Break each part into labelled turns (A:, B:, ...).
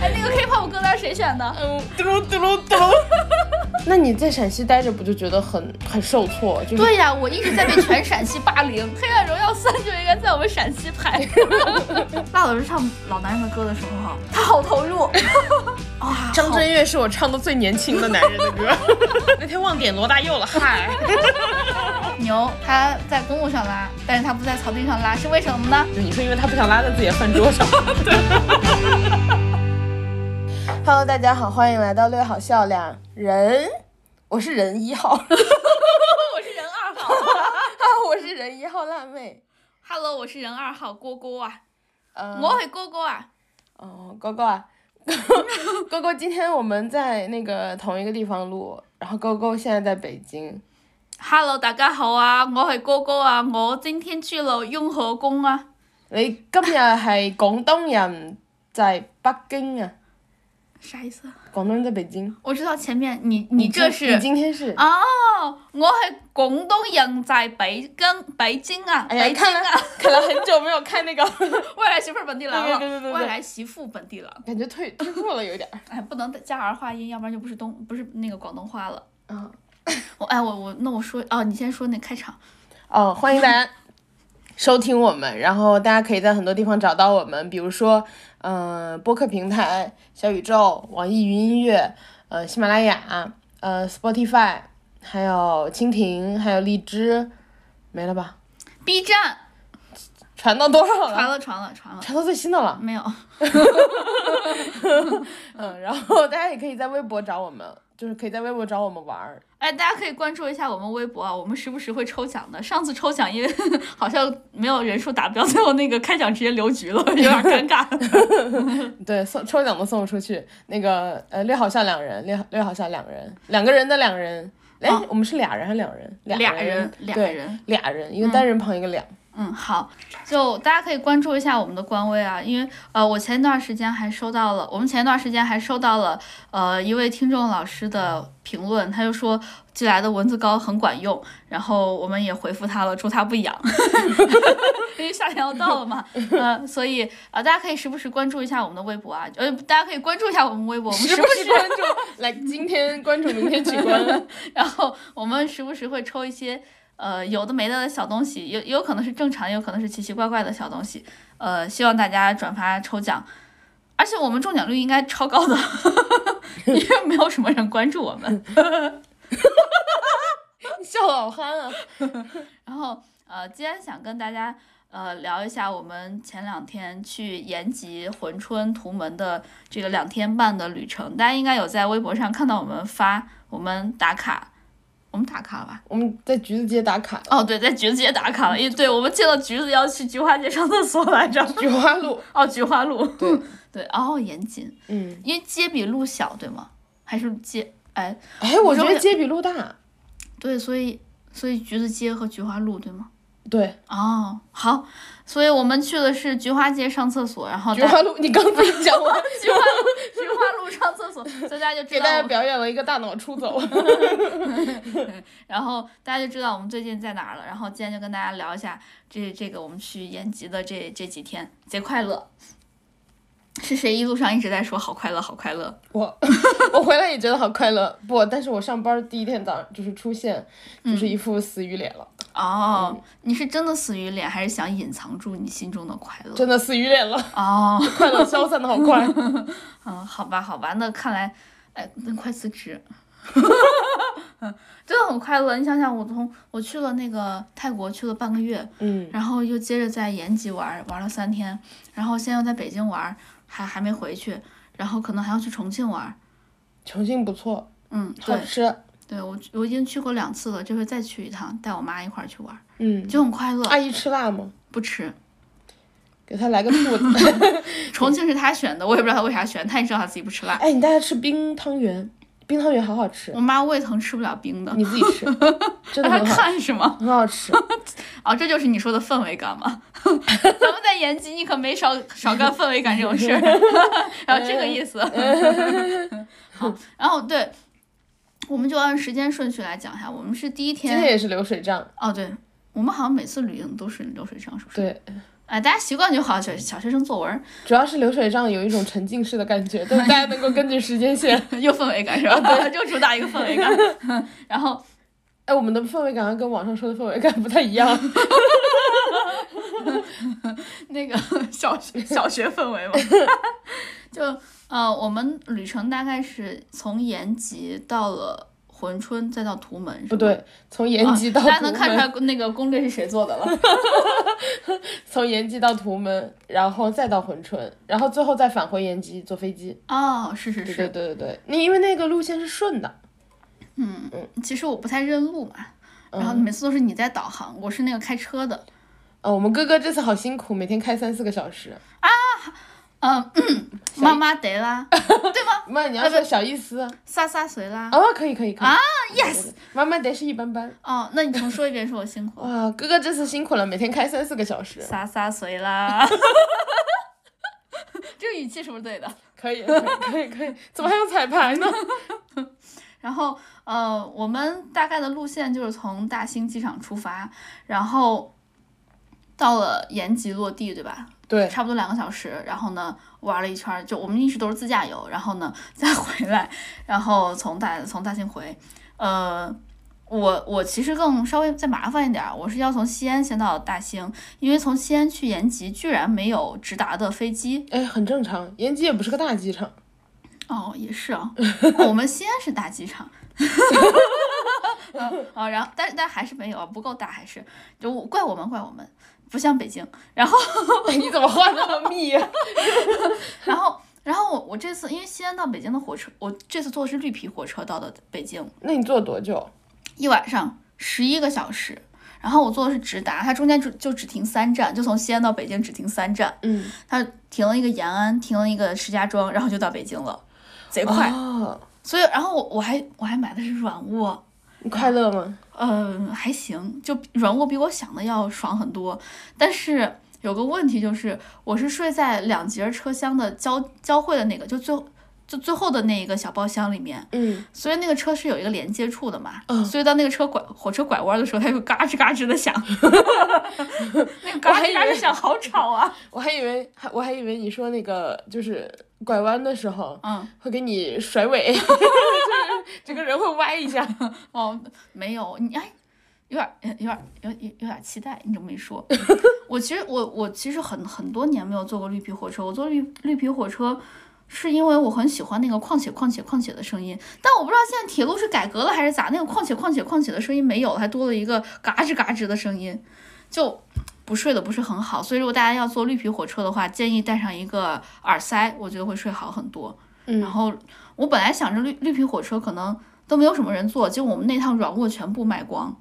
A: 哎道谁选的。
B: 嗯，嘟噜嘟噜嘟噜。
C: 那你在陕西待着不就觉得很很受挫？就是
A: 对呀、我一直在被全陕西霸凌， 《黑暗荣耀三》就应该在我们陕西拍。辣老师唱老男人的歌的时候，他好投入。哇，
B: 张震岳是我唱的最年轻的男人的歌，那天忘点罗大佑了， 嗨。
A: 好牛！他在公路上拉，但是他不在草地上拉，是为什么呢？
B: 你说因为他不想拉在自己的饭桌上，
C: ，Hello，大家好，欢迎来到略好笑两人，我是人一号， 啊，
A: 我是人二号。
C: 我是人一号辣妹，
A: Hello，我是人二号郭郭啊，
C: 呃，
A: 我会郭郭啊。
C: 哦，勾勾啊， 勾勾，今天我们在那个同一个地方录，然后勾勾现在在北京，
A: Hello，大家好啊，我系郭郭啊，我今天去了雍和宫啊。
C: 你今日係廣東人在北京啊，
A: 啥意思？
C: 廣東人在北京，
A: 我知道前面你你这
C: 今你
A: 是
C: 今天是
A: 哦，我系广东人在北京北京啊，
C: 哎呀，
A: 北京
C: 看来
A: 啊，
C: 看来很久没有 看那个，
A: 未来媳妇儿本地郎了，
C: 对对对对对
A: 未来媳妇本地郎，
C: 感觉退退步了有点儿。
A: 哎，不能加儿化音，要不然就不是东不是那个广东话了。
C: 嗯，
A: 我哎我我那我说哦，你先说那开场，
C: 哦，欢迎大 家收听我们，然后大家可以在很多地方找到我们，比如说，嗯、播客平台、小宇宙、网易云音乐、呃，喜马拉雅、呃，Spotify，还有蜻蜓，还有荔枝，没了吧？
A: ，B 站
C: 传到多少
A: 传
C: 了？
A: 了传了传了，
C: 传到最新的了。
A: 没有，
C: 嗯，然后大家也可以在微博找我们，就是可以在微博找我们玩儿。
A: 哎，大家可以关注一下我们微博啊，我们时不时会抽奖的。上次抽奖因为 好像没有人数达标，最后那个开奖直接留局了，有点尴尬。
C: 对，送抽奖都送不出去。那个呃，略好像两人，略略好像两人，两个人的两人。哎，
A: 哦
C: 我们是俩人还是两人？
A: 俩
C: 人
A: 人，俩
C: 对
A: 人，
C: 俩人，一个单人旁一 个两。
A: 嗯，好，就大家可以关注一下我们的官微啊，因为呃，我前一段时间还收到了，我们前一段时间还收到了呃一位听众老师的评论，他就说寄来的蚊子膏很管用，然后我们也回复他了，祝他不痒，因为夏天要到了嘛，呃， 所以呃，大家可以时不时关注一下我们的微博啊，呃，大家可以关注一下我们微博，我 们时不时
C: 关注？来，今天关注，明天 取关。
A: 然后我们时不时会抽一些呃有的没的小东西，有有可能是正常，也有可能是奇奇怪怪的小东西。呃，希望大家转发抽奖，而且我们中奖率应该超高的， 因为没有什么人关注我们。
C: 笑得好憨啊！
A: 然后呃，今天想跟大家呃聊一下我们前两天去延吉、珲春、图门的这个两天半的旅程。大家应该有在微博上看到我们发我们打卡，我们打卡了吧？
C: 我们在橘子街打卡了，
A: 哦，对，在橘子街打卡了。因为对，我们进了橘子要去菊花街上厕所来着。
C: 菊花 路。
A: 哦，菊花路。
C: 对
A: 对，哦，严谨，
C: 嗯，
A: 因为街比路小，对吗？还是街？哎，
C: 哎，我
A: 我
C: 觉
A: 觉
C: 得
A: 得
C: 街比路大。
A: 对，所以所以橘子街和菊花路，对吗？
C: 对，
A: 哦，好，所以我们去的是菊花街上厕所，然后
C: 菊
A: 大家
C: 花路，你刚 自己讲完，
A: 菊花路菊花路上厕所，所以大家就知
C: 给
A: 道
C: 大
A: 我
C: 家
A: 们
C: 表演了一个大脑出 走。
A: 然后大家就知道我们最近在哪儿了。然后今天就跟大家聊一下这这个我们去延吉的这这几天，节快乐！是谁一路上一直在说好快乐，好快乐？
C: 我我回来也觉得好快乐，不，但是我上班第一天早上就是出现，
A: 嗯
C: 就是一副死鱼脸了，
A: 哦，你是真的死鱼脸，还是想隐藏住你心中的快乐？
C: 真的死鱼脸了，
A: 哦，
C: 快乐消散的好快。
A: 嗯，好吧，好吧，那看来，哎，那快辞职。 嗯真的很快乐，你想想，我从我去了那个泰国去了半个月，
C: 嗯，
A: 然后又接着在延吉玩儿，玩了三天，然后现在又在北京玩儿，还还没回去，然后可能还要去重庆玩儿。
C: 重庆不错，
A: 嗯，
C: 好
A: 对，
C: 吃。
A: 对我我已经去过两次了，这回再去一趟，带我妈一块儿去玩儿，
C: 嗯，
A: 就很快乐。
C: 阿姨吃辣吗？
A: 不吃，
C: 给她 来个兔子。
A: 重庆是她选的，我也不知道她为啥选，她也知道她自己不吃辣。
C: 哎，你带她吃冰汤圆，冰汤圆好好吃，
A: 我妈胃疼吃不了冰的，
C: 你自己 吃，真的
A: 让
C: 很
A: 嗯哎她
C: 好，
A: 看是吗？
C: 很 好吃。
A: 啊，这就是你说的氛围感吗？ 咱们在延吉，你可没少少干氛围感这种事儿，然后这个意思。好，然后对，我们就按时间顺序来讲一下。我们是第一
C: 今天
A: 天，
C: 也是流水账，
A: 哦对，我们好像每次旅行都是流水账，是不是？
C: 对，
A: 啊，大家习惯就好，小小学生作 文
C: 主要是流水账有一种沉浸式的感觉，但是大家能够根据时间线。
A: 又氛围感是吧？ 就主打一个氛围感。 然后
C: 哎，我们的氛围感好像跟网上说的氛围感不太一样。
A: 那个 小学小学氛围 嘛，就呃，我们旅程大概是从延吉到了珲春，再到图门，是
C: 不
A: 吗。
C: 哦对，从延吉到
A: 哦大家
C: 图
A: 能看出
C: 门，
A: 来那个攻略是谁做的 了。
C: 从延吉到图门，然后再到珲春，然后最后再返回延吉坐飞机。
A: 哦，是是
C: 对对
A: 是，
C: 对对对，你因为那个路线是顺的，
A: 其实我不太认路嘛，然
C: 嗯
A: 后每次都是你在导航，我是那个开车的。
C: 呃，我们哥哥这次好辛苦，每天开三四个小时。
A: 嗯，妈妈得 啦，
C: 妈，你要说小意思啊？
A: 撒撒随啦。
C: 哦，可以可以可以。
A: 啊
C: ，yes。妈妈得是一般般。
A: 哦，那你重说一遍，说我辛苦了。
C: 哇，哥哥这次辛苦了，每天开三四个小 时。
A: 撒撒随 啦。 这个语气是不是对的？
C: 可以可以可以可以，怎么还有彩排呢？
A: 然后呃，我们大概的路线就是从大兴机场出发，然后到了延吉落地，对吧？
C: 对，
A: 差不多两个小时。然后呢，玩了一圈儿，就我们一直都是自驾游，然后呢再回来，然后从大从大兴回，呃。我我其实更稍微再麻烦一点儿，我是要从西安先到大兴，因为从西安去延吉居然没有直达的飞机
C: 哎，很正常。延吉也不是个大机场，
A: 哦，也是啊、哦我们西安是大机场， 啊、然后但但还是没有啊，不够大，还是就我怪我们怪我们，不像北京。然后
C: 哎你怎么画那么密啊呀、
A: 然后然后我我这次因为西安到北京的火车，我这次坐的是绿皮火车到的北京，
C: 那你坐多久？
A: 一晚上十一个小时。然后我坐的是直达，它中间就就只停三站，就从西安到北京只停三站，
C: 嗯，
A: 它停了一个延安，停了一个石家庄，然后就到北京了，贼快。
C: 哦，
A: 所以，然后我我还我还买的是软卧，
C: 你快乐吗？
A: 嗯，还行，就软卧比我想的要爽很多。但是有个问题就是，我是睡在两节车厢的交交汇的那个，就最后就最后的那一个小包厢里面，
C: 嗯，
A: 所以那个车是有一个连接处的嘛。
C: 嗯
A: 所以当那个车拐火车拐弯的时候，它就嘎吱嘎吱的响，那个嘎吱嘎吱响好吵啊。
C: 我还以为还我还以为你说那个就是拐弯的时候
A: 嗯，
C: 会给你甩尾， 就是整个人会歪一下。
A: 哦，没有，你哎，有点儿有点儿有有有点儿期待，你这么一说，我其实我我其实很很多年没有坐过绿皮火车，我坐绿绿皮火车。是因为我很喜欢那个况且况且况且的声音，但我不知道现在铁路是改革了还是咋，那个况且况且况且的声音没有了，还多了一个嘎吱嘎吱的声音，就不睡得不是很好。所以如果大家要坐绿皮火车的话，建议带上一个耳塞，我觉得会睡好很多。然
C: 嗯，
A: 后我本来想着绿绿皮火车可能都没有什么人坐，结果我们那趟软卧全部卖光，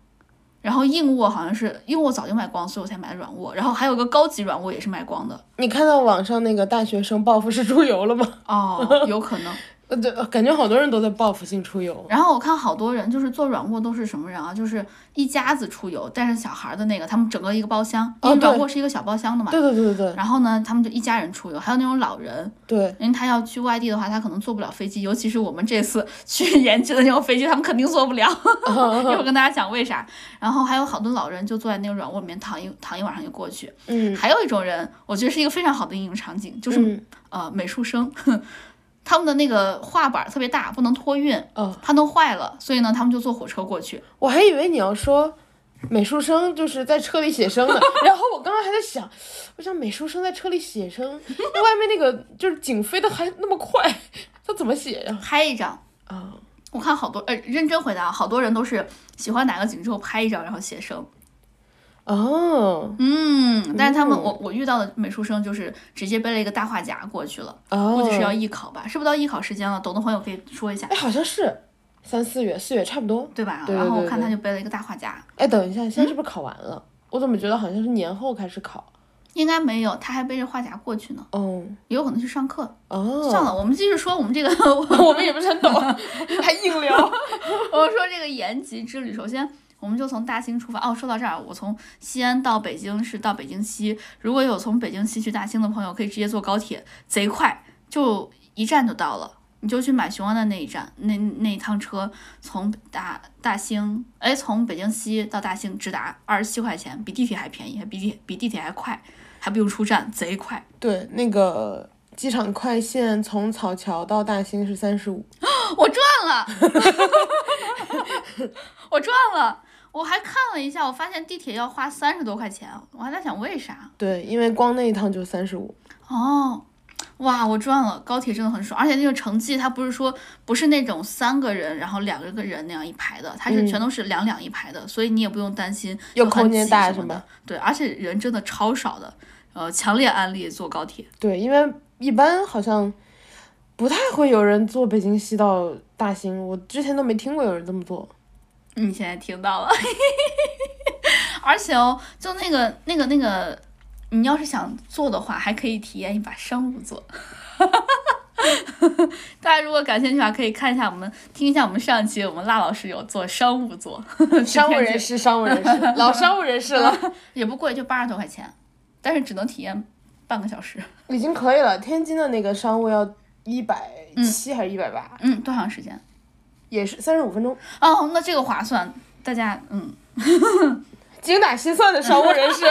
A: 然后硬卧好像是硬卧早就卖光，所以我才买的软卧，然后还有个高级软卧也是卖光的。
C: 你看到网上那个大学生报复式出游了吗？
A: 哦， 有可能。
C: 呃，对，感觉好多人都在报复性出游。
A: 然后我看好多人就是坐软卧都是什么人啊？就是一家子出游，带上小孩的那个，他们整个一个包厢，因
C: 哦
A: 为软
C: 对
A: 卧是一个小包厢的嘛。
C: 对对对对
A: 然后呢，他们就一家人出游，还有那种老人，
C: 对
A: 因为他要去外地的话，他可能坐不了飞机，尤其是我们这次 去延吉的那种飞机，他们肯定坐 不了。一会
C: 对，
A: 儿跟大家讲为啥。然后还有好多老人就坐在那个软卧里面躺一躺一晚上就过去。
C: 嗯
A: 还有一种人，我觉得是一个非常好的应用场景，就是、
C: 嗯
A: 呃美术生， 他们的那个画板特别大，不能托运，
C: 哦，
A: 怕弄坏了，所以呢他们就坐火车过去。
C: 我还以为你要说美术生就是在车里写生呢， 然后我刚刚还在想，我想美术生在车里写生，那外面那个就是景飞的还那么快，他怎么写呀、
A: 拍一张，
C: 啊？
A: 我看好多呃认真回答，好多人都是喜欢哪个景之后拍一张然后写生。
C: 哦
A: 嗯，但是他们、
C: 嗯
A: 我我遇到的美术生就是直接背了一个大画夹过去了，
C: 哦，
A: 估计是要艺考吧，是不是到艺考时间了？懂的朋友可以说一下
C: 哎，。好像是三四月，四月差不多。
A: 对吧？
C: 对对
A: 然后
C: 对
A: 我看
C: 对
A: 他就背了一个大画夹，
C: 哎，等一下，现在是不是考完了？我怎么觉得好像是年后开始考？
A: 应该没有，他还背着画夹过去呢，
C: 哦
A: 也有可能去上课。
C: 哦，
A: 算了，我们继续说我们这个， 我
C: 我们也不是很懂，还硬聊。
A: 我说这个延吉之旅。首先，我们就从大兴出发。哦，说到这儿，我从西安到北京是到北京西，如果有从北京西去大兴的朋友，可以直接坐高铁，贼快，就一站就到了。你就去买雄安的那一站，那那一趟车从大大兴，哎，从北京西到大兴直达二十七块钱，比地铁还便宜，还比地比地铁还快。还不用出站，贼快。
C: 对，那个机场快线从草桥到大兴是三十五，
A: 我赚了， 我赚了。我还看了一下，我发现地铁要花三十多块钱，我还在想为啥。
C: 对，因为光那一趟就三十五。
A: 哦，哇，我赚了！高铁真的很爽，而且那个城际它不是说不是那种三个人然后两个人那样一排的，它是全都是两两一排的，所以你也不用担心
C: 嗯又
A: 就很
C: 空间
A: 挤
C: 大
A: 什
C: 是
A: 么
C: 吗
A: 的。对，而且人真的超少的，呃，强烈安利坐高铁。
C: 对，因为一般好像不太会有人坐北京西到大兴，我之前都没听过有人这么做。
A: 你现在听到了，而且哦，就那个那个那个，你要是想坐的话，还可以体验一把商务座。 大家如果感兴趣的话，可以看一下我们听一下我们上一期我们辣老师有做商务座，
C: 商务人士，商务人士，老商务人士了，
A: 也不贵，就八十多块钱，但是只能体验半个小时，
C: 已经可以了。天津的那个商务要一百七还是一百八，
A: 嗯，多长时间？
C: 也是三十五分钟。
A: 哦，那这个划算，大家嗯，
C: 精打细算的商务人士，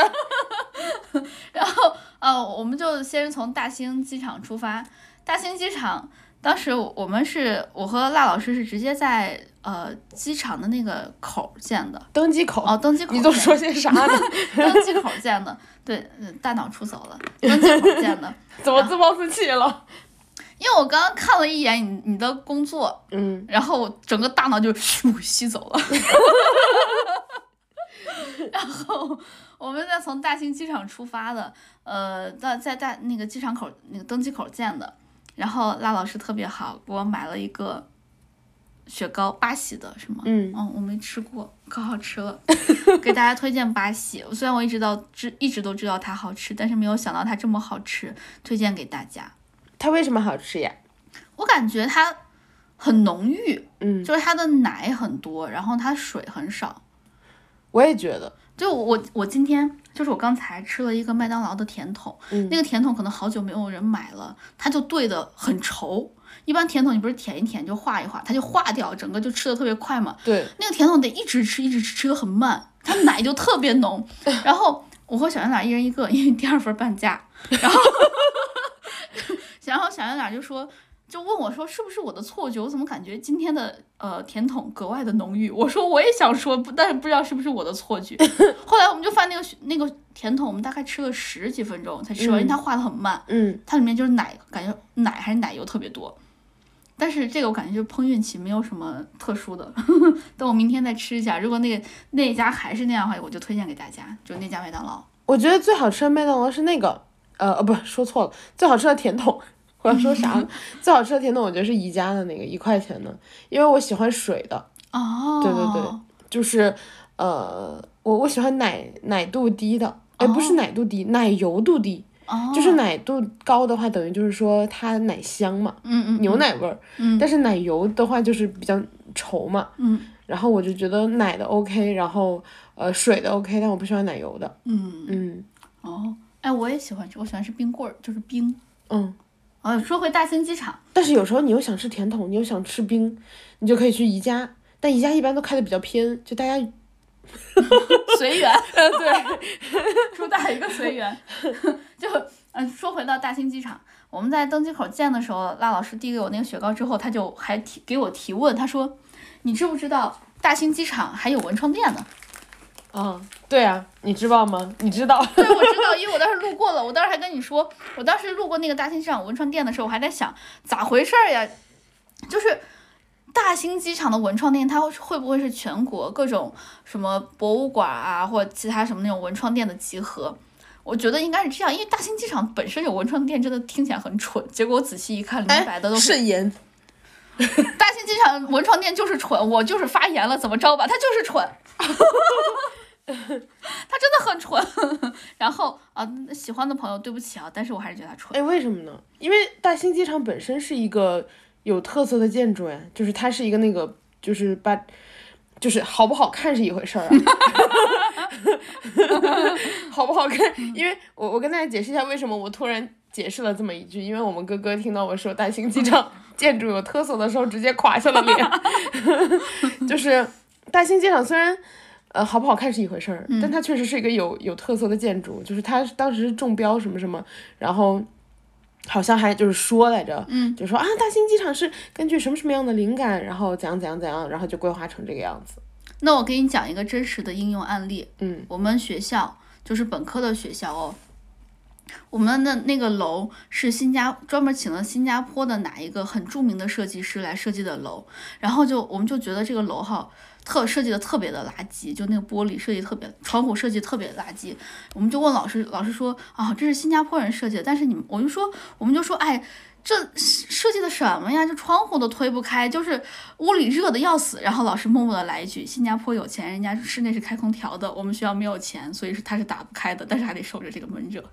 A: 然后呃，我们就先从大兴机场出发。大兴机场当时我们是我和辣老师是直接在呃机场的那个口儿见的
C: 登机口。
A: 哦，登机口
C: 你都
A: 见
C: 说些啥呢？
A: 登机口儿见的，对，嗯大脑出走了，登机口儿见的。
C: 怎么自暴自弃了？
A: 因为我刚刚看了一眼你你的工作，
C: 嗯，
A: 然后我整个大脑就咻吸走了。 然后我们再从大兴机场出发的，呃，在在大那个机场口那个登机口见的。然后辣老师特别好，给我买了一个雪糕，八喜的是吗？
C: 嗯
A: 哦，我没吃过，可好吃了， 给大家推荐八喜。虽然我一直到知一直都知道它好吃，但是没有想到它这么好吃，推荐给大家。
C: 它为什么好吃呀？
A: 我感觉它很浓郁，
C: 嗯，
A: 就是它的奶很多，然后它水很少。
C: 我也觉得，
A: 就我我今天就是我刚才吃了一个麦当劳的甜筒，
C: 嗯
A: 那个甜筒可能好久没有人买了，它就兑的很稠。一般甜筒你不是舔一舔就化一化，它就化掉，整个就吃的特别快嘛。
C: 对，
A: 那个甜筒得一直吃，一直吃，吃的很慢，它奶就特别浓。然后我和小圆脸一人一个，因为第二份半价。然后，然后小圆脸就说，就问我说，是不是我的错觉？我怎么感觉今天的呃甜筒格外的浓郁？我说我也想说，不，但是不知道是不是我的错觉。后来我们就发现那个雪那个甜筒，我们大概吃了十几分钟才吃完，因为它化的很慢，
C: 嗯，
A: 它里面就是奶，感觉奶还是奶油特别多。但是这个我感觉就是碰运气，没有什么特殊的。 等我明天再吃一下，如果那个那家还是那样的话，我就推荐给大家，就那家麦当劳。
C: 我觉得最好吃的麦当劳是那个，呃呃，不是说错了，最好吃的甜筒，我要说啥了？ 最好吃的甜筒，我觉得是宜家的那个一块钱的，因为我喜欢水的，
A: 哦，
C: 对对对，就是，呃，我我喜欢奶奶度低的，哎，不是奶度低，奶油度低，
A: 哦，
C: 就是奶度高的话，等于就是说它奶香嘛，
A: 嗯嗯，
C: 牛奶味儿，
A: 嗯
C: 但是奶油的话就是比较稠嘛，
A: 嗯
C: 然后我就觉得奶的 OK，然后呃水的 OK，但我不喜欢奶油的，
A: 嗯
C: 嗯
A: 哦，哎，我也喜欢吃，我喜欢吃冰棍儿，就是冰。
C: 嗯。
A: 呃、说回大兴机场，
C: 但是有时候你又想吃甜筒，你又想吃冰，你就可以去宜家，但宜家一般都开的比较偏，就大家
A: 随缘，对，祝大家一个随缘。 就嗯，说回到大兴机场，我们在登机口见的时候，辣老师递给我那个雪糕之后，他就还提给我提问，他说：“你知不知道大兴机场还有文创店呢
C: 啊，对啊，你知道吗？你知道？”
A: 对，我知道，因为我当时路过了，我当时还跟你说，我当时路过那个大兴机场文创店的时候，我还在想咋回事儿呀？就是大兴机场的文创店，它会不会是全国各种什么博物馆啊，或者其他什么那种文创店的集合？我觉得应该是这样，因为大兴机场本身有文创店，真的听起来很蠢。结果我仔细一看，明白的都是、
C: 慎言，
A: 大兴机场文创店就是蠢，我就是发言了，怎么着吧，他就是蠢， 他真的很蠢。然后啊，喜欢的朋友，对不起啊，但是我还是觉得他蠢。
C: 哎，为什么呢？因为大兴机场本身是一个有特色的建筑，哎，就是它是一个那个，就是把，就是好不好看是一回事儿啊， 好不好看？因为我我跟大家解释一下，为什么我突然解释了这么一句，因为我们哥哥听到我说大兴机场建筑有 特色的时候，直接垮下了脸，就是大兴机场虽然。呃，好不好看是一回事儿，但它确实是一个有有特色的建筑，就是它当时是中标什么什么，然后好像还就是说来着，嗯，就说啊，大兴机场是根据什么什么样的灵感，然后怎样怎样怎样，然后就规划成这个样子。
A: 那我给你讲一个真实的应用案例。
C: 嗯，
A: 我们学校就是本科的学校哦，我们的那个楼是新加专门请了新加坡的哪一个很著名的设计师来设计的楼，然后就我们就觉得这个楼哈特设计的特别的垃圾，就那个玻璃设计特别，窗户设计特别垃圾。我们就问老师，老师说啊，这是新加坡人设计的，但是你们我就说，我们就说，哎。这设计的什么呀？这窗户都推不开，就是屋里热的要死。然后老师默默的来一句：“新加坡有钱，人家室内是开空调的，我们学校没有钱，所以是他是打不开的，但是还得受着这个闷热。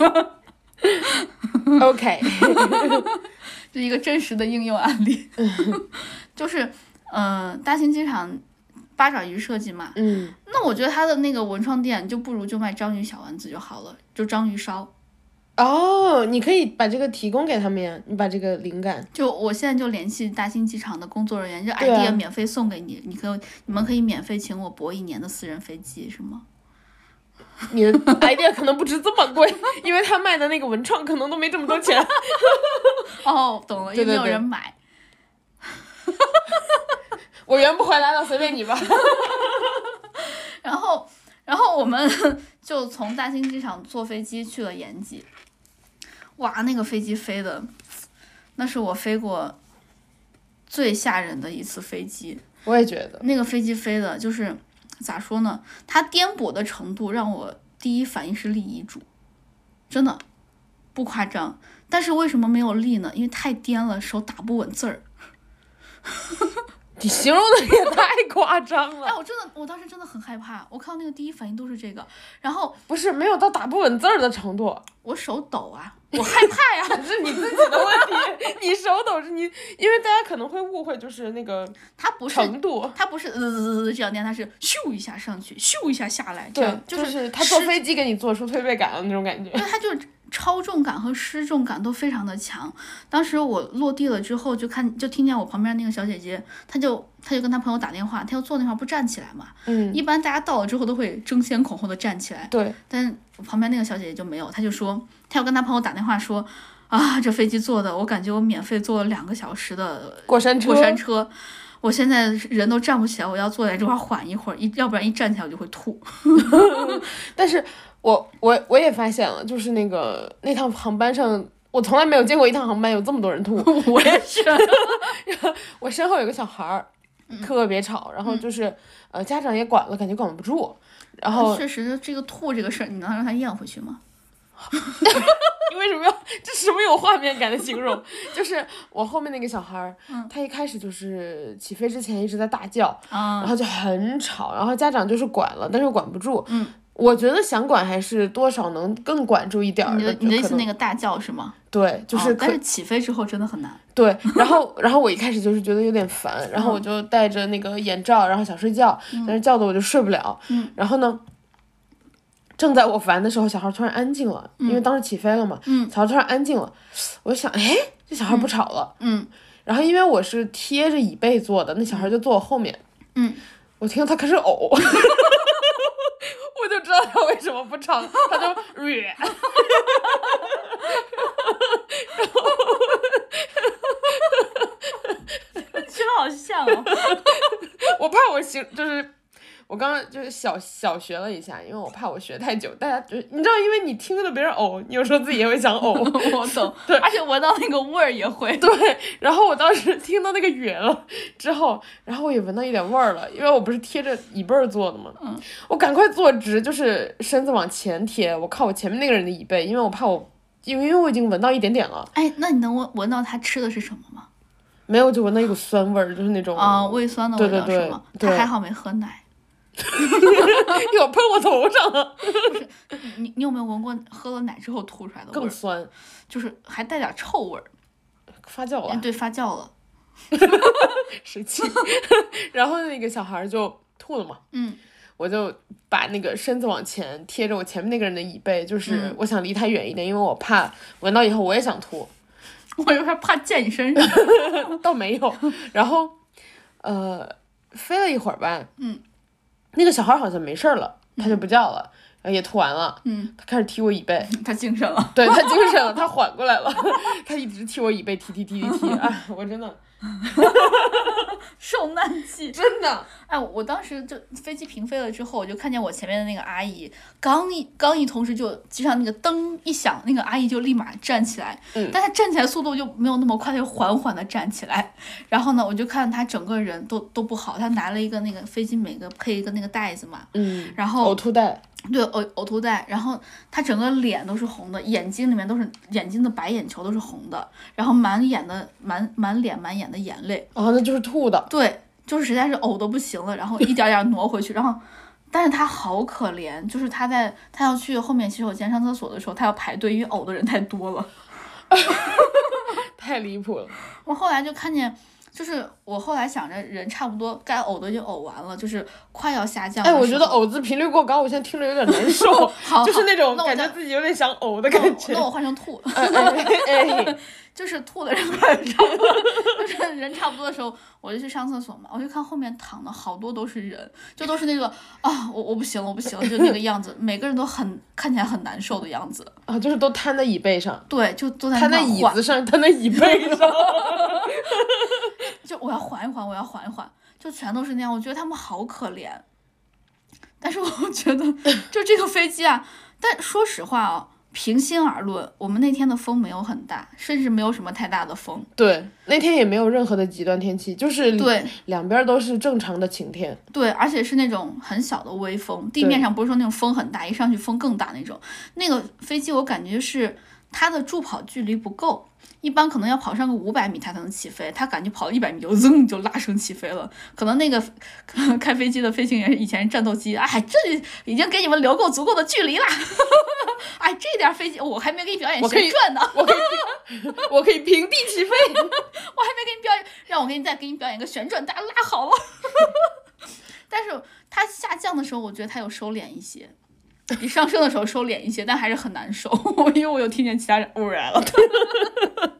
C: OK，”
A: 这一个真实的应用案例，
C: 嗯
A: 就是呃，大兴机场八爪鱼设计嘛，
C: 嗯，
A: 那我觉得他的那个文创店就不如就卖章鱼小丸子就好了，就章鱼烧。
C: 哦，你可以把这个提供给他们呀，你把这个灵感，
A: 就我现在就联系大兴机场的工作人员，就
C: 对啊
A: idea 免费送给你，你可以你们可以免费请我泊一年的私人飞机，是吗？
C: 你的 idea 可能不值这么贵， 因为他卖的那个文创可能都没这么多钱。
A: 哦，懂了，
C: 对
A: 也没
C: 对
A: 有
C: 对
A: 人买。
C: 我圆不回来了，随便你吧。
A: 然后，然后我们 就从大兴机场坐飞机去了延吉。哇，那个飞机飞的，那是我飞过最吓人的一次飞机。
C: 我也觉得，
A: 那个飞机飞的就是咋说呢？它颠簸的程度让我第一反应是立遗嘱，真的不夸张。但是为什么没有立呢？因为太颠了，手打不稳字儿。
C: 你形容的也太夸张了
A: 哎，。我真的，我当时真的很害怕。我看到那个第一反应都是这个，然后
C: 不是没有到打不稳字儿的程度，哎
A: 我手抖啊，我害怕呀、
C: 是你自己的问题。 你手抖是你，因为大家可能会误会，就是那个
A: 它不是，
C: 程度。
A: 它不是呃滋滋滋滋这样颠，它是咻一下上去，咻一下下来，这
C: 对
A: 样，
C: 就是他坐
A: 失
C: 飞机给你做出推背感的那种感觉。
A: 对，它就是超重感和失重感都非常的强。当时我落地了之后，就看就听见我旁边那个小姐姐，她就她就跟她朋友打电话，她要坐那块儿不站起来嘛。
C: 嗯，
A: 一般大家到了之后都会争先恐后的站起来，
C: 对，
A: 但是我旁边那个小姐姐就没有，她就说她要跟她朋友打电话说。啊，这飞机坐的，我感觉我免费坐了两个小时的
C: 过山车，
A: 过山车，我现在人都站不起来，我要坐在这块儿缓一会儿，一要不然一站起来我就会吐。
C: 但是我我我也发现了，就是那个那趟航班上，我从来没有见过一趟航班有这么多人 吐。
A: 我也是，
C: 我身后有个小孩儿，特别吵，然后就是、呃家长也管了，感觉管不住，然 后
A: 确实这个吐这个事儿，你能让他咽回去吗？
C: 你 为什么要这什么有画面感的形容？ 就是我后面那个小孩儿，
A: 嗯
C: 他一开始就是起飞之前一直在大叫，
A: 啊、
C: 然后就很吵，然后家长就是管了，但是管不住。嗯，我觉得想管还是多少能更管住一点儿
A: 你的
C: 的。
A: 你的意思那
C: 个
A: 个大叫是吗？
C: 对，就是
A: 哦
C: 可、
A: 但是起飞之后真的很难。
C: 对。然后然后我一开始就是觉得有点烦，然
A: 嗯
C: 后我就戴着那个眼罩，然后想睡觉，但是叫的我就睡不了。
A: 嗯，
C: 然后呢？正在我烦的时候，小孩突然安静了，因为当时起飞了嘛。
A: 嗯
C: 小孩突然安静了，我就想，哎，这小孩不吵了。
A: 嗯
C: 然后因为我是贴着椅背坐的，那小孩就坐我后面，
A: 嗯，
C: 我听到他开始呕， 我就知道他为什么不唱，他就 re，然后
A: 真的好像哦。
C: 我怕我形就是。我刚刚就是小小学了一下，因为我怕我学太久，大家就你知道，因为你听着别人呕，你有时候自己也会想 呕，
A: 我懂，而且闻到那个味儿也会。
C: 对，然后我当时听到那个远了之后，然后我也闻到一点味儿了，因为我不是贴着椅背儿坐的嘛，
A: 嗯
C: 我赶快坐直，就是身子往前贴，我靠我前面那个人的椅背，因为我怕我，因为因为我已经闻到一点点了，
A: 哎，那你能闻闻到他吃的是什么吗？
C: 没有就闻到一股酸味儿，就是那种
A: 啊、胃酸的味道
C: 哦对对
A: 是吗？
C: 对
A: 他还好没喝奶。
C: 有喷我头上了，
A: 你你你有没有闻过喝了奶之后吐出来的味
C: 更
A: 儿？
C: 酸，
A: 就是还带点臭味儿。
C: 发酵
A: 哎
C: 了，
A: 对，发酵了。
C: 水汽， 然后那个小孩儿就吐了嘛，
A: 嗯
C: 我就把那个身子往前贴着我前面那个人的椅背，就是我想离他远一点，因为我怕闻到以后我也想吐，
A: 我有点怕溅你身上。
C: 倒没有。然后，呃，飞了一会儿吧，
A: 嗯，
C: 那个小孩好像没事儿了，他就不叫了，然后也吐完了，
A: 嗯，
C: 他开始踢我椅 背，
A: 他精神了。
C: 对他精神了，他缓过来了， 他一直踢我椅背，踢踢踢踢踢，哎，我真的
A: 受难记。
C: 真的，
A: 哎，我当时就飞机平飞了之后，我就看见我前面的那个阿姨，刚一刚一同时就机上那个灯一响，那个阿姨就立马站起来，
C: 嗯
A: 但她站起来速度就没有那么快，她就缓缓的站起来。然后呢，我就看她整个人都都不好，她拿了一个那个飞机每个配一个那个袋子嘛，
C: 嗯，
A: 然后
C: 呕吐袋，
A: 对呕呕吐袋，然后她整个脸都是红的，眼睛里面都是眼睛的白眼球都是红的，然后满眼的满满脸满眼的眼泪。
C: 啊，那就是吐的，
A: 对，就是实在是呕的不行了，然后一点儿点儿挪回去，然后，但是他好可怜，就是他在他要去后面洗手间上厕所的时候，他要排队，因为呕的人太多了。
C: 太离谱了，
A: 我后来就看见，就是我后来想着人差不多该呕的就呕完了，就是快要下降的
C: 哎，
A: 时候。，
C: 我觉得呕字频率过高，我现在听着有点难受
A: 啊 好
C: 就是那种
A: 那我
C: 感觉
A: 再
C: 自己有点想呕的
A: 那
C: 感
A: 我
C: 觉
A: 哦那，我换成吐，
C: 哎哎哎，
A: 就是吐的人快差不多，就是人差不多的时候，我就去上厕所嘛，我就看后面躺的好多都是人，就都是那个啊，我我不行了，我不行了，就那个样子，每个人都很看起来很难受的样子。
C: 啊，就是都瘫在椅背上，
A: 对，就坐在
C: 瘫在
A: 那
C: 椅
A: 缓
C: 子，上，瘫在 椅背上，
A: 就我要缓一缓，我要缓一缓，就全都是那样。我觉得他们好可怜，但是我觉得就这个飞机啊，但说实话啊、平心而论，我们那天的风没有很大，甚至没有什么太大的风。
C: 对，那天也没有任何的极端天气，就是
A: 对
C: 两边都是正常的晴天，
A: 对，而且是那种很小的微风，地
C: 对
A: 面上不是说那种风很大，一上去风更大那种。那个飞机我感觉是它的助跑距离不够，一般可能要跑上个五百米它才能起飞，它感觉跑一百米就 噌就拉升起飞了。可能那个 开飞机的飞行员以前是战斗机，哎，这已经给你们留够足够的距离啦。 哎，这点飞机我还没给你表演
C: 我可以
A: 旋转呢，
C: 我可以， 我可以平地起飞。
A: 我还没给你表演，让我给你再给你表演个旋转，大家拉好了。 但是它下降的时候，我觉得它有收敛一些，比上升的时候收敛一些，但还是很难受， 因为我有听见其他人呜然了， 然后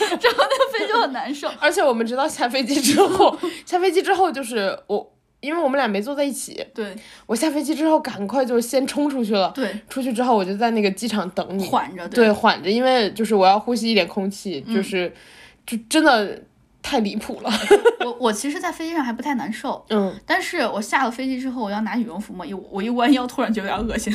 A: 那个飞就很难受。
C: 而且我们直到下飞机之后，下飞机之后就是我，因为我们俩没坐在一起，
A: 对
C: 我下飞机之后赶快就先冲出去了。
A: 对，
C: 出去之后我就在那个机场等你，
A: 缓着
C: 对，嗯缓着，因为就是我要呼吸一点空气，就是就真的太离谱了。
A: 我我其实，在飞机上还不太难受。
C: 嗯，
A: 但是我下了飞机之后，我要拿羽绒服嘛，一我一弯腰，突然觉得有点恶 心，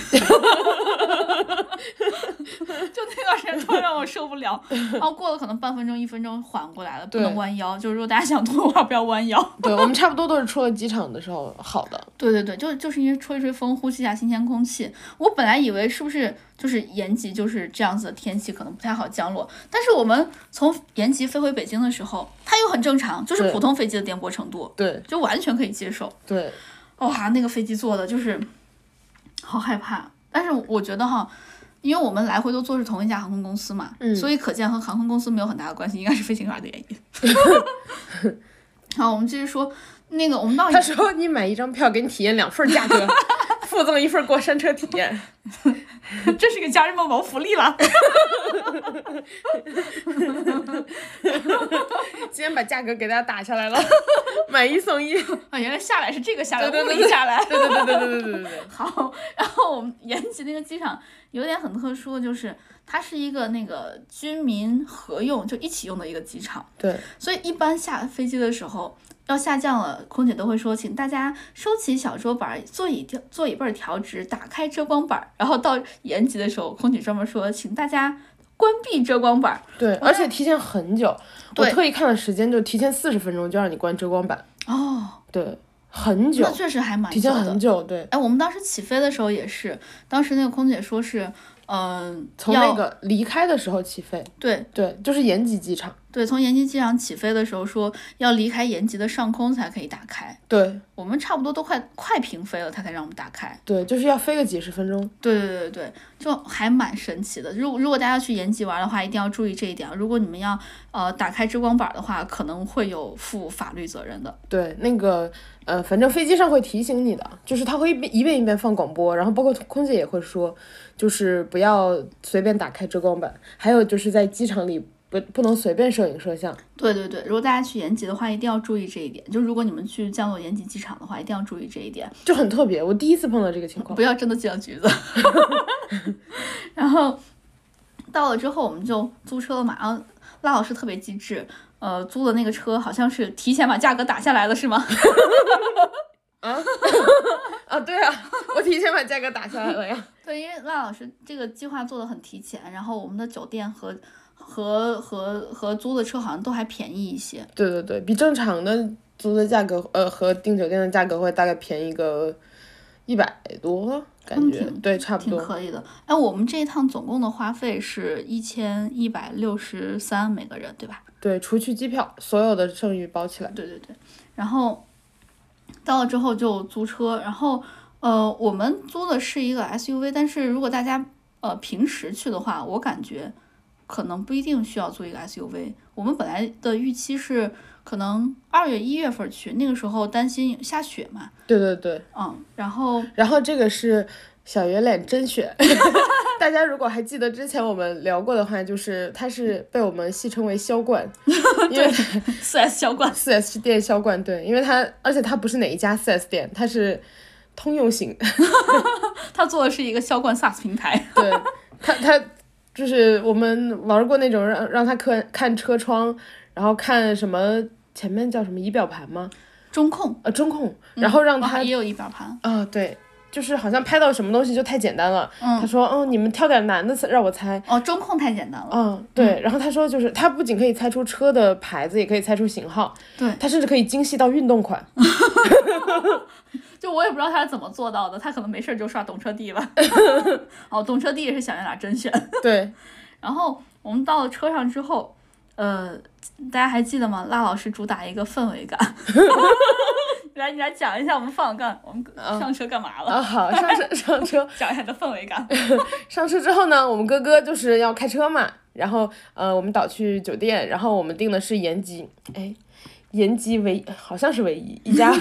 A: 就那段时间突然让我受不了。然后过了可能半分钟、一分钟缓过来了，不
C: 对
A: 能弯腰。就如果大家想吐的话，不要弯腰。
C: 对，我们差不多都是出了机场的时候好的。
A: 对对对，就就是因为吹吹风，呼吸一下新鲜空气。我本来以为是不是就是延吉就是这样子的天气可能不太好降落，但是我们从延吉飞回北京的时候，它又很正常，就是
C: 对
A: 普通飞机的颠簸程度，
C: 对
A: 就完全可以接受。
C: 对，
A: 哇，那个飞机坐的就是好害怕。但是我觉得哈，因为我们来回都坐是同一家航空公司嘛，
C: 嗯
A: 所以可见和航空公司没有很大的关系，应该是飞行员的原因。 好，我们继续说那个，我们到
C: 他说你买一张票，给你体验两份儿价 格，附赠一份儿过山车体验。
A: 这是给家人们谋福利了。
C: 今天把价格给大家打下 来了，买一送一。
A: 啊，原来下来是这个下来，
C: 对对
A: 物
C: 对
A: 理下来。
C: 对对对对对对对对。
A: 好，然后我们延吉那个机场有点很特殊，就是它是一个那个军民合用，就一起用的一个机场。
C: 对，
A: 所以一般下飞机的时候要下降了，空姐都会说，请大家收起小桌板儿，座椅调座椅背儿调直，打开遮光板儿。然后到延吉的时候，空姐专门说，请大家关闭遮光板儿。
C: 对，而且提前很久，我
A: 对
C: 特意看了时间，就提前四十分钟就让你关遮光板。
A: 哦，
C: 对，很久
A: 那，确实还蛮
C: 提
A: 久
C: 前
A: 的
C: 很。久。对，
A: 哎，我们当时起飞的时候也是，当时那个空姐说是，嗯、
C: 从
A: 要
C: 那个离开的时候起飞。
A: 对
C: 对，就是延吉机场。
A: 对，从延吉机场起飞的时候说要离开延吉的上空才可以打开，
C: 对
A: 我们差不多都快快平飞了，他才让我们打开。
C: 对，就是要飞个几十分钟。
A: 对对对对，就还蛮神奇的。如如果大家去延吉玩的话，一定要注意这一点。如果你们要呃打开遮光板的话，可能会有负法律责任的。
C: 对，那个呃，反正飞机上会提醒你的，就是它会一遍一遍一遍放广播，然后包括空姐也会说，就是不要随便打开遮光板，还有就是在机场里不不能随便摄影摄像。
A: 对对对，如果大家去延吉的话，一定要注意这一点。就如果你们去降落延吉机场的话，一定要注意这一点。
C: 就很特别，我第一次碰到这个情况
A: 不。要真的酱橘子。 然后到了之后，我们就租车了嘛。然后拉老师特别机智，呃，租的那个车好像是提前把价格打下来了，是吗？
C: 啊，对啊，我提前把价格打下来了呀。
A: 对，因为赖老师这个计划做的很提前，然后我们的酒店和和和和租的车好像都还便宜一些。
C: 对对对，比正常的租的价格，呃，和订酒店的价格会大概便宜个一百多，感觉
A: 挺
C: 对，差不
A: 挺
C: 多。
A: 可以的，哎，我们这一趟总共的花费是一千一百六十三每个人，对吧？
C: 对，除去机票，所有的剩余包起来。
A: 对对对，然后到了之后就租车，然后呃，我们租的是一个 SUV，但是如果大家呃平时去的话，我感觉可能不一定需要租一个 SUV。我们本来的预期是可能二月一月份去，那个时候担心下雪嘛，
C: 对对对，
A: 嗯，然 后
C: 然后这个是小圆脸甄选， 大家如果还记得之前我们聊过的话，就是他是被我们戏称为“销冠”，因为
A: 四 S 啊销冠，
C: 四 S 店销冠，对，因为他而且他不是哪一家四 S 店，他是通用型，
A: 他做的是一个销冠 SaaS 平台，
C: 对他他就是我们玩过那种让让他看看车窗，然后看什么前面叫什么仪表盘吗？
A: 中控，
C: 呃，中控，然后让
A: 哇
C: 他
A: 也有仪表盘，
C: 啊、对，就是好像拍到什么东西就太简单了。
A: 嗯
C: 他说，嗯，你们挑点难的让我猜。
A: 哦，中控太简单了，
C: 嗯，对。然后他说，就是他不仅可以猜出车的牌子，也可以猜出型号，
A: 对
C: 他甚至可以精细到运 动款。
A: 就我也不知道他是怎么做到的，他可能没事儿就刷懂车帝 吧。哦，懂车帝也是小圆脸甄选。
C: 对，
A: 然后我们到了车上之后，呃，大家还记得吗？辣老师主打一个氛围 感。来，你来讲一下我们放干，我们上车干嘛了？
C: 啊，哎好，上车上车
A: 讲一下你的氛围感。
C: 上车之后呢，我们哥哥就是要开车嘛，然后呃，我们导去酒店，然后我们订的是延吉，哎，延吉唯好像是唯一 一家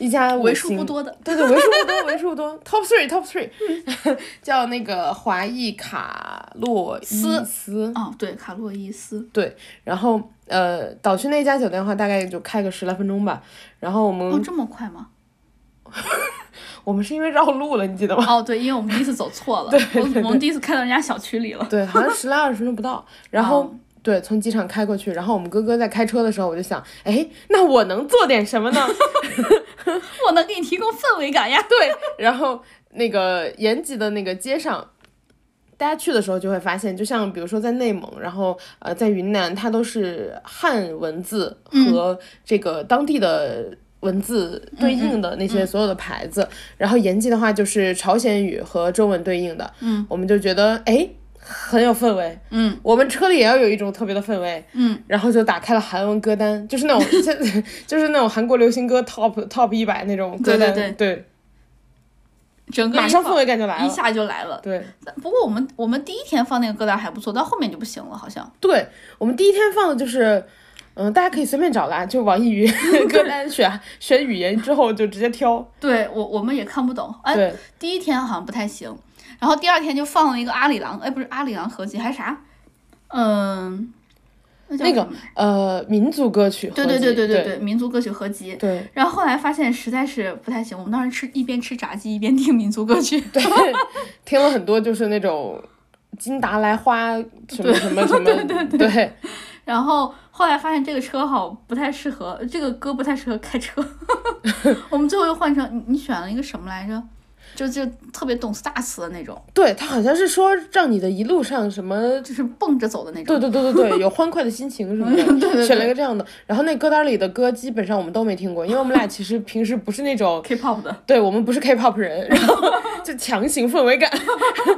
C: 一家五
A: 为数
C: 星
A: 不多的
C: 对对，为数不多，为数不多，top three top three，叫 那个华裔卡洛伊
A: 斯
C: 斯，
A: 哦，对，卡洛伊斯，
C: 对，然后呃，导去那家酒店的话，大概就开个十来分钟吧，然后我们、
A: 哦，这么快 吗？
C: 我们是因为绕路了，你记得吗？
A: 哦，对，因为我们第一次走错了，我我们第一次开到人家小区里了。
C: 对，好像十来二十分钟不到。然后、对，从机场开过去，然后我们哥哥在开车的时候，我就想，哎，那我能做点什么呢？
A: 我能给你提供氛围感呀。
C: 对，然后那个延吉的那个街上。大家去的时候就会发现，就像比如说在内蒙，然后呃在云南，它都是汉文字
A: 嗯
C: 和这个当地的文字
A: 嗯
C: 对应的那些所有的牌子。然后延吉的话就是朝鲜语和中文对应的。嗯，我们就觉得哎很有氛围。
A: 嗯，
C: 我们车里也要有一种特别的氛围。嗯，然后就打开了韩文歌单，就是那种 现在就是那种韩国流行歌 top top 一百那种
A: 对
C: 歌
A: 对
C: 单。
A: 对
C: 对
A: 整个一
C: 马上
A: 放
C: 氛围感就来
A: 一
C: 了。
A: 下就来了。
C: 对
A: 不过我们我们第一天放那个歌单还不错，到后面就不行了，好像。
C: 对，我们第一天放的就是，嗯、大家可以随便找啦，就网易 云歌单选选语言之后就直接挑。
A: 对我我们也看不懂，哎，
C: 对
A: 第一天好像不太行，然后第二天就放了一个阿里郎，哎，不是阿里郎合集，还啥？嗯，那叫
C: 那个
A: 什么
C: 呃民族歌曲合集，
A: 对对对对
C: 对
A: 对，民族歌曲合集。
C: 对
A: 然后后来发现实在是不太行，我们当时吃一边吃炸鸡一边听民族歌曲，
C: 对， 听了很多就是那种金达莱花什么什么什么，对
A: 然后后来发现这个车好不太适合，这个歌不太适合开车， 我们最后又换成你你选了一个什么来着？就就特别懂 stars 的那种，
C: 对他好像是说让你的一路上什么。
A: 就是蹦着走的那种。
C: 对对对对对，有欢快的心情什么的，选了一个这样的。然后那歌单里的歌基本上我们都没听过，因为我们俩其实平时不是那种
A: K-pop 的，
C: 对我们不是 K-pop 人，然后就强行氛围感，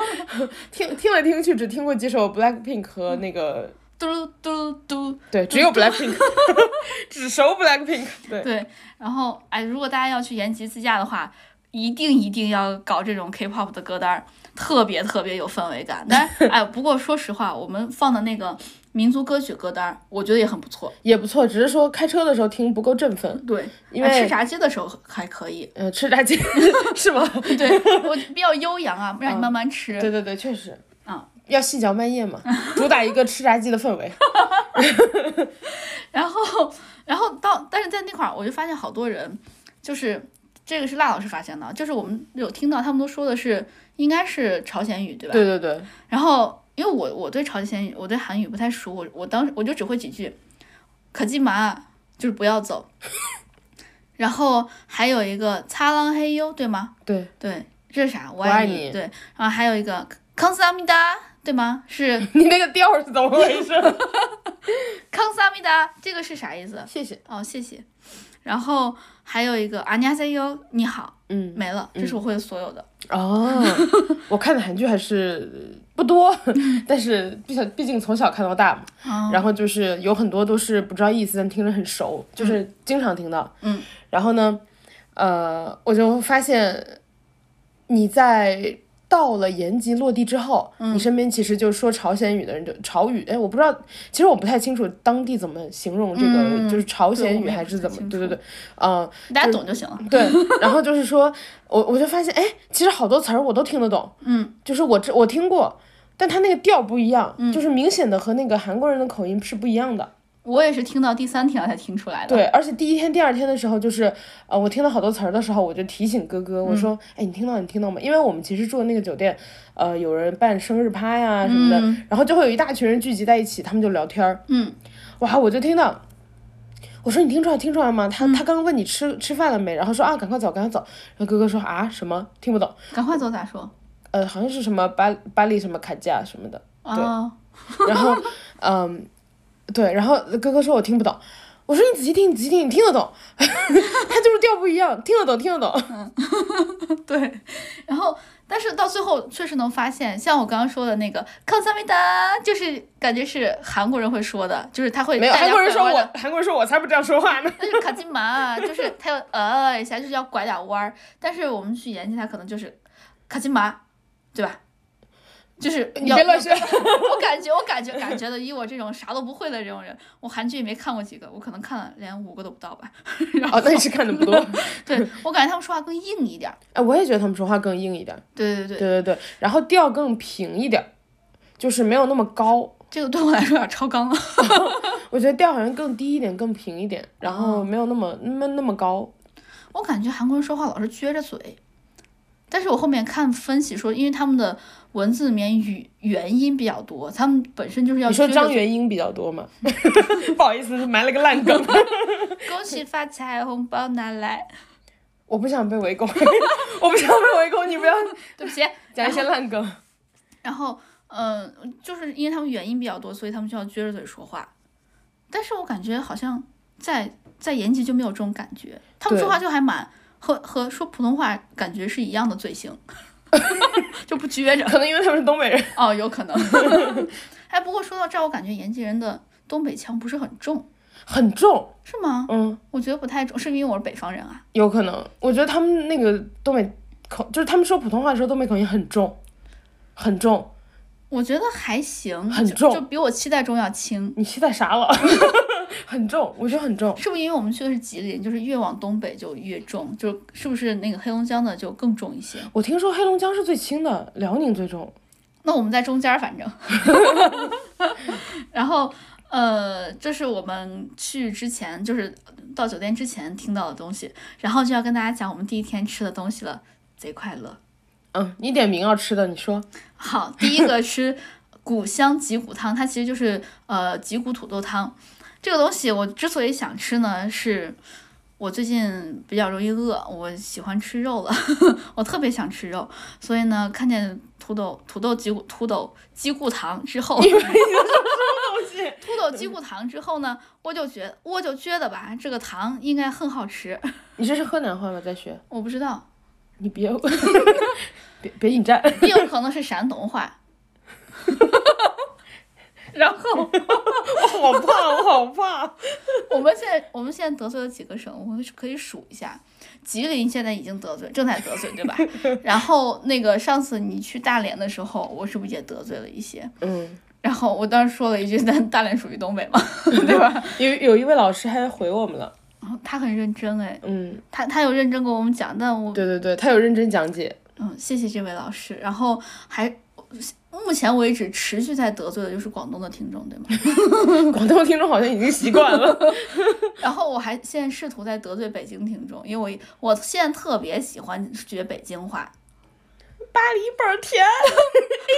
C: 听听来听去只听过几首 Blackpink 和那个，
A: 嘟嘟嘟，
C: 对，只有 Blackpink，只熟 Blackpink，对
A: 对，然后哎，如果大家要去延吉自驾的话，一定一定要搞这种 K-pop 的歌单儿，特别特别有氛围感。但是哎，不过说实话，我们放的那个民族歌曲歌单儿，我觉得也很不错。
C: 也不错，只是说开车的时候听不够振奋，
A: 对，
C: 因
A: 哎
C: 为
A: 吃炸鸡的时候还可以，
C: 呃，吃 炸鸡是吗？
A: 对我比较悠扬啊，让你慢慢吃。
C: 嗯对对对，确实，
A: 啊，
C: 要细嚼慢咽嘛， 主打一个吃炸鸡的氛围。
A: 然后，然后到，但是在那块儿，我就发现好多人，就是这个是辣老师发现的，就是我们有听到他们都说的是应该是朝鲜语，对吧？
C: 对对对，
A: 然后，因为我我对朝鲜语，我对韩语不太熟，我我当时我就只会几句，可基麻就是不要 走，然后还有一个擦浪嘿呦，对吗？
C: 对
A: 对，这是啥？我
C: 爱
A: 爱
C: 你
A: 对，然后还有一个康斯阿米达，对吗？是
C: 你那个调儿是怎么回事？
A: 康斯阿米达，这个是啥意思？
C: 谢谢。
A: 哦，谢谢。然后还有一个阿尼亚塞哟，你好，
C: 嗯，
A: 没了，这是我会的所有的。
C: 哦，我看的韩剧还是不多， 但是毕竟毕竟从小看到大嘛，
A: 哦，
C: 然后就是有很多都是不知道意思，但听着很熟，就是经常听到。
A: 嗯，
C: 然后呢，呃，我就发现你在到了延吉落地之后，
A: 嗯
C: 你身边其实就说朝鲜语的人就朝语，哎，我不知道，其实我不太清楚当地怎么形容这个，
A: 嗯
C: 就是朝
A: 对
C: 鲜
A: 我
C: 语
A: 们也
C: 还
A: 不
C: 是
A: 太
C: 怎么
A: 清？
C: 对对
A: 楚
C: 对，嗯、
A: 大家懂就行了。
C: 对，然后就是说，我我就发现，哎，其实好多词儿我都听得懂，
A: 嗯，
C: 就是我这我听过，但他那个调儿不一样，就是明显的和那个韩国人的口音是不一样的。
A: 我也是听到第三条才听出来的。
C: 对，而且第一天、第二天的时候，就是呃，我听到好多词儿的时候，我就提醒哥哥，我说，哎，你听到你听到吗？因为我们其实住的那个酒店，呃，有人办生日趴呀什么的，然后就会有一大群人聚集在一起，他们就聊天儿，
A: 嗯，
C: 哇，我就听到，我说你听出来听出来吗？他他刚问你吃吃饭了没，然后说啊，赶快走，赶快走。然后哥哥说啊什么听不懂，
A: 赶快走咋说？
C: 呃，好像是什么巴巴黎什么卡架什么的，
A: 哦，
C: 然后嗯，对，然后哥哥说我听不懂。我说你仔细听，你仔细听，你听得懂， 他就是调不一样，听得懂，听得懂。
A: 对。然后，但是到最后确实能发现，像我刚刚说的那个康斯阿米达，就是感觉是韩国人会说的，就是他会
C: 没有
A: 带
C: 韩国
A: 点
C: 人
A: 拐
C: 说
A: 弯
C: 我
A: 的，
C: 韩国人说我才不这样说话呢。
A: 但是卡金麻啊， 就是他要呃一下，就是要拐点弯儿。但是我们去延吉，他可能就是卡金麻，对吧？就是
C: 你
A: 要
C: 别乱 学
A: 我感觉，我感觉，感觉的，以我这种啥都不会的这种人，我韩剧也没看过几个，我可能看了连五个都不到吧。然后
C: 哦，那你是看的不 多。
A: 对我感觉他们说话更硬一点儿。
C: 哎，我也觉得他们说话更硬一点，
A: 对对对，
C: 对对对，然后调更平一点，就是没有那么高。
A: 这个对我来说有点超纲了。
C: 我觉得调好像更低一点，更平一点，然后没有那么那么那么高。
A: 我感觉韩国人说话老是撅着嘴，但是我后面看分析说，因为他们的文字里面语元音比较多，他们本身就是要
C: 你说
A: 撅着
C: 张
A: 嘴
C: 元英比较多吗？ 不好意思，埋了个烂梗。
A: 恭喜发财，红包拿来。
C: 我不想被围攻， 我不想被围攻，你不要
A: 对不起。
C: 讲一些烂梗。
A: 然后，嗯、就是因为他们元音比较多，所以他们就要撅着嘴说话。但是我感觉好像在在延吉就没有这种感觉，他们
C: 对
A: 说话就还蛮和和说普通话感觉是一样的嘴 型，就不撅着。
C: 可能因为他们是东北人，
A: 哦，有可能。 哎，不过说到这儿，我感觉延吉人的东北腔不是很重，
C: 很重，
A: 是吗？
C: 嗯，
A: 我觉得不太重，是因为我是北方人啊。
C: 有可能。我觉得他们那个东北口，就是他们说普通话的时候，东北口音很重，很重。
A: 我觉得还行，
C: 很
A: 就
C: 重
A: 就比我期待中要轻。
C: 你期待啥了？ 很重，我觉得很重。
A: 是不是因为我们去的是吉林，就是越往东北就越重，就是不是那个黑龙江的就更重一些？
C: 我听说黑龙江是最轻的，辽宁最重。
A: 那我们在中间，儿，反正。 然后，呃，这是我们去之前，就是到酒店之前听到的东西，然后就要跟大家讲我们第一天吃的东西了，贼快乐。
C: 嗯，你点名要吃的，你说。
A: 好，第一个吃骨香脊骨汤，它其实就是呃脊骨土豆汤。这个东西我之所以想吃呢，是我最近比较容易饿，我喜欢吃肉了， 我特别想吃肉，所以呢，看见土豆土豆脊骨土豆鸡骨汤之后，土豆鸡骨汤之后呢，我就觉我就觉得吧，这个糖应该很好吃，
C: 你这是河南话吗？在学？
A: 我不知道，
C: 你别 别别引战，
A: 也有可能是山东话。然后。
C: 我好怕，我好怕。
A: 我们现在我们现在得罪了几个省，我们可以数一下。吉林现在已经得罪，正在得罪，对吧？然后那个上次你去大连的时候，我是不是也得罪了一些？
C: 嗯，
A: 然后我当时说了一句，但大连属于东北 嘛，对吧？
C: 有有一位老师还回我们了。
A: 然后哦他很认真哎，
C: 嗯，
A: 他他有认真跟我们讲，但我
C: 对对对，他有认真讲解。
A: 嗯，谢谢这位老师。然后还目前为止持续在得罪的就是广东的听众，对吗？
C: 广东听众好像已经习惯了。
A: 然后我还现在试图在得罪北京听众，因为我我现在特别喜欢学北京话，
C: 巴黎倍儿甜，
A: 哎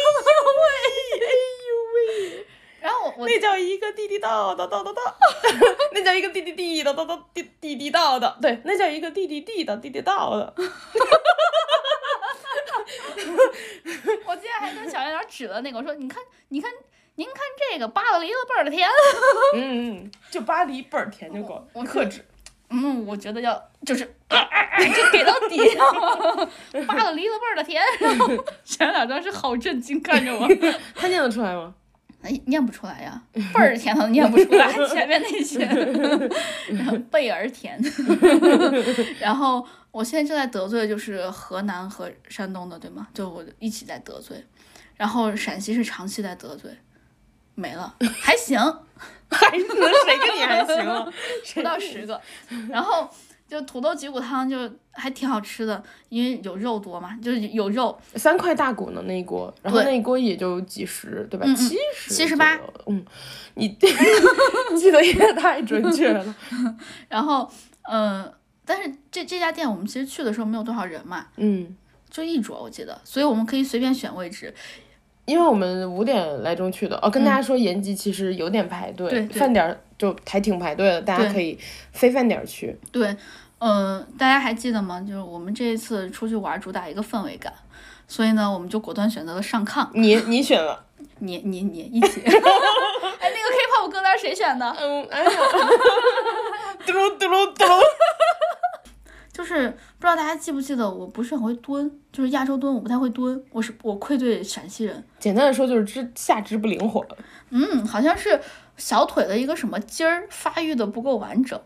A: 然后我我
C: 那叫一个地地道道道道道， 那叫一个地地地道道道地地地道道，对，那叫一个地地地道地地道道。
A: 我今天还跟小圆脸指了那个，我说你看你看您看这个扒了梨子倍儿甜，
C: 嗯，嗯，就巴黎倍儿甜就够
A: 我
C: 了，克制。
A: 嗯，我觉得要就是、哎就给到底，扒了梨子倍儿的甜。 然后小圆脸当时好震惊看着我，
C: 他念得出来吗？
A: 哎，念不出来呀，倍儿甜都念不出来，前面那些， 然后倍儿甜，然后我现在正在得罪的就是河南和山东的，对吗？就我一起在得罪，然后陕西是长期在得罪，没了，还行，
C: 还能谁跟你还行啊？
A: 不到十个，然后就土豆脊骨汤就还挺好吃的，因为有肉多嘛，就是有肉，
C: 三块大骨呢那一锅，然后
A: 对
C: 那一锅也就几十，对吧？
A: 嗯
C: 七十，
A: 78，
C: 嗯，你 记得也太准确了。
A: 然后嗯、呃但是这这家店我们其实去的时候没有多少人嘛，
C: 嗯，
A: 就一桌我记得，所以我们可以随便选位置。
C: 因为我们五点来钟去的，哦，跟大家说，延吉其实有点排队，
A: 对对
C: 饭点儿就还挺排队的，大家
A: 对
C: 可以非饭点儿去。
A: 对，嗯、大家还记得吗？就是我们这一次出去玩，主打一个氛围感，所以呢，我们就果断选择了上炕。
C: 你你选了，
A: 你你你一起， 哎，那个 K-pop 歌单谁选的？
C: 嗯，哎呀， 嘟噜嘟噜嘟噜，
A: 就是不知道大家记不记得，我不是很会蹲，就是亚洲蹲，我不太会蹲，我是我愧对陕西人。
C: 简单的说就是肢下肢不灵活，
A: 嗯，好像是小腿的一个什么筋儿发育的不够完整。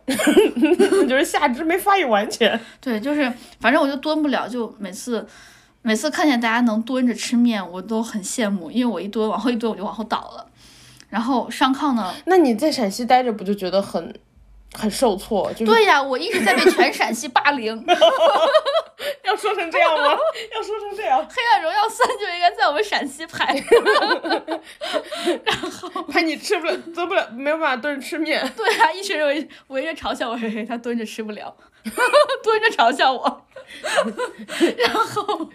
C: 就是下肢没发育完全。
A: 对，就是反正我就蹲不了，就每次每次看见大家能蹲着吃面，我都很羡慕，因为我一蹲往后一蹲我就往后倒了。然后上炕呢，
C: 那你在陕西待着不就觉得很很受挫？就是
A: 对呀，我一直在被全陕西霸 凌，《
C: 要说成这样吗？ 要说成这样，
A: 黑暗荣耀三》就应该在我们陕西拍。
C: 怕你吃不了，得不了，没有办法蹲着吃面。
A: 对啊，一群人围围着嘲笑我，嘿嘿，他蹲着吃不了， 蹲着嘲笑我。 然后，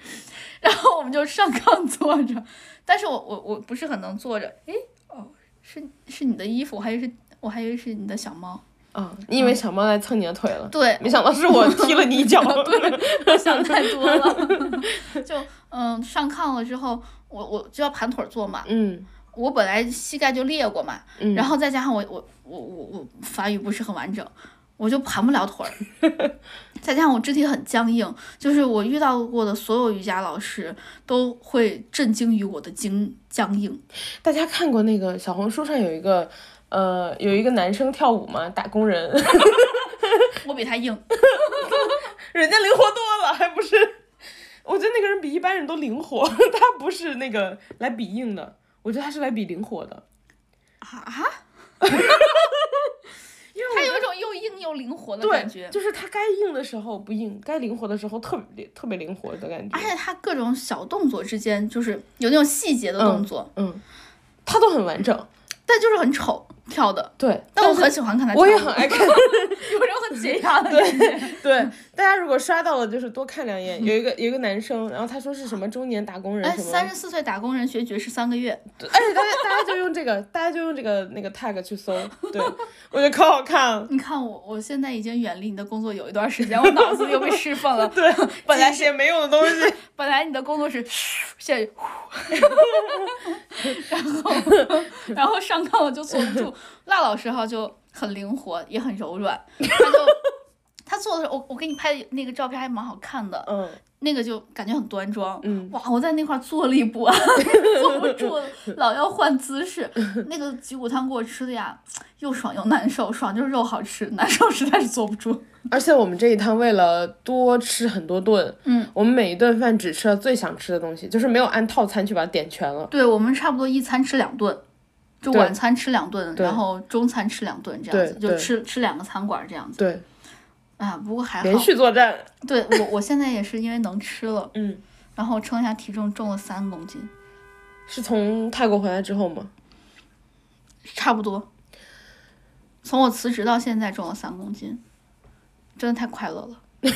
A: 然后我们就上炕坐着，但是我我我不是很能坐着。诶，哦，是是你的衣服，我还以为是我还以为是你的小猫。
C: 啊、你以为小猫来蹭你的腿了？
A: 对，
C: 没想到是我踢了你 一脚。
A: 我想太多了。 就嗯，上炕了之后，我我就要盘腿坐嘛。
C: 嗯
A: 我本来膝盖就裂过嘛，
C: 嗯，
A: 然
C: 后
A: 后再加上我我我我我发育不是很完整，我就盘不了 腿儿，再加上我肢体很僵硬，就是我遇到过的所有瑜伽老师都会震惊于我的僵僵硬。
C: 大家看过那个小红书上有一个。呃，有一个男生跳舞嘛，打工人，
A: 我比他硬，
C: 人家灵活多了，还不是？ 我觉得那个人比一般人都灵活， 他不是那个来比硬的，我觉得他是来比灵活的。
A: 啊？他有一种又硬又灵活的感觉
C: 对，，就是他该硬的时候不硬，该灵活的时候特别特别灵活的感觉
A: 而。且他各种小动作之间就是有那种细节的动作，
C: 嗯，他都很完整。
A: 但就是很丑跳的。
C: 对，
A: 但我
C: 是
A: 很喜欢看他跳舞，
C: 我也很 爱看。
A: 有种很解压 的感觉。
C: 对，大家如果刷到了，就是多看两眼。有一个有一个男生，然后他说是什么中年打工人
A: 哎，
C: 什么，
A: 三十四岁打工人学爵士三个月，
C: 对哎，大家大家就用这个，大家就用这个那个 tag 去搜，对我觉得可好看了。。
A: 你看我，我现在已经远离你的工作有一段时间，我脑子又被释放了
C: 对， 本来是也没用的东 西，
A: 本来你的工作是，现在呼 然后然后上炕我就坐不住。辣老师哈就很灵活，也很柔软，他就他坐的时候，我我给你拍的那个照片还蛮好看的，
C: 嗯
A: 那个就感觉很端庄。
C: 嗯，
A: 哇！我在那块儿坐立不安， 坐不住，老要换姿 势。那个脊骨汤给我吃的呀，又爽又难受，爽就是肉好吃，难受实在是坐不住。
C: 而且我们这一趟为了多吃很多顿，
A: 嗯，
C: 我们每一顿饭只吃了最想吃的东西，就是没有按套餐去把它点全了。
A: 对我们差不多一餐吃两顿，就
C: 对
A: 晚餐吃两顿，
C: 对
A: 然后中餐吃两顿，这样子
C: 对
A: 就
C: 对
A: 吃吃两个餐馆这样子。
C: 对，
A: 哎呀，不过还
C: 连
A: 好，
C: 续作战。
A: 对我我现在也是因为能吃了，
C: 嗯，
A: 然后称一下体重，重了三公斤。
C: 是从泰国回来之后吗？
A: 差不多。从我辞职到现在重了三公斤，真的太快乐了。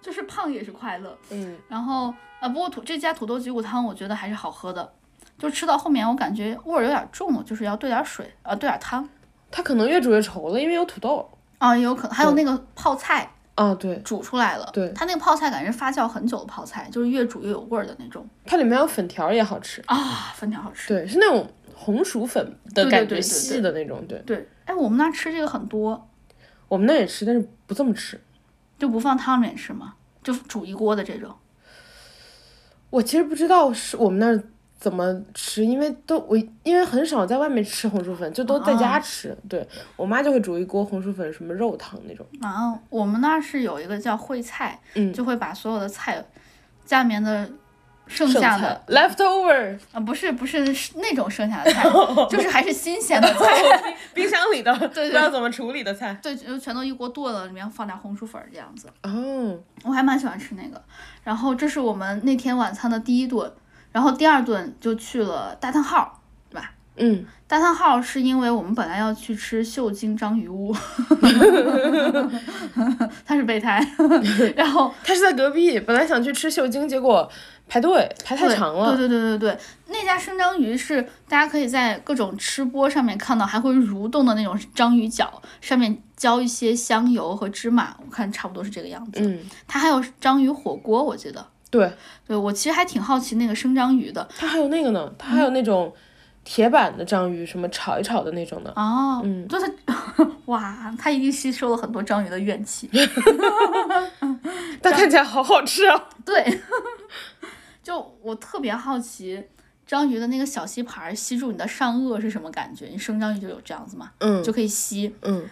A: 就是胖也是快乐，
D: 嗯，
A: 然后啊，不过土这家土豆鸡骨汤我觉得还是好喝的，就吃到后面我感觉味儿有点重了，就是要兑点水，呃，兑点汤
C: 他可能越煮越稠了，因为有土豆。
A: 啊，也有可能还有那个泡菜
C: 啊，对，
A: 煮出来了，
C: 对
A: 它那个泡菜感觉是发酵很久的泡菜，就是越煮越有味儿的那种
C: 它里面有粉条也好吃。
A: 啊，粉条好吃。
C: 对，是那种红薯粉
A: 对
C: 的
A: 对
C: 感觉，
A: 对对
C: 细的那种。对，
A: 对，哎，我们那儿吃这个很多，
C: 我们那也吃，但是不这么吃。
A: 就不放汤里面吃嘛，就煮一锅的这种。
C: 我其实不知道是我们那儿怎么吃，因为都我因为很少在外面吃红薯粉，就都在家吃。对我妈就会煮一锅红薯粉，什么肉汤那种。
A: 然后我们那儿是有一个叫烩菜，
C: 嗯
A: 就会把所有的菜家里面的剩
C: 剩
A: 下的
C: 菜 leftover，
A: 啊，不是不是是那种剩下的菜，就是还是新鲜的 菜，
C: 冰箱里的不
A: 对
C: 知道怎么处理的菜。
A: 对，就全都一锅炖了，里面放点红薯粉儿这样子。
C: 哦，
A: 我还蛮喜欢吃那个。然后这是我们那天晚餐的第一顿，然后第二顿就去了大叹号。
C: 嗯，
A: 大叹号是因为我们本来要去吃秀晶章鱼屋，它是备 胎，然后
C: 它是在隔壁，本来想去吃秀晶，结果排队排太
A: 对
C: 长了。
A: 对对对对对，那家生章鱼是大家可以在各种吃播上面看到，还会蠕动的那种章鱼脚，上面浇一些香油和芝麻，我看差不多是这个样子。
C: 嗯，
A: 它还有章鱼火锅，我记得。
C: 对，
A: 对我其实还挺好奇那个生章鱼的
C: 它还有那个呢，它还有那种铁板的章鱼，什么炒一炒的那种的。
A: 哦，
C: 嗯
A: 就是 哇，它一定吸收了很多章鱼的怨气。
C: 但看起来好好吃啊！
A: 对，就我特别好奇章鱼的那个小吸盘儿吸住你的上颚是什么感觉？你生章鱼就有这样子嘛，
C: 嗯
A: 就可以吸。
C: 嗯，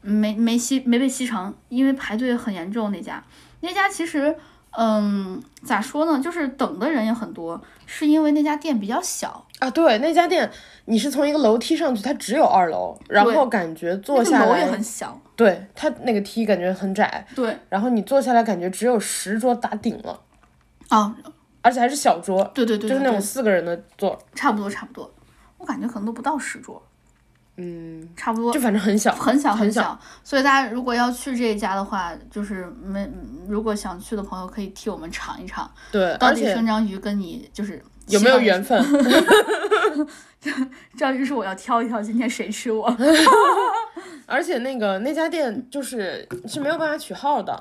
A: 没没吸没被吸成，因为排队很严重那家。那家其实，嗯，咋说呢，就是等的人也很多，是因为那家店比较小，
C: 啊，对，那家店你是从一个楼梯上去，它只有二楼，然
A: 对
C: 后感觉坐
A: 那个
C: 下
A: 楼也
C: 来
A: 很，小。
C: 对，它那个梯感觉很窄，
A: 对，
C: 然后你坐下来感觉只有十桌打顶了，
A: 哦，
C: 而且还是小桌，
A: 对对对，
C: 就是
A: 对
C: 那
A: 对
C: 种四个人的座，
A: 差不多差不多，我感觉可能都不到十桌，
C: 嗯，
A: 差不多
C: 就反正很小，
A: 很小
C: 很
A: 很小，所以大家如果要去这一家的话，就是没如果想去的朋友可以替我们尝一尝，
C: 对，
A: 到
C: 而
A: 底
C: 且
A: 生章鱼跟你就是
C: 有没有
A: 希望
C: 缘分？
A: 章鱼是我要挑一挑今天谁吃 我，嗯
C: 而且那个那家店就是是没有办法取号的，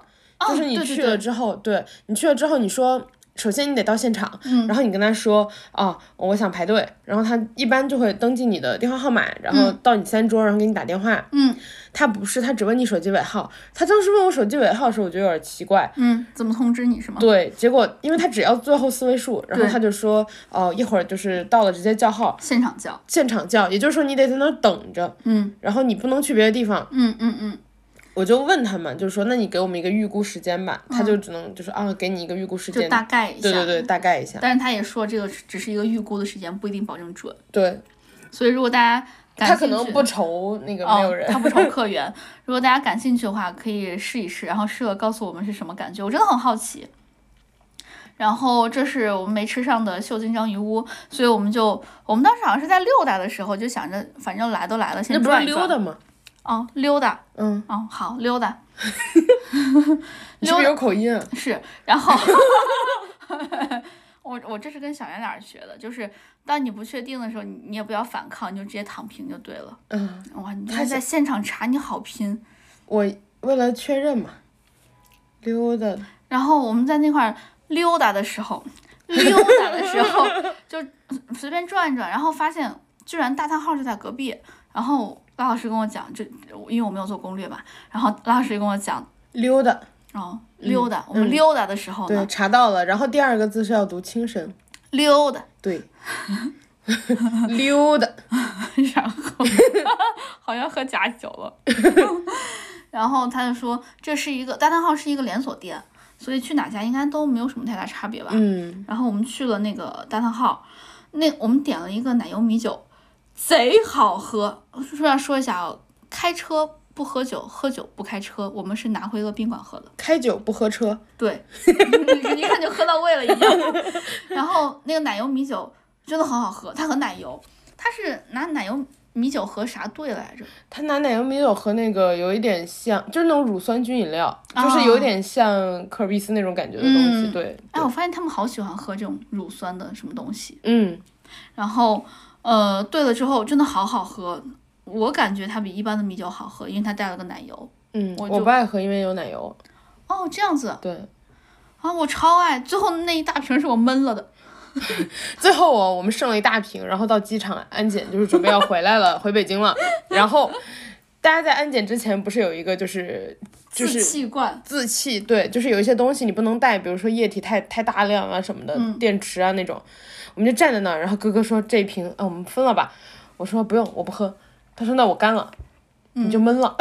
C: 就是你
A: 哦对对
C: 去了
A: 对
C: 之后，对你去了之后，你说首先你得到现场，
A: 嗯
C: 然后你跟他说啊，我想排队，然后他一般就会登记你的电话号码，然后到你三桌，然后给你打电话。
A: 嗯
C: 他不是，他只问你手机尾号。他当时问我手机尾号的时候，我觉得有点奇怪。
A: 嗯，怎么通知你是吗？
C: 对，结果因为他只要最后四位数，然后
A: 对
C: 他就说，哦、一会儿就是到了直接叫号，
A: 现场叫。
C: 现场叫，也就是说你得在那儿等着，
A: 嗯
C: 然后你不能去别的地方。
A: 嗯嗯嗯，
C: 我就问他们，就说那你给我们一个预估时间吧，他就只能就是啊，给你一个预估时
A: 嗯就
C: 间，
A: 大概一下。嗯
C: 对对对，。大概一下，
A: 但是他也说这个只是一个预估的时间，不一定保证准。
C: 对
A: 所以如果大家感
C: 他
A: 兴趣，
C: 可能不愁那个
A: 哦
C: 没有人，
A: 他不愁客源。如果大家感兴趣的话，可以试一试，然后试了告诉我们是什么感觉，我真的很好奇。然后这是我们没吃上的秀金章鱼屋，所以我们就我们当时好像是在溜达的时候就想着，反正来都来了，
C: 那
A: 先
C: 不是
A: 转一
C: 溜
A: 转。
C: 达吗？
A: 哦，溜达，
C: 嗯，
A: 哦，好，溜达
C: 你是不是有口音啊？
A: 是，然 后 我我这是跟小圆脸儿学的，就是当你不确定的时候，你你也不要反抗，你就直接躺平就对了。
C: 嗯，
A: 哇，你
C: 他
A: 还
C: 是
A: 在现场查，你好拼。
C: 我为了确认嘛，溜达，
A: 然后我们在那块儿溜达的时候，溜达的时 候就随便转一转，然后发现居然大叹号就在隔壁。然后拉老师跟我讲，这因为我没有做攻略嘛，然后拉老师就跟我讲，
C: 溜达，
A: 哦，溜达，我
C: 嗯
A: 们溜达的时候呢
C: 对，，查到了，然后第二个字是要读轻声，
A: 溜达，
C: 对，溜达，
A: 然 后好像喝假酒了。然后他就说，这是一个大叹号是一个连锁店，所以去哪家应该都没有什么太大差别吧。
C: 嗯，
A: 然后我们去了那个大叹号，那我们点了一个奶油米酒，贼好喝。顺便说一下啊，开车不喝酒，喝酒不开车，我们是拿回了宾馆喝的。
C: 开酒不喝车，
A: 对，你 一看就喝到位了已经。然后那个奶油米酒真的很好喝，它很奶油，它是拿奶油米酒和啥兑来着？
C: 它拿奶油米酒和那个有一点像，就是那种乳酸菌饮料，就是有一点像科尔必斯那种感觉的东西。
A: 哦嗯
C: 对，
A: 哎，我发现他们好喜欢喝这种乳酸的什么东西。
C: 嗯，
A: 然后呃，兑了之后真的好好喝，我感觉它比一般的米酒好喝，因为它带了个奶油。
C: 嗯，
A: 我
C: 我
A: 就
C: 不爱喝，因为有奶油。
A: 哦，这样子
C: 对，
A: 啊，我超爱。最后那一大瓶是我闷了的，
C: 最后我我们剩了一大瓶，然后到机场安检，就是准备要回来了，回北京了。然后大家在安检之前不是有一个就是就
A: 自
C: 是
A: 气罐。
C: 自气，对，就是有一些东西你不能带，比如说液体太太大量啊什么的，电池啊那种。我们就站在那儿，然后哥哥说这一瓶，啊，我们分了吧。我说不用，我不喝。他说那我干了，你就闷了。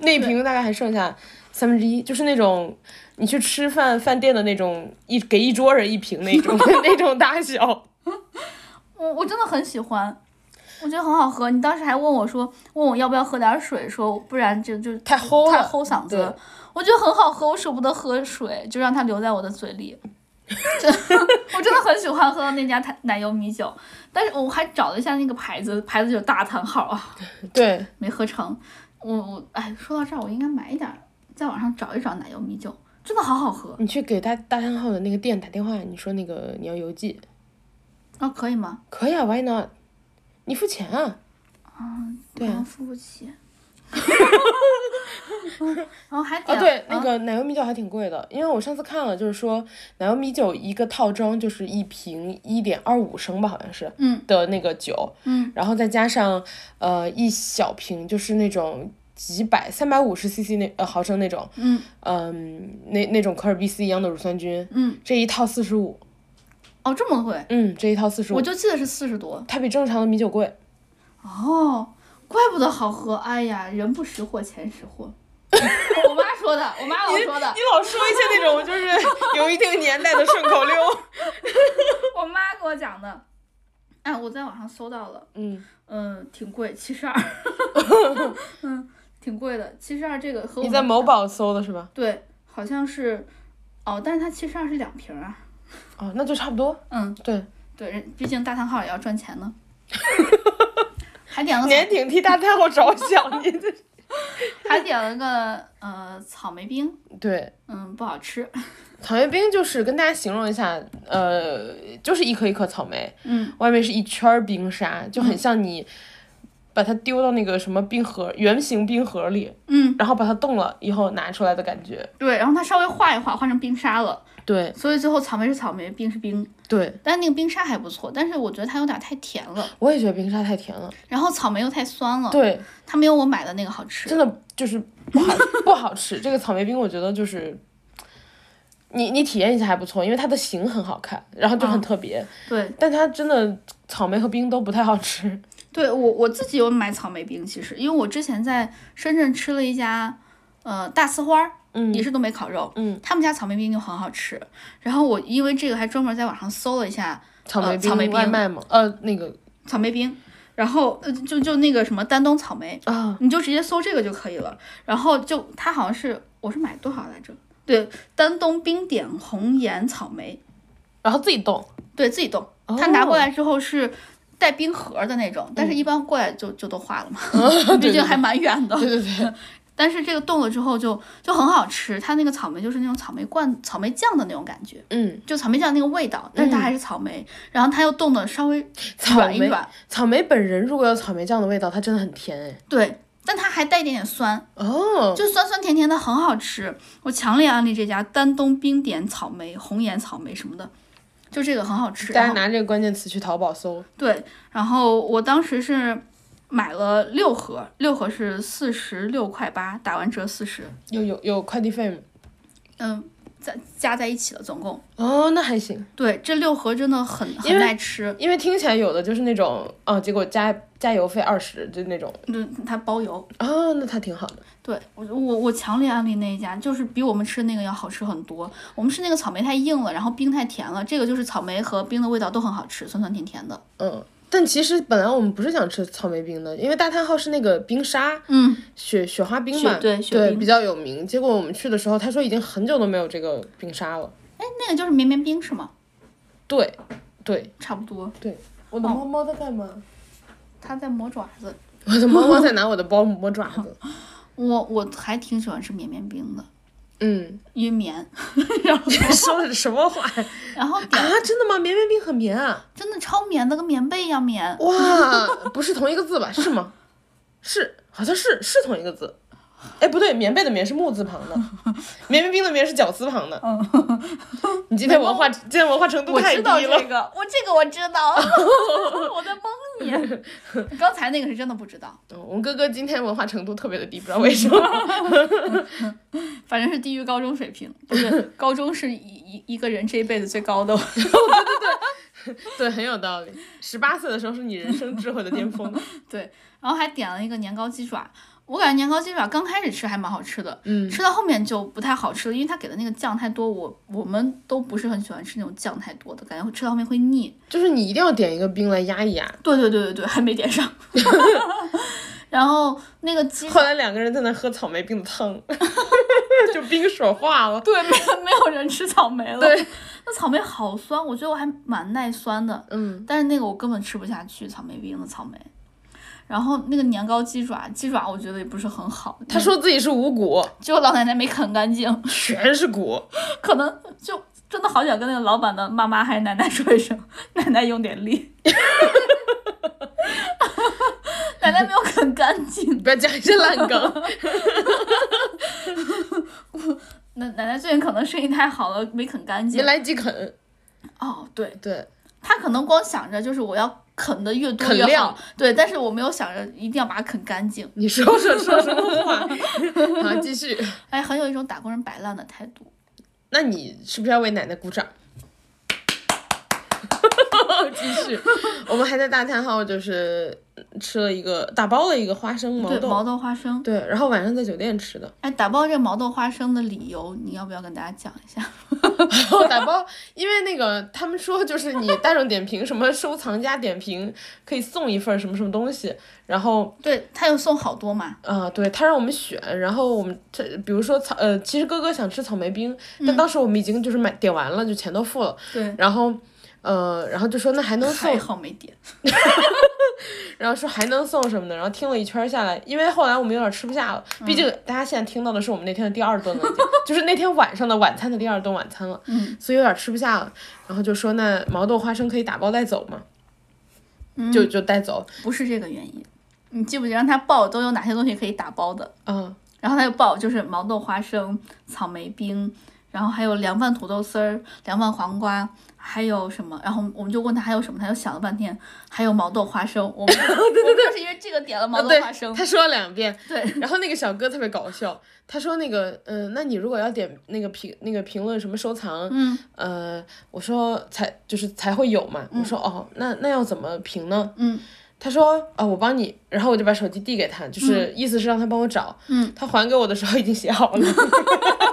C: 那一瓶大概还剩下三分之一，就是那种你去吃饭饭店的那种一给一桌人一瓶那种那种大小。
A: 我我真的很喜欢，我觉得很好喝。你当时还问我说，问我要不要喝点水，说不然就就
C: 太齁
A: 太
C: 了
A: 齁嗓子
C: 对。
A: 我觉得很好喝，我舍不得喝水，就让它留在我的嘴 里。真的我真的很喜欢喝那家奶奶油米酒，但是我还找了一下那个牌子，牌子有大叹号啊，
C: 对，
A: 没喝成。我我哎，说到这儿，我应该买一点儿，在网上找一找奶油米酒，真的好好喝
C: 你去给大大三号的那个店打电话，你说那个你要邮寄，
A: 啊，可以吗？
C: 可以啊，Why not？你付钱啊。对啊
A: 我嗯付不起。 然后还点
C: 啊，对，
A: 嗯
C: 那个奶油米酒还挺贵的，因为我上次看了，就是说奶油米酒一个套装就是一瓶一点二五升吧，好像是，
A: 嗯，
C: 的那个酒，
A: 嗯，
C: 然后再加上呃一小瓶，就是那种几百三百五十 CC 那呃毫升那种，
A: 嗯
C: 嗯，那那种可尔必斯一样的乳酸菌，
A: 嗯，
C: 这一套四十五，
A: 哦，这么贵，
C: 嗯，这一套四十
A: 我
C: 五，
A: 就啊记得是四十多。
C: 它比正常的米酒贵，
A: 哦，怪不得好喝。哎呀，人不识货，钱识货。 我妈说的，我妈老说的
C: 你。老说一些那种就是有一定年代的顺 口溜，
A: 我妈给我讲的。哎，我在网上搜到了，
C: 嗯，
A: 嗯，挺贵，七十二， 嗯，挺贵的，七十二这个和我
C: 你在
A: 们
C: 某宝搜的是吧？
A: 对，好像是，哦，但是它七十二是两瓶啊，
C: 哦，那就差不多，
A: 嗯，
C: 对。
A: 对，人毕竟大堂号也要赚钱 呢。还点了
C: 年顶替大太后着想，你这
A: 还点了个呃草莓冰，
C: 对
A: 嗯，不好吃，
C: 草莓冰就是跟大家形容一下，呃，就是一颗一颗草莓，
A: 嗯，
C: 外面是一圈儿冰沙，就很像你把它丢到那个什么冰盒圆形冰盒里，
A: 嗯，
C: 然后把它冻了以后拿出来的感觉。
A: 对，然后它稍微化一化，化成冰沙了，
C: 对
A: 所以最后草莓是草莓，冰是冰，
C: 对，
A: 但那个冰沙还不错，但是我觉得它有点太甜了，
C: 我也觉得冰沙太甜了，
A: 然后草莓又太酸了，
C: 对，
A: 它没有我买的那个好吃
C: 真。的就是不好 不好吃。这个草莓冰我觉得就是。你你体验一下还不错，因为它的形很好看，然后就很
A: 啊
C: 特别，
A: 对，
C: 但它真的草莓和冰都不太好吃。
A: 对我我自己有买草莓冰，其实因为我之前在深圳吃了一家，呃，大呲花儿，
C: 嗯
A: 也是东北烤肉，
C: 嗯，
A: 他们家草莓冰就很好吃，然后我因为这个还专门在网上搜了一下，
C: 哦草莓
A: 呃
C: 冰、
A: 草莓
C: 外
A: 冰
C: 卖吗？呃，那个
A: 草莓冰，然后呃就就那个什么丹东草莓，
C: 啊，
A: 你就直接搜这个就可以了。然后就它好像是我是买多少来着？对，丹东冰点红岩草莓，
C: 然后自己冻。
A: 对自己冻，
C: 哦嗯
A: 它拿过来之后是。带冰盒的那种，但是一般过来就就都化了 嘛，毕竟还蛮远的。
C: 对对对，
A: 但是这个冻了之后就就很好吃，它那个草莓就是那种草莓罐、草莓酱的那种感觉，
C: 嗯，
A: 就草莓酱那个味道，但是它
C: 嗯
A: 还是草莓，然后它又冻的稍微
C: 草
A: 软一
C: 莓
A: 软，
C: 草莓本人如果有草莓酱的味道，它真的很甜哎。
A: 对，但它还带一点点酸，
C: 哦，
A: 就酸酸甜甜的，很好吃。我强烈安利这家丹东冰点草莓、红岩草莓什么的，就这个很好吃。
C: 大
A: 然
C: 家
A: 后
C: 拿这个关键词去淘宝搜。
A: 对，然后我当时是买了六盒，六盒是四十六块八，打完折四十，
C: 有有有快递费吗？
A: 嗯，再加在一起了，总共。
C: 哦，那还行，
A: 对，这六盒真的很
C: 因
A: 很
C: 为
A: 耐吃，
C: 因为听起来有的就是那种，哦，结果加加油费二十，就那种。
A: 嗯，它包邮。
C: 哦，那它挺好的。
A: 对我我我强烈安利那一家，就是比我们吃那个要好吃很多。我们吃那个草莓太硬了，然后冰太甜了，这个就是草莓和冰的味道都很好吃，酸酸甜甜的。
C: 嗯，但其实本来我们不是想吃草莓冰的，因为大叹号是那个冰沙，
A: 嗯，
C: 雪雪花冰嘛，
A: 雪对雪
C: 对
A: 冰
C: 比较有名。结果我们去的时候，他说已经很久都没有这个冰沙了。
A: 哎，那个就是绵绵冰是吗？
C: 对，对，
A: 差不多，
C: 我
A: 哦
C: 的猫猫在干嘛？
A: 它在磨爪子。
C: 我的猫猫在拿我的包磨爪子。
A: 我我还挺喜欢吃绵绵冰的，
C: 嗯，
A: 因为绵。
C: 说的什么 话呀
A: 然后点
C: 啊？真的吗？绵绵冰很绵啊！
A: 真的超绵的，跟棉被一样绵。
C: 哇，不是同一个字吧？是吗？ 是，好像是是同一个字。哎，不对，棉被的棉是木字旁的， 绵绵冰的绵是绞丝旁的。 你今天文化今天文化程度
A: 嗯我
C: 太
A: 知
C: 低
A: 道这
C: 了。
A: 个，我这个我知道， 我在蒙 你。刚才那个是真的不知道，
C: 嗯我们哥哥今天文化程度特别的低，不知道为 什么。
A: 反正是低于高中水平， 不是高中是一一一个人这一辈子最高的。
C: 对，很有道理。十八岁的时候是你人生智慧的巅 峰。
A: 然后还点了一个年糕鸡爪，我感觉年糕鸡爪刚开始吃还蛮好吃的，
C: 嗯，
A: 吃到后面就不太好吃了，因为它给的那个酱太多，我我们都不是很喜欢吃那种酱太多的，感觉会吃到后面会腻。
C: 就是你一定要点一个冰来压一压。
A: 对对对对对，还没点上。 然后那个鸡爪
C: 后来两个人在那喝草莓冰的汤，就冰说话了。
A: 对，没有没有人吃草莓了。对，那草莓好酸，我觉得我还蛮耐酸的，
C: 嗯，
A: 但是那个我根本吃不下去草莓冰的草莓。然后那个年糕鸡爪，鸡爪我觉得也不是很好，
C: 他说自己是五 谷，
A: 就老奶奶没啃干净，
C: 全是谷。
A: 可能就真的好想跟那个老板的妈妈还是奶奶说一声，奶奶用点力。 奶奶没有啃干净，
C: 不要讲一些烂梗。
A: 奶奶奶最近可能生意太好了，没啃干
C: 没
A: 净。
C: 来及啃，
A: 哦，对，
C: 对，
A: 他可能光想着就是我要啃的越多
C: 啃
A: 越好
C: 量，
A: 对，但是我没有想着一定要把它啃干净，
C: 你说说说什么话？ 好，继续。
A: 哎，很有一种打工人摆烂的态度。
C: 那你是不是要为奶奶鼓掌？ 继续，我们还在大叹号就是吃了一个打包了一个花生毛
A: 对，毛
C: 豆，
A: 豆花生，
C: 对，然后晚上在酒店吃的。
A: 哎，打包这毛豆花生的理由，你要不要跟大家讲一下？
C: 然后打包，因为那个他们说就是你大众点评什么收藏家点评可以送一份什么什么东西，然后
A: 对，他有送好多嘛，
C: 啊、对他让我们选，然后我们这比如说草呃，其实哥哥想吃草莓冰，但当时我们已经就是买点完了，就钱都付了，
A: 嗯对，
C: 然后呃，然后就说那还能送
A: 还，好没点。
C: 然后说还能送什么的，然后听了一圈下来，因为后来我们有点吃不下了，
A: 嗯
C: 毕竟大家现在听到的是我们那天的第二顿了已经，就是那天晚上的晚餐的第二顿晚餐了，
A: 嗯
C: 所以有点吃不下了，然后就说那毛豆花生可以打包带走嘛，
A: 嗯
C: 就就带走，
A: 不是这个原因，你记不记得让他报都有哪些东西可以打包的？
C: 嗯、
A: 然后他就报就是毛豆花生、草莓冰，然后还有凉拌土豆丝儿、凉拌黄瓜，还有什么？然后我们就问他还有什么，他又想了半天，还有毛豆花生。我 们对对啊对，是因为这个点了毛豆
C: 对
A: 花，生。
C: 他说了两遍。
A: 对，
C: 然后那个小哥特别搞笑，他说那个，嗯、那你如果要点那个评那个评论什么收藏，
A: 嗯，
C: 呃，我说才就是才会有嘛，我说哦，那那要怎么评呢？
A: 嗯，
C: 他说啊、我帮你，然后我就把手机递给他，就是意思是让他帮我找，
A: 嗯，
C: 他还给我的时候已经写好了，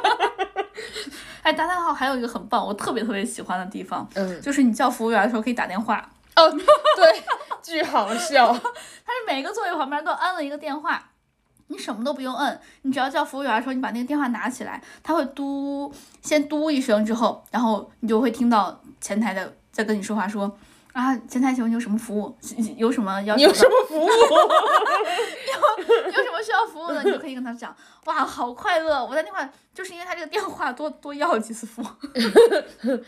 A: 哎，打叹号还有一个很棒，我特别特别喜欢的地方，
C: 嗯，
A: 就是你叫服务员的时候可以打电话，
C: 哦，对，巨好笑，
A: 它是每个座位旁边都安了一个电话。你什么都不用摁，你只要叫服务员的时候，你把那个电话拿起来，他会嘟，先嘟一声之后，然后你就会听到前台的在跟你说话说，啊，前台请问你有什么服务，有什么要
C: 你
A: 求
C: 有
A: 的，
C: 什么服务？
A: 有什么需要服务 的，你就可以跟他讲，哇，好快乐！我在电话，就是因为他这个电话多 多要几次服务。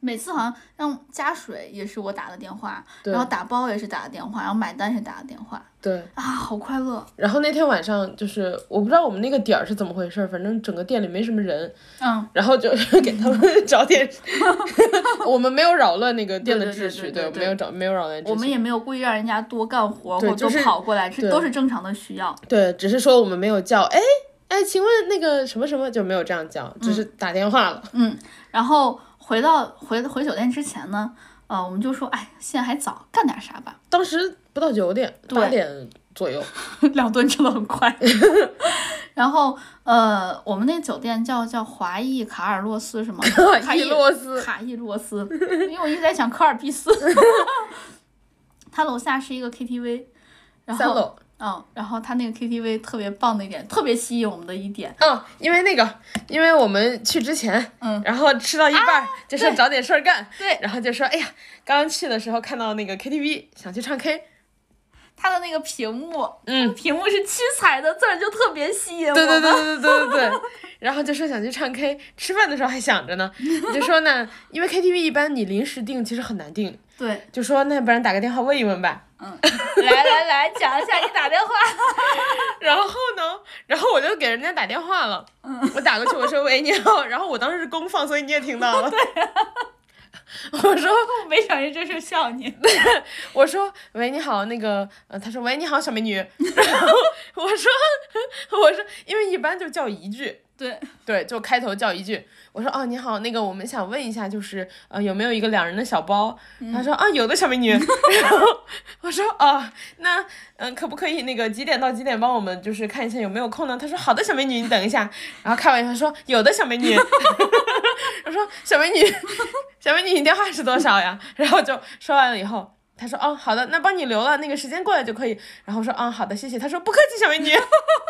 A: 每次好像让加水也是我打的电话，
C: 对
A: 然后打包也是打的电话，然后买单是打的电话
C: 对，
A: 啊，好快乐！
C: 然后那天晚上就是我不知道我们那个点儿是怎么回事儿，反正整个店里没什么人，
A: 嗯，
C: 然后就 给他 们找点，我们没有扰乱那个店的
A: 对对
C: 秩
A: 对
C: 序，
A: 对对
C: 我
A: 对
C: 没有找没有扰乱秩序，
A: 我们也没有故意让人家多干活或
C: 对
A: 者多
C: 就是
A: 跑过来，这
C: 对
A: 都是正常的需要。
C: 对，只是说我们没有叫，哎哎，请问那个什么什么就没有这样叫，只
A: 嗯
C: 是打电话了，
A: 然后回到回回酒店之前呢，呃，我们就说，哎，现在还早，干点啥吧。
C: 当时不到九点，
A: 对
C: 八点 左右，
A: 两顿吃的很快。 然后呃，我们那酒店叫叫华裔卡尔洛斯是吗？ 卡
C: 伊洛斯
A: 卡伊洛斯，因为我一直在想科尔必斯。 他楼下是一个 KTV，然
C: 三
A: 后
C: 楼。
A: 嗯，然后他那个 KTV 特别棒的一点，特别吸引我们的一点，
C: 嗯，因为那个，因为我们去之前，
A: 嗯，
C: 然后吃到一半儿、就说
A: 对
C: 找点事儿干，
A: 对
C: 然后就说，哎呀，刚刚去的时候看到那个 KTV，想去唱 K，
A: 他的那个屏幕，
C: 嗯，
A: 屏幕是七彩的字儿，就特别吸引我
C: 对对
A: 们。
C: 对对对对对对， 然后就说想去唱 K，吃饭的时候还想着 呢，你就说呢，因为 KTV 一般你临时订其实很难订，
A: 对
C: 就说那不然打个电话问一问吧，
A: 对，来来来，讲一下你打电 话，
C: 然后呢，然后我就给人家打电话了，我打过去，我说喂你好，然后我当时是公放，所以你也听 到了，我说
A: 没想着这事笑你。
C: 我说喂你好，那个呃，他说喂你好小美女， 然后我说 我说因为一般就叫一句，
A: 对，
C: 对，就开头叫一句，我说哦你好，那个我们想问一下，就是呃有没有一个两人的小包？他说啊有的小美女，然后我说哦那嗯、呃可不可以那个几点到几点帮我们就是看一下有没有空呢？他说好的小美女你等一下，然后开玩笑说有的小美女，我说小美女小美女你电话是多少呀？然后就说完了以后。他说：“哦，好的，那帮你留了，那个时间过来就可以。”然后我说：“嗯，好的，谢谢。”他说：“不客气，小美女。”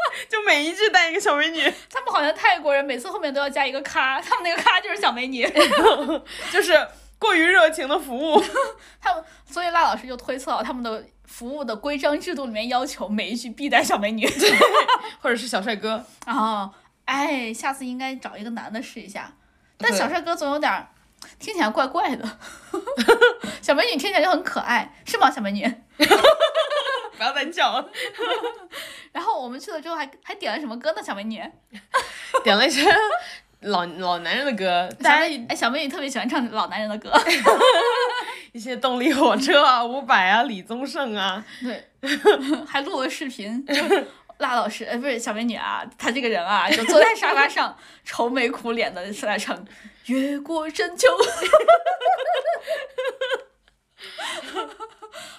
C: 就每一句带一个小美女。
A: 他们好像泰国人，每次后面都要加一个咖， 他们那个咖就是小美女。
C: 就是过于热情的服务。
A: 他们，所以辣老师就推测他们的服务的规章制度里面要求每一句必带小美女。
C: 或者是小帅哥，
A: 然后，哎，下次应该找一个男的试一下，但
C: 对
A: 小帅哥总有点儿听起来怪怪的， 小美女听起来就很可爱，是吗，小美女？
C: 不要再叫了，
A: 然后我们去了之后还还点了什么歌呢？小美女，
C: 点了一些老老男人的歌，
A: 小
C: 大家
A: 美哎，小美女特别喜欢唱老男人的歌。
C: 一些动力火 车啊、伍佰啊、李宗盛啊，
A: 对， 还录了视频，就辣老师，哎， 不是小美女啊，她这个人啊，就坐在沙发上 愁眉苦脸的在那唱《越过深秋》。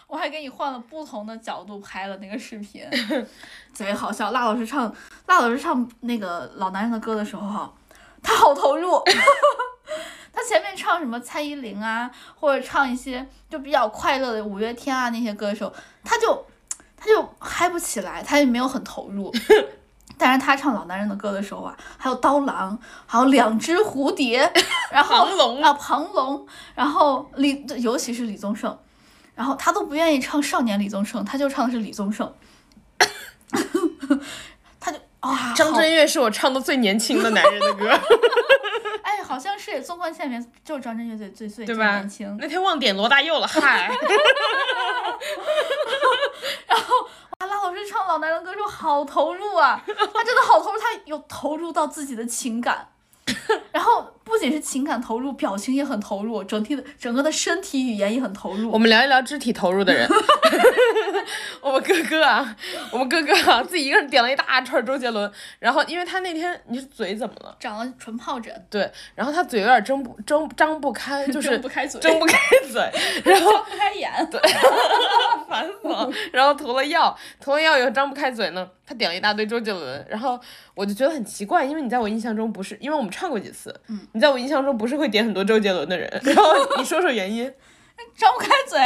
A: 我还给你换了不同的角度拍了那个视频， 贼好笑。辣老师唱，辣老师唱那个老男人的歌的时候哈、他好投入。 他前面唱什么蔡依林啊，或者唱一些就比较快乐的五月天啊那些歌的时候，他就他就嗨不起来，他也没有很投 入。但是他唱老男人的歌的时候啊，还有刀郎，还有两只蝴蝶， 然后
C: 庞龙
A: 啊庞龙，然后李尤其是李宗盛，然后他都不愿意唱少年李宗盛，他就唱的是李宗盛， 他就哇
C: 张
A: 好
C: 震岳是我唱的最年轻的男人的 歌，
A: 哎，好像是纵观下面，就是张震岳最最最
C: 对
A: 最
C: 吧
A: 年轻。
C: 那天忘点罗大佑 了，嗨，
A: 哇，啊拉老师唱老男人歌的时候好投入啊， 他真的好投入，他有投入到自己的情感， 然后不仅是情感投入，表情也很投入，整体的整个的身体语言也很投
C: 我
A: 入。
C: 们聊一聊肢体投入 的人。我们哥哥啊，我们哥哥啊，自己一个人点了一大串周杰伦，然后因为他那天你是嘴怎么了？
A: 长了唇疱疹，
C: 对，然后他嘴有点睁不睁张不开，就是
A: 睁不开嘴，
C: 睁不开 嘴，然后
A: 不开眼。
C: 烦死了。然后涂了药，涂了药以后张不开嘴呢，他点了一大堆周杰伦，然后我就觉得很奇怪，因为你在我印象中不是，因为我们唱过几次，嗯，你在我印象中不是会点很多周杰伦的人，然后你说说 原因，
A: 张不开嘴，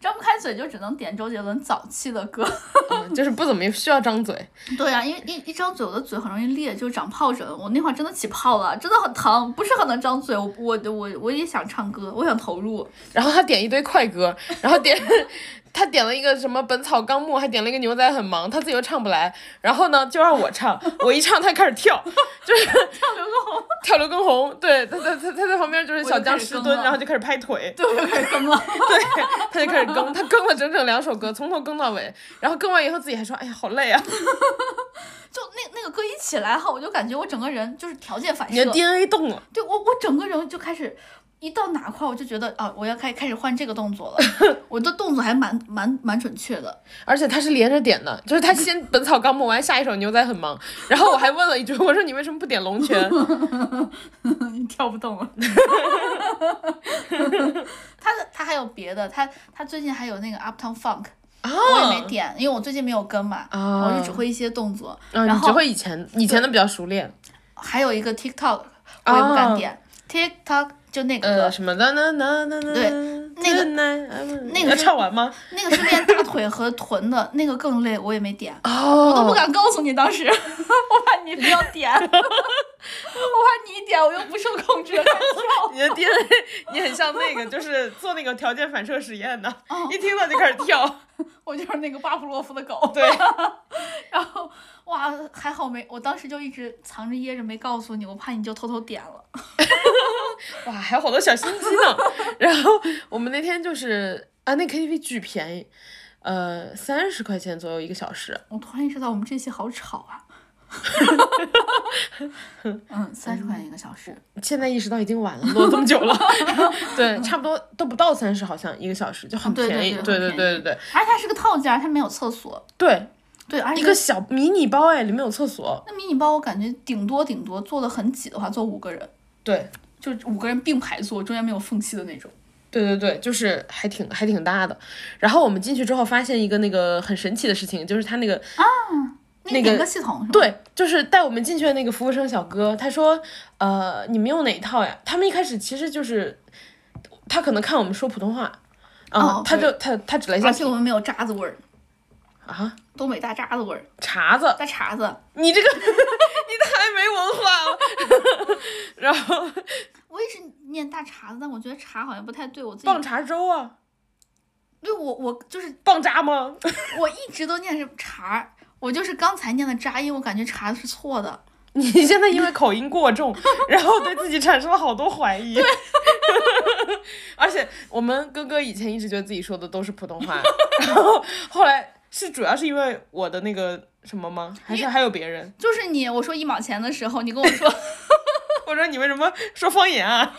A: 张不开嘴就只能点周杰伦早期的歌。
C: 嗯就是不怎么需要张嘴，
A: 对啊，因为一一张嘴，我的嘴很容易裂，就长疱疹。我那会儿真的起泡了，真的很疼，不是很能张嘴。我我我我也想唱歌，我想投入。
C: 然后他点一堆 快歌，然后点他点了一个什么《本草纲目》，还点了一个《牛仔很忙》，他自己又唱不来，然后呢就让我唱， 我一唱他开始跳，就是
A: 唱刘畊宏，
C: 跳刘畊宏，对他他他他在旁边就是小
A: 就
C: 僵
A: 开始
C: 尸
A: 更
C: 蹲，
A: 了
C: 然后就开始拍腿，
A: 对，我又开始更了。
C: 对， 他就开始更，他更了整整两首歌，从头更到尾，然后更完以后自己还说，哎呀，好 累啊，
A: 就那那个歌一起来哈，我就感觉我整个人就是条件反
C: 你的
A: 射，
C: DNA 动了，
A: 对我我整个人就开始。一到哪块儿我就觉得啊，我要开开始换这个动 作了，我的动作还蛮蛮蛮准确的。
C: 而且他是连着点的，就是他先《本草纲目》完下一首《牛仔很忙》，然后我还问了一句，我说你为什么不点《龙拳》？
A: 你跳不动了。 他的他还有别的，他他最近还有那个 Uptown Funk，我也没
C: 啊
A: 点，因为我最近没有跟嘛，
C: 啊
A: 我就只会一些动作，
C: 啊，
A: 然
C: 你
A: 后
C: 只会以前以前的比较熟练，
A: 还有一个
C: 啊
A: TikTok 我也不敢点、TikTok 就那个歌，
C: 呃，什么的呢呢呢呢，
A: 嗯对那个
C: 那
A: 那个
C: 要
A: 是
C: 唱 完吗？
A: 那个是练大腿和臀的， 那个更累，我也没点。
C: 哦，
A: 我都不敢告诉你当时， 我怕你不要 点，我怕你一点我又不受控制了开始跳。
C: 你的 DNA 也很像那个，就是做那个条件反射实验的，
A: 哦
C: 一听到就开始 跳。
A: 我就是那个巴甫洛夫的狗。
C: 对，
A: 然后哇，还好没，我当时就一直藏着掖着没告诉你，我怕你就偷偷点了。
C: 哇，还有好多小心机呢。然后我们那天就是啊，那 KTV 巨便宜，呃，三十块钱左右一个小时。
A: 我突然意识到我们这期好吵 啊。嗯，三十块钱一个小时，
C: 现在意识到已经晚了，录了这么 久了，对，差不多都不到三十，好像一个小时就很
A: 哦对对
C: 便宜。
A: 对
C: 对对
A: 很
C: 对对对
A: 而且它是个套间儿，它没有厕所。
C: 对，
A: 对，而
C: 一
A: 且
C: 个小迷你包哎，里面有厕所。
A: 那迷你包我感觉顶多顶多坐的很挤的话，坐五个人，
C: 对
A: 就五个人并排坐，中间没有缝隙的那种。
C: 对对对，就是还挺还挺大的。然后我们进去之后发现一个那个很神奇的事情，就是他那个
A: 那
C: 那
A: 个点
C: 个
A: 歌系统是吧？，
C: 对，就是带我们进去的那个服务生小哥，他说，呃，你们用哪一套呀？他们一开始其实就是，他可能看我们说普通话，啊、
A: 哦
C: 他
A: 对
C: 就他他指了一下
A: 而且我们没有渣子味儿，
C: 啊，
A: 东北大渣子味儿，
C: 碴子，
A: 大碴子。
C: 你这个 你太没文化了。 然后
A: 我一直念大碴子，但我觉得碴好像不太对我自己。
C: 棒碴粥啊，
A: 对我我就是
C: 棒渣吗？
A: 我一直都念是碴，我就是刚才念的渣音，我感觉碴是错的。
C: 你现在因为口音过重， 然后对自己产生了好多怀疑。 而且我们哥哥以前一直觉得自己说的都是普通话， 然后后来是主要是因为我的那个什么吗？还是还有别人？
A: 就是你，我说一毛钱的时候，你跟我 说，
C: 我说你为什么说方言啊？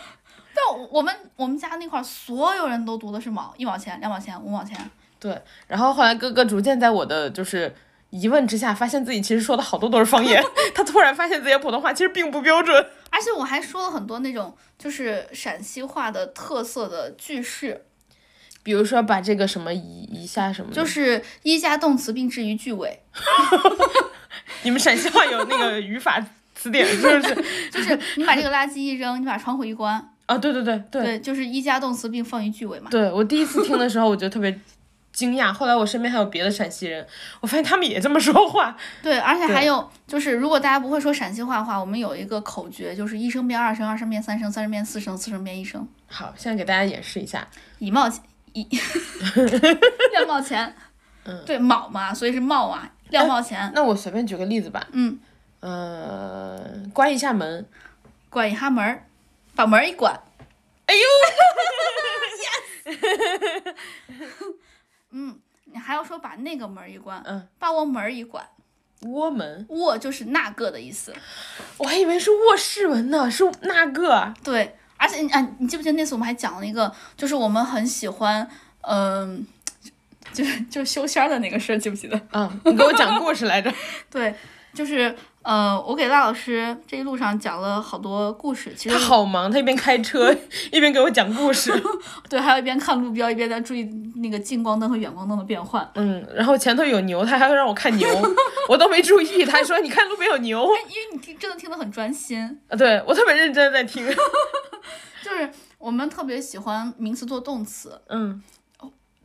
A: 但我我们我们家那块儿所有人都读的是毛，一毛钱、两毛钱、五毛钱。
C: 对，然后后来哥哥逐渐在我的就是疑问之下，发现自己其实说的好多都是方 言，他突然发现自己的普通话其实并不标准。
A: 而且我还说了很多那种就是陕西话的特色的句式，
C: 比如说把这个什么移移下什么的，
A: 就是一加动词并置于句尾，
C: 你们陕西话有那个语法词典是不 是？
A: 就是你把这个垃圾一扔，你把窗户一关，
C: 啊，对对对 对
A: 对，就是一加动词并放于句尾嘛。
C: 对，我第一次听的时候我就特别惊讶，后来我身边还有别的陕西人，我发现他们也这么说话。
A: 对，而且还有就是，如果大家不会说陕西话的话，我们有一个口诀，就是一声变二声，二声变三声，三声变四声，四声变一声。
C: 好，现在给大家演示一下，
A: 以貌钱以 两毛钱，
C: 嗯
A: 对，卯嘛，所以是啊冒嘛，两毛钱，
C: 那我随便举个例子吧，
A: 嗯，
C: 呃，关一下门，
A: 管一下门儿，把门儿一关。
C: 哎呦
A: 嗯，你还要说把那个门儿一关，
C: 嗯，
A: 把我门儿一关，
C: 窝门，
A: 我就是那个的意思。
C: 我还以为是卧室门呢，是那个，
A: 对，而且你啊，你记不记得那次我们还讲了一个，就是我们很喜欢，嗯、就是就是修仙儿的那个事儿，记不记得？
C: 嗯，你给我讲故事来着，
A: 对，就是呃，我给赖老师这一路上讲了好多故事，其实
C: 他好忙，他一边开车一边给我讲故事，
A: 对，还有一边看路标，一边在注意那个近光灯和远光灯的变换。
C: 嗯，然后前头有牛，他还要让我看牛，我都没注意，他还说你看路边有牛，
A: 因为你听真的听得很专心，
C: 啊，对我特别认真地在听，
A: 就是我们特别喜欢名词做动词，
C: 嗯，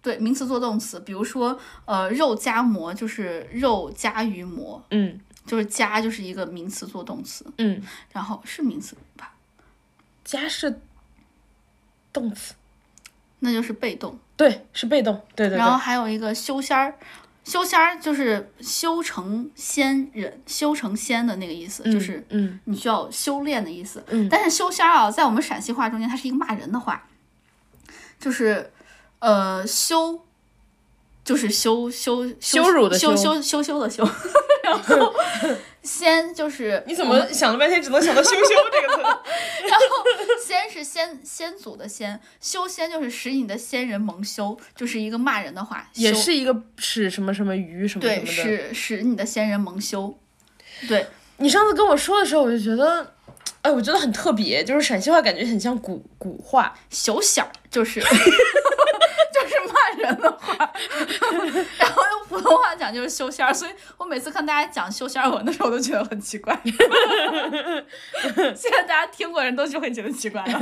A: 对，名词做动词，比如说呃，肉夹馍就是肉夹鱼馍，
C: 嗯
A: 就是夹就是一个名词做动词，
C: 嗯，
A: 然后是名词吧，
C: 家是动词，
A: 那就是被动。
C: 对，是被动，对对
A: 然后
C: 对，
A: 还有一个修仙儿，修仙儿就是修成仙人，修成仙的那个意思，就是
C: 嗯，
A: 你需要修炼的意思。但是修仙儿啊，在我们陕西话中间，它是一个骂人的话，就是呃修，就是羞羞
C: 羞辱的
A: 羞
C: 羞
A: 羞羞羞的羞，然后仙 就是
C: 你怎么想了半天只能想到“羞羞”这个词？
A: 然后仙是先先祖的仙，修仙就是使你的仙人蒙羞，就是一个骂人的话，
C: 也
A: 羞
C: 是一个使什么什么鱼什么什
A: 对，
C: 么的。
A: 使使你的仙人蒙羞，对。
C: 你上次跟我说的时候，我就觉得，哎，我觉得很特别，就是陕西话感觉很像古古话，
A: 小小儿就是 就是骂人的话，然后用普通话讲就是修仙儿，所以我每次看大家讲修仙儿文的时候，我都觉得很奇怪。 现在大家听过人都是会觉得奇怪了。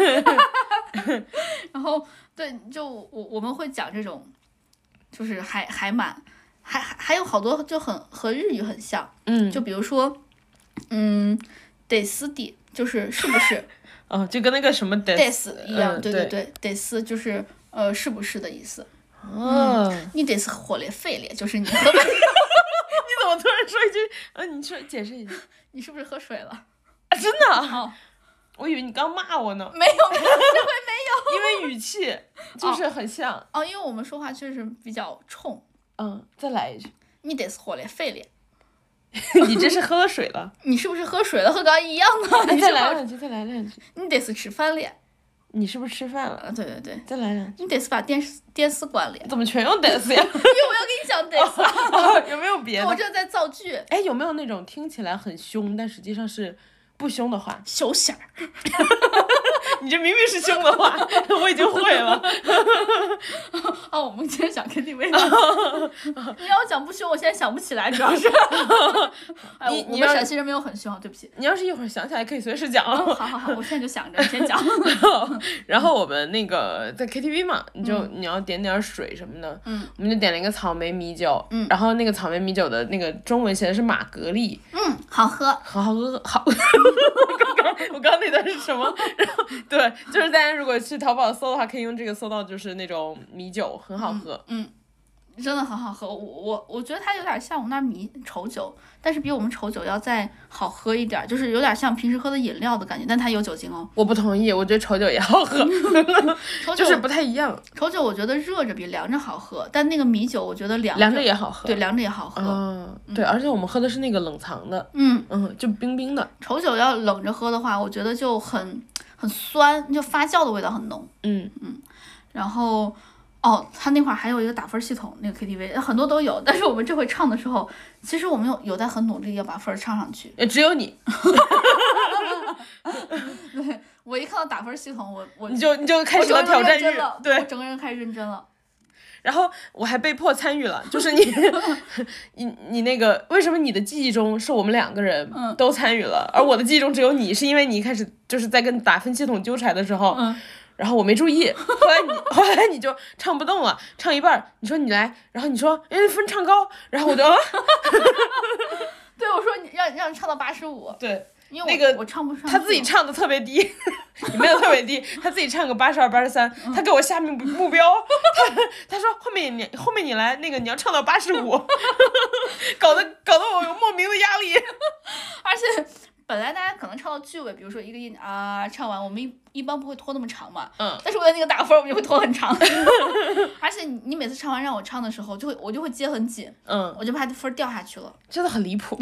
A: 然后对，就我我们会讲这种，就是还还蛮还还还有好多就很和日语很像，
C: 嗯，
A: 就比如说，嗯，得斯底就是是不是
C: 哦，就跟那个什么
A: 得
C: death
A: 斯一样，
C: 嗯
A: 对
C: 对
A: 对，得斯就是呃是不是的意思，
C: 哦，
A: 你得是火烈肺烈，就是你喝
C: 你怎么突然说一句？啊，你说解释一下。
A: 你是不是喝水了？
C: 啊、真的啊，
A: 哦，
C: 我以为你刚骂我呢，
A: 没有没 有
C: 因为语气 就是很像。
A: 哦，因为我们说话确实比较冲，
C: 嗯，再来一句。
A: 你得是火烈肺烈，
C: 你这是喝了水了？
A: 你是不是喝水了？和刚刚一样啊？
C: 哎
A: 你
C: 再
A: 是
C: 来
A: 不是
C: 两句，再来两句。
A: 你得是吃饭了？
C: 你是不是吃饭了？
A: 啊，对对对，
C: 再来两句。
A: 你得是把电视电视关 了。
C: 怎么全用 death
A: 因为我
C: 呀？
A: 要跟你讲得死，
C: 哦有没有别
A: 我
C: 的？
A: 这在造句。
C: 哎，有没有那种听起来很凶，但实际上是不凶的话？
A: 小显儿，
C: 你这明明是凶的话， 我已经会了。
A: 哦，我们今天讲 KTV 了。你要讲不凶，我现在想不起来，主 要是。哎，
C: 你
A: 我我
C: 你
A: 们
C: 要
A: 陕西人没有很凶啊，对不起。
C: 你要是一会儿想起来，可以随时 讲。
A: 好好好，我现在就想着，你 先讲。
C: 然后我们那个在 KTV 嘛，你就、你要点点儿水什么的，
A: 嗯，
C: 我们就点了一个草莓米酒，
A: 嗯
C: 然后那个草莓米酒的那个中文写的是马格利，
A: 嗯，好喝。
C: 好好喝好， 我刚刚我刚刚那段是什么？ 然后对，就是大家如果去淘宝搜的话，可以用这个搜到就是那种米酒，很好喝。
A: 嗯，真的很好喝。我我我觉得它有点像我们那儿米稠酒，但是比我们稠酒要再好喝一点儿，就是有点像平时喝的饮料的感觉，但它有酒精哦。
C: 我不同意，我觉得稠酒也好喝，
A: 稠酒
C: 就是不太一样，
A: 稠酒，我觉得热着比凉着好喝，但那个米酒我觉得凉
C: 凉着也好喝。
A: 嗯对，凉着也好喝。
C: 嗯，对，而且我们喝的是那个冷藏的，
A: 嗯，
C: 嗯，就冰冰的，
A: 稠酒要冷着喝的话，我觉得就很很酸，就发酵的味道很浓。
C: 嗯，
A: 然后，哦，他那块儿还有一个打分系统，那个 KTV 呃很多都有，但是我们这回唱的时候，其实我们有有在很努力要把分儿唱上去。
C: 也只有你，
A: 我一看到打分系统，我我
C: 你就你就开
A: 我
C: 始
A: 整
C: 了
A: 个
C: 挑
A: 人
C: 战
A: 认
C: 欲
A: 真了，，
C: 对
A: 我，整个人开始认真了。
C: 然后我还被迫参与了，就 是你，你你那个为什么你的记忆中是我们两个人
A: 嗯
C: 都参与了，而我的记忆中只有你，是因为你一开始就是在跟打分系统纠缠的时候，
A: 嗯，
C: 然后我没注意，后来你后来你就唱不动了，唱一半儿你说你来，然后你说哎分唱高，然后我就、啊、
A: 对，我说你让让你唱到八十五，
C: 对
A: 因为我、
C: 那个
A: 我唱不上去，
C: 他自己唱的特别低， 也没有特别低，他自己唱个八十二八十三，他给我下命目标，他他说后面你后面你来那个你要唱到八十五， 搞得搞得我有莫名的压力。
A: 而且本来大家可能唱到句尾，比如说一个音啊唱完，我们一一般不会拖那么长嘛。
C: 嗯。
A: 但是为了那个打分，我们就会拖很长。 而且你你每次唱完让我唱的时候，就会我就会接很紧，
C: 嗯，
A: 我就怕分儿掉下去了。
C: 真的很离谱。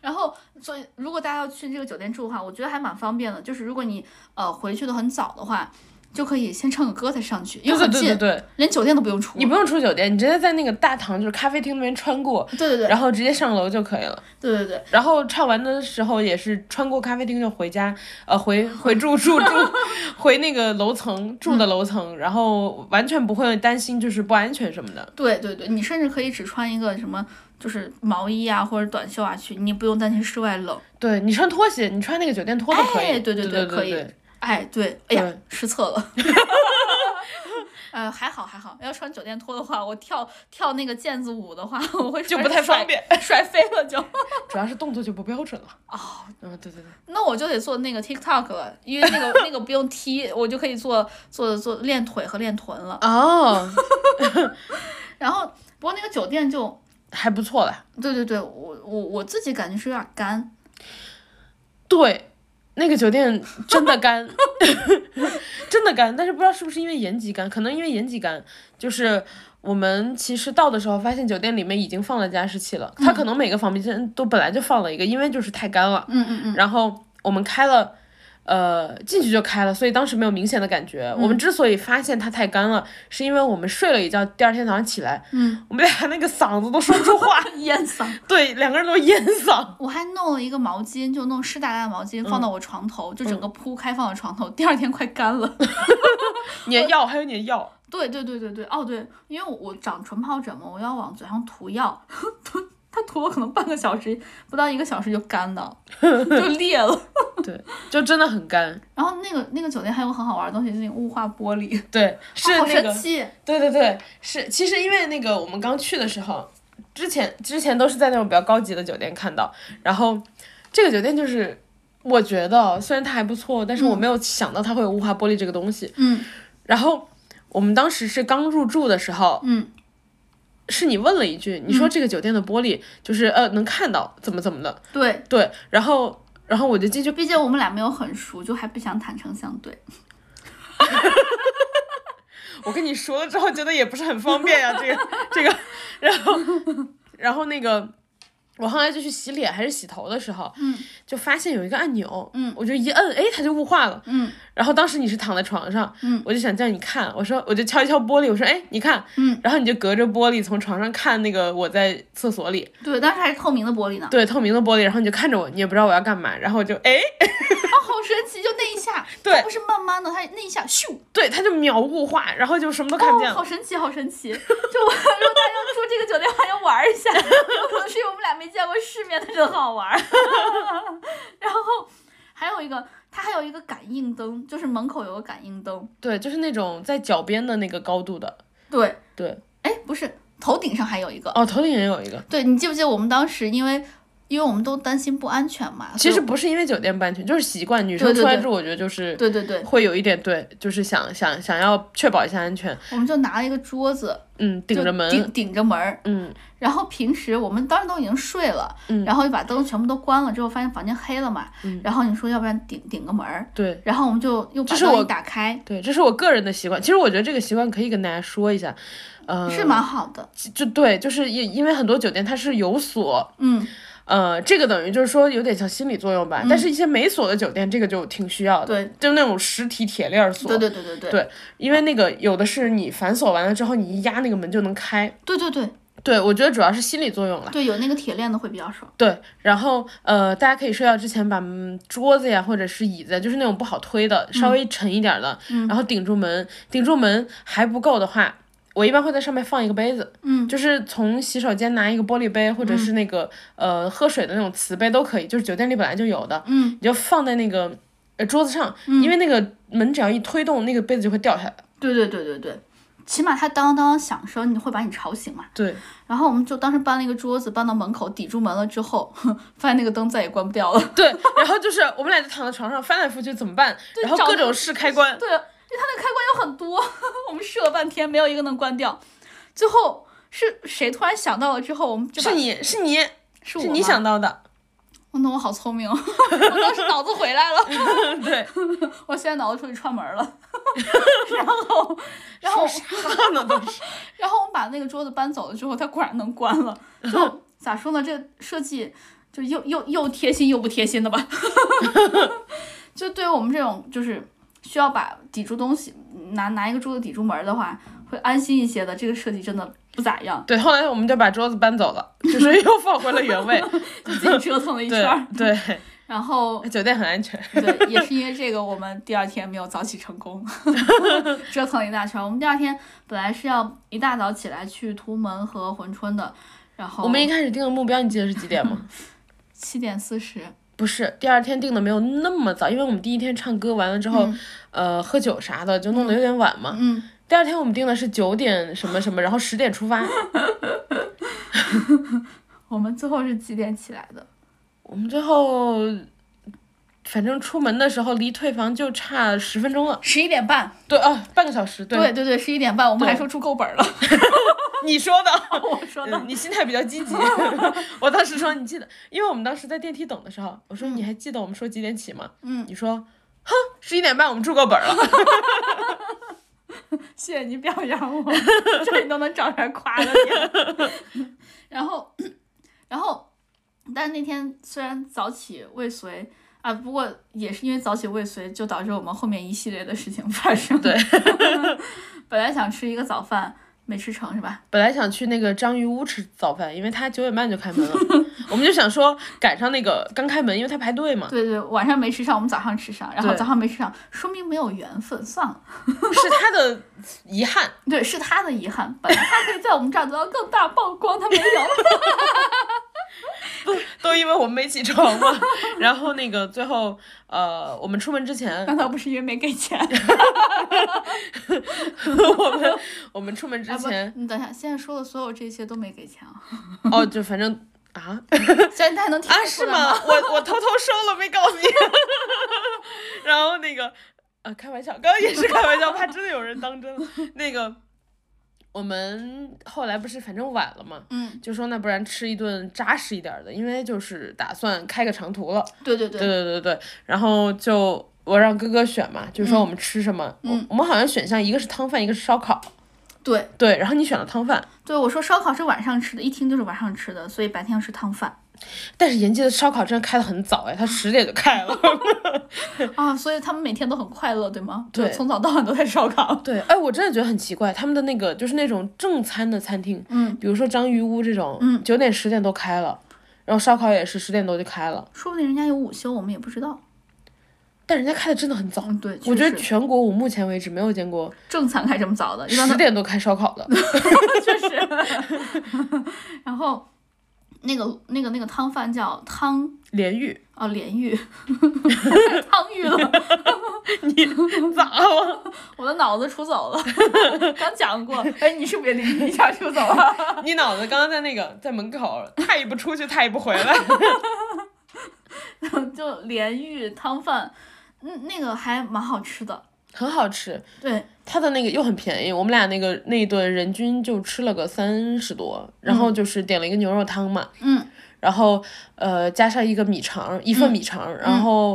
A: 然后，所以如果大家要去这个酒店住的话，我觉得还蛮方便的。就是如果你呃回去的很早的话，就可以先唱个歌再上去，因
C: 对
A: 为
C: 对
A: 很
C: 对
A: 近，
C: 对对，
A: 连酒店都不用出。
C: 你不用出酒店，你直接在那个大堂就是咖啡厅那边穿过，
A: 对对对
C: 然后直接上楼就可以了。
A: 对对对，
C: 然后唱完的时候也是穿过咖啡厅就回家，呃，回回住住住， 回那个楼层住的楼层，然后完全不会担心就是不安全什么的。
A: 对对对，你甚至可以只穿一个什么，就是毛衣啊或者短袖啊去，你不用担心室外冷。
C: 对你穿拖鞋，你穿那个酒店拖都可以。
A: 哎对对
C: 对
A: 对
C: 对
A: 可以
C: 对
A: 哎，对，哎呀
C: 对，
A: 失策了。 呃，还好还好，要穿酒店拖的话，我跳跳那个毽子舞的话，我会
C: 就
A: 摔
C: 不太
A: 摔
C: 方便，
A: 摔飞了就。
C: 主要是动作就不标准了。
A: 哦，
C: 嗯，对对对，
A: 那我就得做那个 TikTok 了，因为那个那个不用踢，我就可以做做做练腿和练臀了。
C: 哦，
A: 然后，不过那个酒店就，
C: 还不错了。
A: 对对对，我我我自己感觉是有点干，
C: 对，那个酒店真的干， 真的干，但是不知道是不是因为延吉干，可能因为延吉干，就是我们其实到的时候发现酒店里面已经放了加湿器了，
A: 嗯
C: 它可能每个房间都本来就放了一个，因为就是太干了，
A: 嗯嗯嗯，
C: 然后我们开了。呃，进去就开了，所以当时没有明显的感觉。
A: 嗯
C: 我们之所以发现它太干了，是因为我们睡了一觉，第二天早上起来，
A: 嗯，
C: 我们俩那个嗓子都说不 出话，
A: 淹嗓。
C: 对，两个人都淹嗓。
A: 嗯我还弄了一个毛巾，就弄湿哒哒的毛巾放到我床头，就整个铺开放到床头。第二天快干了。
C: 你的药还有你的药，
A: 对对对对对，哦对，因为我我长唇疱疹嘛，我要往嘴上涂药，涂 它涂了可能半个小时不到一个小时就干了， 就裂了。
C: 就真的很干。
A: 然后那个那个酒店还有很好玩的东西，就是那个雾化玻 璃，
C: 对，是
A: 好
C: 那
A: 神
C: 个，
A: 奇。
C: 对对对，是。其实因为那个我们刚去的时候，之前之前都是在那种比较高级的酒店看到，然后这个酒店就是。我觉得虽然它还不错，但是我没有想到它会有雾化玻璃这个东西。
A: 嗯
C: 然后我们当时是刚入住的时候，
A: 嗯，
C: 是你问了一句，你说这个酒店的玻璃就是、呃能看到怎么怎么的，
A: 对，
C: 对，然后然后我就进去，
A: 毕竟我们俩没有很熟，就还不想坦诚相对。
C: 我跟你说了之后觉得也不是很方便呀、这个这个，然后然后那个。我后来就去洗脸还是洗头的时候，
A: 嗯
C: 就发现有一个按钮，
A: 嗯
C: 我就一摁，哎，它就雾化了。
A: 嗯
C: 然后当时你是躺在床上，
A: 嗯
C: 我就想叫你看，我说我就敲一敲玻璃，我说哎，你看，
A: 嗯，
C: 然后你就隔着玻璃从床上看那个我在厕所里，
A: 对，当时还是透明的玻璃呢。
C: 对，透明的玻璃，然后你就看着我，你也不知道我要干嘛，然后我就哎，
A: 啊，好神奇！就那一下，
C: 对
A: 它不是慢慢的，它那一下咻，
C: 对，它就秒雾化，然后就什么都看不见
A: 哦，
C: 了。
A: 好神奇，好神奇！就我 如果大家要住这个酒店，还要玩一下， 有可能是因为我们俩没见过世面，它就很好玩 儿。然后还有一个，它还有一个感应灯，就是门口有个感应灯，
C: 对，就是那种在脚边的那个高度的。
A: 对
C: 对，
A: 哎，不是，头顶上还有一个。
C: 哦，头顶也有一个。
A: 对你记不记得我们当时因为因为我们都担心不安全嘛，
C: 其实
A: 所以
C: 不是因为酒店不安全，就是习惯。女
A: 对
C: 生
A: 对
C: 出来
A: 对
C: 住，我觉得就是
A: 对对对，
C: 会有一点对，就是想想想要确保一下安全。
A: 我们就拿了一个桌子
C: 嗯，顶
A: 就
C: 着门。
A: 顶顶着门儿，
C: 嗯，
A: 然后平时我们当时都已经睡了，
C: 嗯
A: 然后就把灯全部都关了，之后发现房间黑了嘛，然后你说要不然顶顶个门儿，
C: 对
A: 然后我们就又把
C: 这是
A: 灯
C: 我
A: 一打开，
C: 对，这是我个人的习惯。其实我觉得这个习惯可以跟大家说一下。呃，
A: 是蛮好的，
C: 就对，就是因因为很多酒店它是有锁，
A: 嗯，
C: 呃，这个等于就是说有点像心理作用吧。但是一些没锁的酒店，这个就挺需要的。
A: 对，
C: 就那种实体铁链儿锁。
A: 对对对对对
C: 对因为那个有的是你反锁完了之后，你一压那个门就能开。
A: 对对对
C: 对，我觉得主要是心理作用了。
A: 对，有那个铁链的会比较爽，
C: 对，然后呃，大家可以睡觉之前把嗯桌子呀或者是椅子呀，就是那种不好推的，稍
A: 嗯
C: 微沉一点儿的，然后顶住门，顶住门还不够的话。我一般会在上面放一个杯子，
A: 嗯
C: 就是从洗手间拿一个玻璃杯，或者是那个、呃喝水的那种瓷杯都可以，就是酒店里本来就有的，
A: 嗯
C: 你就放在那个呃桌子上，因为那个门只要一推动，那个杯子就会掉下来。
A: 对对对对对，起码它当当响声，你会把你吵醒嘛。
C: 对，
A: 然后我们就当时搬了一个桌子搬到门口抵住门了之后， 发现那个灯再也关不掉了，
C: 对，然后就是我们俩就躺在床上翻来覆去怎么办，然后
A: 找
C: 各
A: 那
C: 种试开关，
A: 对，因为它那个开关有很多， 我们试了半天没有一个能关掉，最后。是谁突然想到了之后，我们就是
C: 你是你
A: 是我
C: 是你
A: 吗
C: 想到的，
A: 哦 那我好聪明，我当时脑子回来了，
C: 对，
A: 我现在脑子出去串门了。 然后，然后，
C: 啥呢都是，
A: 然后我们把那个桌子搬走了之后，它果然能关了。 就咋说呢，这个设计就又又又贴心又不贴心的 吧。就对于我们这种就是需要把抵住东西，拿拿一个桌子抵住门儿的话，会安心一些的。这个设计真的不咋样，
C: 对，后来我们就把桌子搬走了， 就是又放回了原位，
A: 就自己折腾了一圈
C: 对
A: 儿。
C: 对，
A: 然后
C: 酒店很安全，
A: 对，也是因为这个，我们第二天没有早起成 功，折腾了一大圈儿。我们第二天本来是要一大早起来去图门和珲春的，然后
C: 我们一开始定的目标，你记得是几点 吗？
A: 七点四十，
C: 不是，第二天定的没有那么早，因为我们第一天唱歌完了之后，呃，喝酒啥的就弄得有点晚嘛。
A: 嗯，
C: 第二天我们定的是九点什么什么，然后十点出 发。
A: 我们最后是几点起来的？
C: 我们最后，反正出门的时候离退房就差十分钟了。
A: 十一点半，
C: 对哦，半个小时。对，
A: 对对嗯对，十一点半，我们还
C: 对
A: 说出够本儿了，
C: 你说的。
A: 我说的
C: 嗯，你心态比较积 极。 我当时说你记得，因为我们当时在电梯等的时候，我说你还记得我们说几点起吗？
A: 嗯
C: 你说，哼，十一点半我们住够本儿了。
A: 谢谢你表扬 我，这你都能找出来夸的点。 然后， 然后，但是那天虽然早起未遂啊，不过也是因为早起未遂，就导致我们后面一系列的事情发生。
C: 对，
A: 本来想吃一个早饭，没吃成是吧？
C: 本来想去那个章鱼屋吃早饭，因为他九点半就开 门了，我们就想说赶上那个刚开门，因为他排 队嘛，
A: 对对，晚上没吃上，我们早上吃上，然后
C: 对
A: 早上没吃上，说明没有缘分，算了。
C: 是他的遗憾。
A: 对，是他的遗憾，本来他可以在我们这儿得到更大曝光，他没有。
C: 都因为我们没起床嘛。然后那个最后，呃，我们出门之前，
A: 难道不是因为 没给钱？
C: 我们我们出门之
A: 啊不
C: 前，
A: 你等一下，现在说的所有这些都没给钱啊？
C: 哦，就反正啊，
A: 虽然他能听
C: 啊，
A: 得出
C: 是
A: 来
C: 吗？？我我偷偷收了，没告诉你。 然后那个，呃，开玩笑，刚刚也是开玩笑，怕真的有人当真了。那个，我们后来不是反正晚了嘛，
A: 嗯，
C: 就说那不然吃一顿扎实一点儿的，因为就是打算开个长途了。
A: 对对
C: 对，对对对，然后就我让哥哥选嘛，就说我们吃什么。
A: 嗯
C: 我我们好像选项一个是汤饭，一个是烧烤。
A: 对
C: 对，然后你选了汤饭，
A: 对，我说烧烤是晚上吃的，一听就是晚上吃的，所以白天要吃汤饭
C: 但是人家的烧烤真的开的很早哎，他十点就开了。
A: 啊，所以他们每天都很快乐，对吗？
C: 对
A: 就从早到晚都在烧烤。
C: 对，哎，我真的觉得很奇怪，他们的那个就是那种正餐的餐厅，
A: 嗯，
C: 比如说章鱼屋这种，
A: 嗯
C: 九点十点都开了，然后烧烤也是十点多就开了，
A: 说不定人家有午休，我们也不知道。
C: 但人家开的真的很早。
A: 嗯，对，
C: 我觉
A: 确
C: 得
A: 实
C: 全国我目前为止没有见过
A: 正餐开这么早的，一般
C: 十
A: 都
C: 点多开烧烤 的。
A: 确实。 然后那个那个那个汤饭叫汤
C: 连玉，
A: 哦莲浴，汤浴了，
C: 咋了？
A: 我的脑子出走了。刚讲过，哎，你是不是也一下出走了？
C: 你脑子刚刚在那个在门口，踏一步出去，踏一步回 来。
A: 就莲浴汤饭，嗯，那个还蛮好吃的。
C: 很好吃，
A: 对，
C: 它的那个又很便宜，我们俩那个那一顿人均就吃了个三十多，然后就是点了一个牛肉汤嘛，
A: 嗯，
C: 然后呃加上一个米肠，一份米肠，然后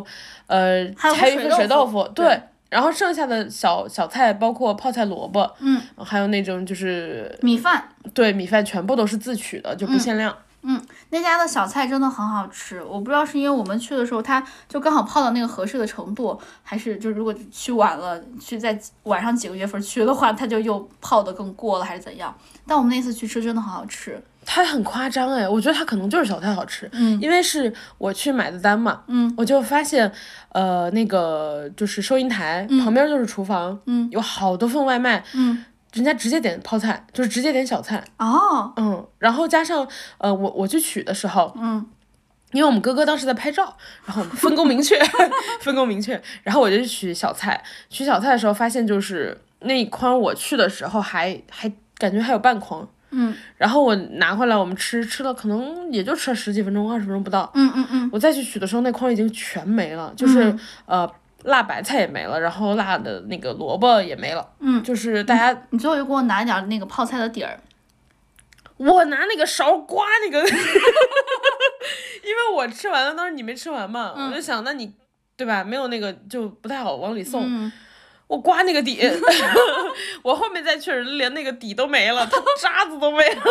C: 呃
A: 嗯还有个
C: 还有一份
A: 水
C: 水
A: 豆
C: 豆
A: 腐
C: 腐，
A: 对
C: 对，然后剩下的小小菜包括泡菜萝卜，
A: 嗯，
C: 还有那种就是
A: 米饭
C: 对米饭全部都是自取的，就
A: 嗯
C: 不限量。
A: 那家的小菜真的很好吃，我不知道是因为我们去的时候，它就刚好泡到那个合适的程度，还是就是如果去晚了，去在晚上几个月份去的话，它就又泡的更过了，还是怎样？但我们那次去吃真的很好吃，
C: 它很夸张哎，我觉得它可能就是小菜好吃，
A: 嗯
C: 因为是我去买的单嘛，
A: 嗯
C: 我就发现，呃，那个就是收银台、旁边就是厨房，
A: 嗯
C: 有好多份外卖，
A: 嗯，
C: 人家直接点泡菜，就是直接点小菜，
A: 哦，
C: 嗯，然后加上呃，我我去取的时候，
A: 嗯
C: 因为我们哥哥当时在拍照，然后我们分工明确， 分工明确，然后我就去取小菜，取小菜的时候发现就是那一筐我去的时候还还感觉还有半筐，
A: 嗯
C: 然后我拿回来我们吃，吃了可能也就吃了十几分钟二十分钟不到，
A: 嗯嗯嗯，
C: 我再去取的时候，那筐已经全没了，就是、
A: 嗯
C: 呃辣白菜也没了，然后辣的那个萝卜也没了，
A: 嗯
C: 就是大家、
A: 你最后又给我拿一点儿那个泡菜的底儿，
C: 我拿那个勺刮 那个，因为我吃完了，当时你没吃完嘛，
A: 嗯
C: 我就想那你。对吧？没有那个就不太好往里送。
A: 嗯，
C: 我刮那 个底， 我后面再去连那个底都没了，它渣子都没了。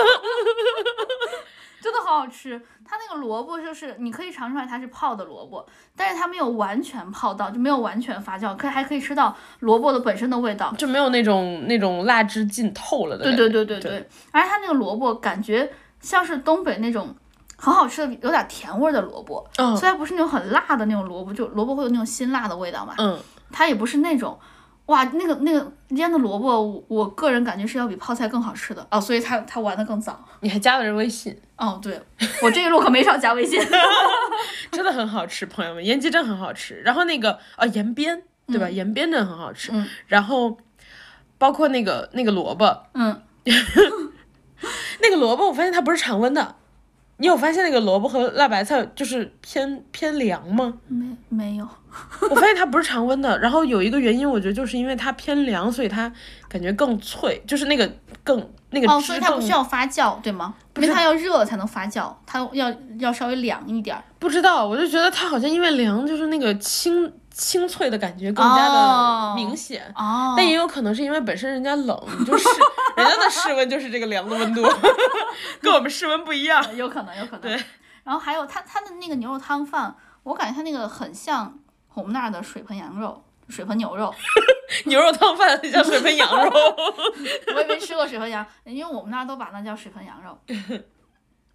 A: 真的好好吃。它那个萝卜就是你可以尝出来它是泡的萝卜，但是它没有完全泡到，就没有完全发酵，可以还可以吃到萝卜的本身的味道。
C: 就没有那种那种辣汁浸透了的
A: 对
C: 感
A: 对
C: 觉。
A: 对对对，而且它那个萝卜感觉像是东北那种很好吃的，有点甜味儿的萝卜，
C: 嗯
A: 虽然不是那种很辣的那种萝卜，就萝卜会有那种辛辣的味道嘛，
C: 嗯，
A: 它也不是那种。哇，那个那个腌的萝卜，我我个人感觉是要比泡菜更好吃的哦，所以它它玩的更早。
C: 你还加了人微信，
A: 哦，对我这一路可没少加微信。
C: 真的很好吃，朋友们，盐鸡真很好吃。然后那个啊，盐边对吧？盐边真的很好吃。
A: 嗯
C: 然后包括那个那个萝卜，
A: 嗯，
C: 那个萝卜我发现它不是常温的。你有发现那个萝卜和辣白菜就是偏偏凉吗？
A: 没没有，
C: 我发现它不是常温的。然后有一个原因，我觉得就是因为它偏凉，所以它感觉更脆，就是那个更那个
A: 哦，
C: 汁
A: 所以
C: 更、
A: 它不需要发酵，对吗？因为它要热了才能发酵，它要要稍微凉一点儿。
C: 不知道，我就觉得它好像因为凉，就是那个清清脆的感觉更加
A: 哦
C: 的明显。
A: 哦，
C: 但也有可能是因为本身人家冷，就是人家的室温就是这个凉的温度， 跟我们室温不一样。
A: 有可能，有可能。对。然后还有它它的那个牛肉汤饭，我感觉它那个很像我们那儿的水盆羊肉、水盆牛肉。
C: 牛肉汤饭很像水盆羊肉，
A: 我也没吃过水盆羊，因为我们那儿都把那叫水盆羊肉。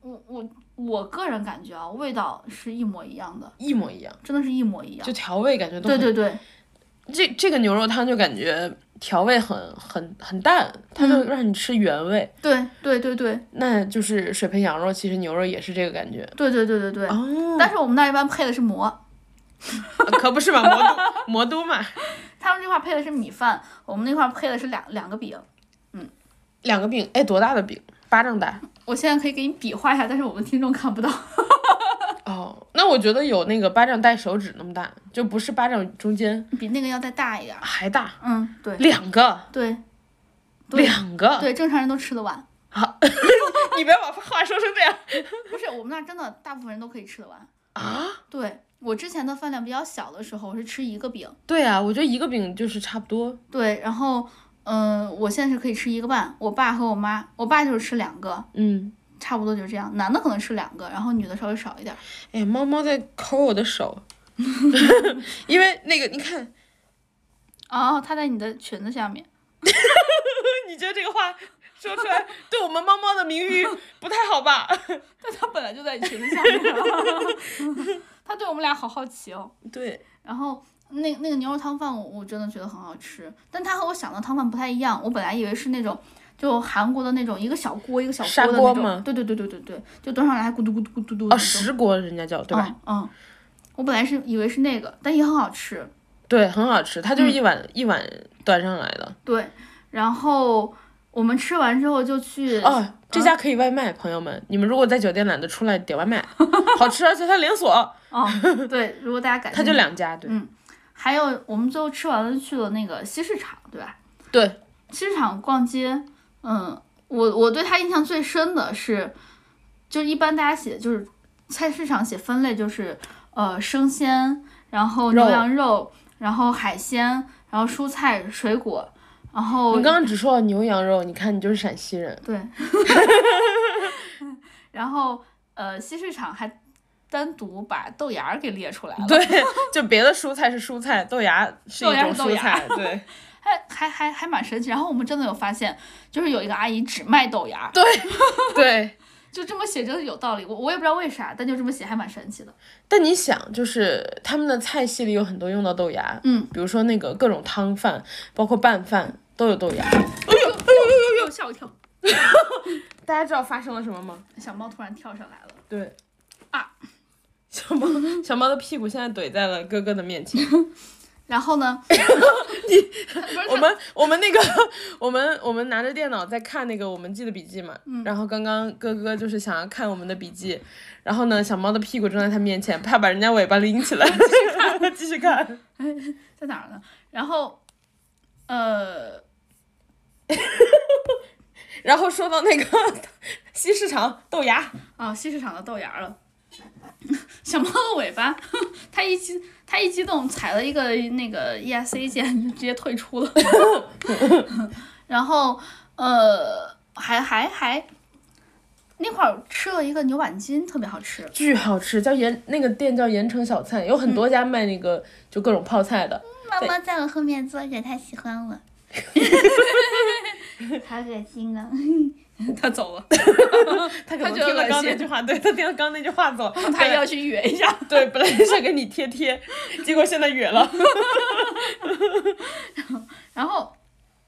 A: 我我我个人感觉啊，味道是一模一样的，
C: 一模一样，
A: 真的是一模一样
C: 就。调味感觉都
A: 对对
C: 很
A: 对，
C: 这这个牛肉汤就感觉调味很很很淡，它就让你吃原味。
A: 对对对对
C: 那就是水盆羊肉，其实牛肉也是这个感觉。
A: 对对对对对。
C: 哦，
A: 但是我们那儿一般配的是馍，
C: 可不是嘛，魔都魔都嘛，
A: 他们这块儿配的是米饭，我们那块儿配的是两两个饼。
C: 两个饼，哎，多大的饼？巴掌大。
A: 我现在可以给你比划一下，但是我们听众看不到。
C: 哦，那我觉得有那个巴掌带手指那么大，就不是巴掌中间
A: 比那个要再大一点儿。
C: 还大，
A: 嗯，对
C: 两个，
A: 对对
C: 两个。
A: 对，正常人都吃得完。
C: 你不要把话说成这样。
A: 不是，我们那儿真的大部分人都可以吃得完。
C: 啊，
A: 对我之前的饭量比较小的时候，我是吃一个饼，
C: 对啊，我觉得一个饼就是差不多。
A: 对，然后嗯、呃我现在是可以吃一个半，我爸和我妈，我爸就是吃两个，
C: 嗯，
A: 差不多就是这样，男的可能吃两个，然后女的稍微少一点儿。
C: 哎，猫猫在抠我的 手，因为那个你看，
A: 哦，他在你的裙子下面，
C: 你觉得这个话说出来对我们猫猫的名誉不太好吧？
A: 但 他本来就在你裙子下面。啊 他对我们俩好好奇哦。
C: 对，
A: 然后那那个牛肉汤饭我，我真的觉得很好吃，但它和我想的汤饭不太一样。我本来以为是那种就韩国的那种一个小锅一个小
C: 砂
A: 锅的
C: 锅
A: 那
C: 吗
A: 种，对对对对对对，就端上来还咕嘟咕嘟咕嘟嘟的那
C: 哦，
A: 种。
C: 石锅人家叫对吧？
A: 嗯？嗯，我本来是以为是那个，但也很好吃。
C: 对，很好吃，它就是一碗、一碗端上来的。
A: 对，然后我们吃完之后就去，
C: 哦，这家可以外卖，朋友们，你们如果在酒店懒得出来点外 卖，好吃，而且它连锁，
A: 哦，对，如果大家感
C: 它
A: 兴
C: 就
A: 趣，
C: 两家，对、
A: 还有我们最后吃完了去了那个西市场，对吧？
C: 对，
A: 西市场逛街，嗯，我我对它印象最深的是，就一般大家写就是菜市场写分类就是呃生鲜，然后牛
C: 肉
A: 羊肉，然后海鲜，然后蔬菜水果，然后
C: 你刚刚只说了牛羊肉，你看你就是陕西人，
A: 对，然后呃，西市场还单独把豆芽儿给列出来 了，
C: 对，就别的蔬菜是蔬菜，豆芽是
A: 豆
C: 一
A: 芽
C: 种
A: 是豆
C: 蔬
A: 芽
C: 菜， 对
A: 还哎还还还蛮神奇。然后我们真的有发现，就是有一个阿姨只卖豆芽儿，
C: 对。
A: 就这么写真的有道理。我我也不知道为啥，但就这么写还蛮神奇的。
C: 但你想，就是他们的菜系里有很多用到豆芽，
A: 嗯，
C: 比如说那个各种汤饭，包括拌饭都有豆芽。
A: 又吓我一跳，
C: 大家知道发生了什么吗？
A: 小猫突然跳上来了。
C: 对，
A: 啊，
C: 小猫小猫的屁股现在怼在了哥哥的面前。
A: 然后呢？你不是
C: 我
A: 它
C: 们我们那个我们我们拿着电脑在看那个我们记的笔记嘛，然后刚刚哥哥就是想要看我们的笔记，然后呢小猫的屁股正在他面前，怕把人家尾巴拎起来，继续看，继续看。
A: 在哪儿呢？然后，呃，
C: 然后说到那个 西市场豆芽，
A: 啊，西市场的豆芽儿了。 小猫的尾巴， 它一激它一激动踩了一个那个 ESC 键，就直接退出了。 然后呃，还还还那块儿吃了一个牛板筋，特别好 吃。
C: 巨好吃，叫盐那个店叫盐城小菜，有很多家卖那个、就各种泡菜的，
E: 妈妈在我后面坐着，她喜欢我。 好恶心啊！
A: 它走了，
C: 他可能
A: 他觉得
C: 听了
A: 恶
C: 刚那
A: 心
C: 句话，对他听了刚那句话 走，
A: 它要去哕一下。
C: 对本来想给你贴贴，结果现在哕了。
A: 然后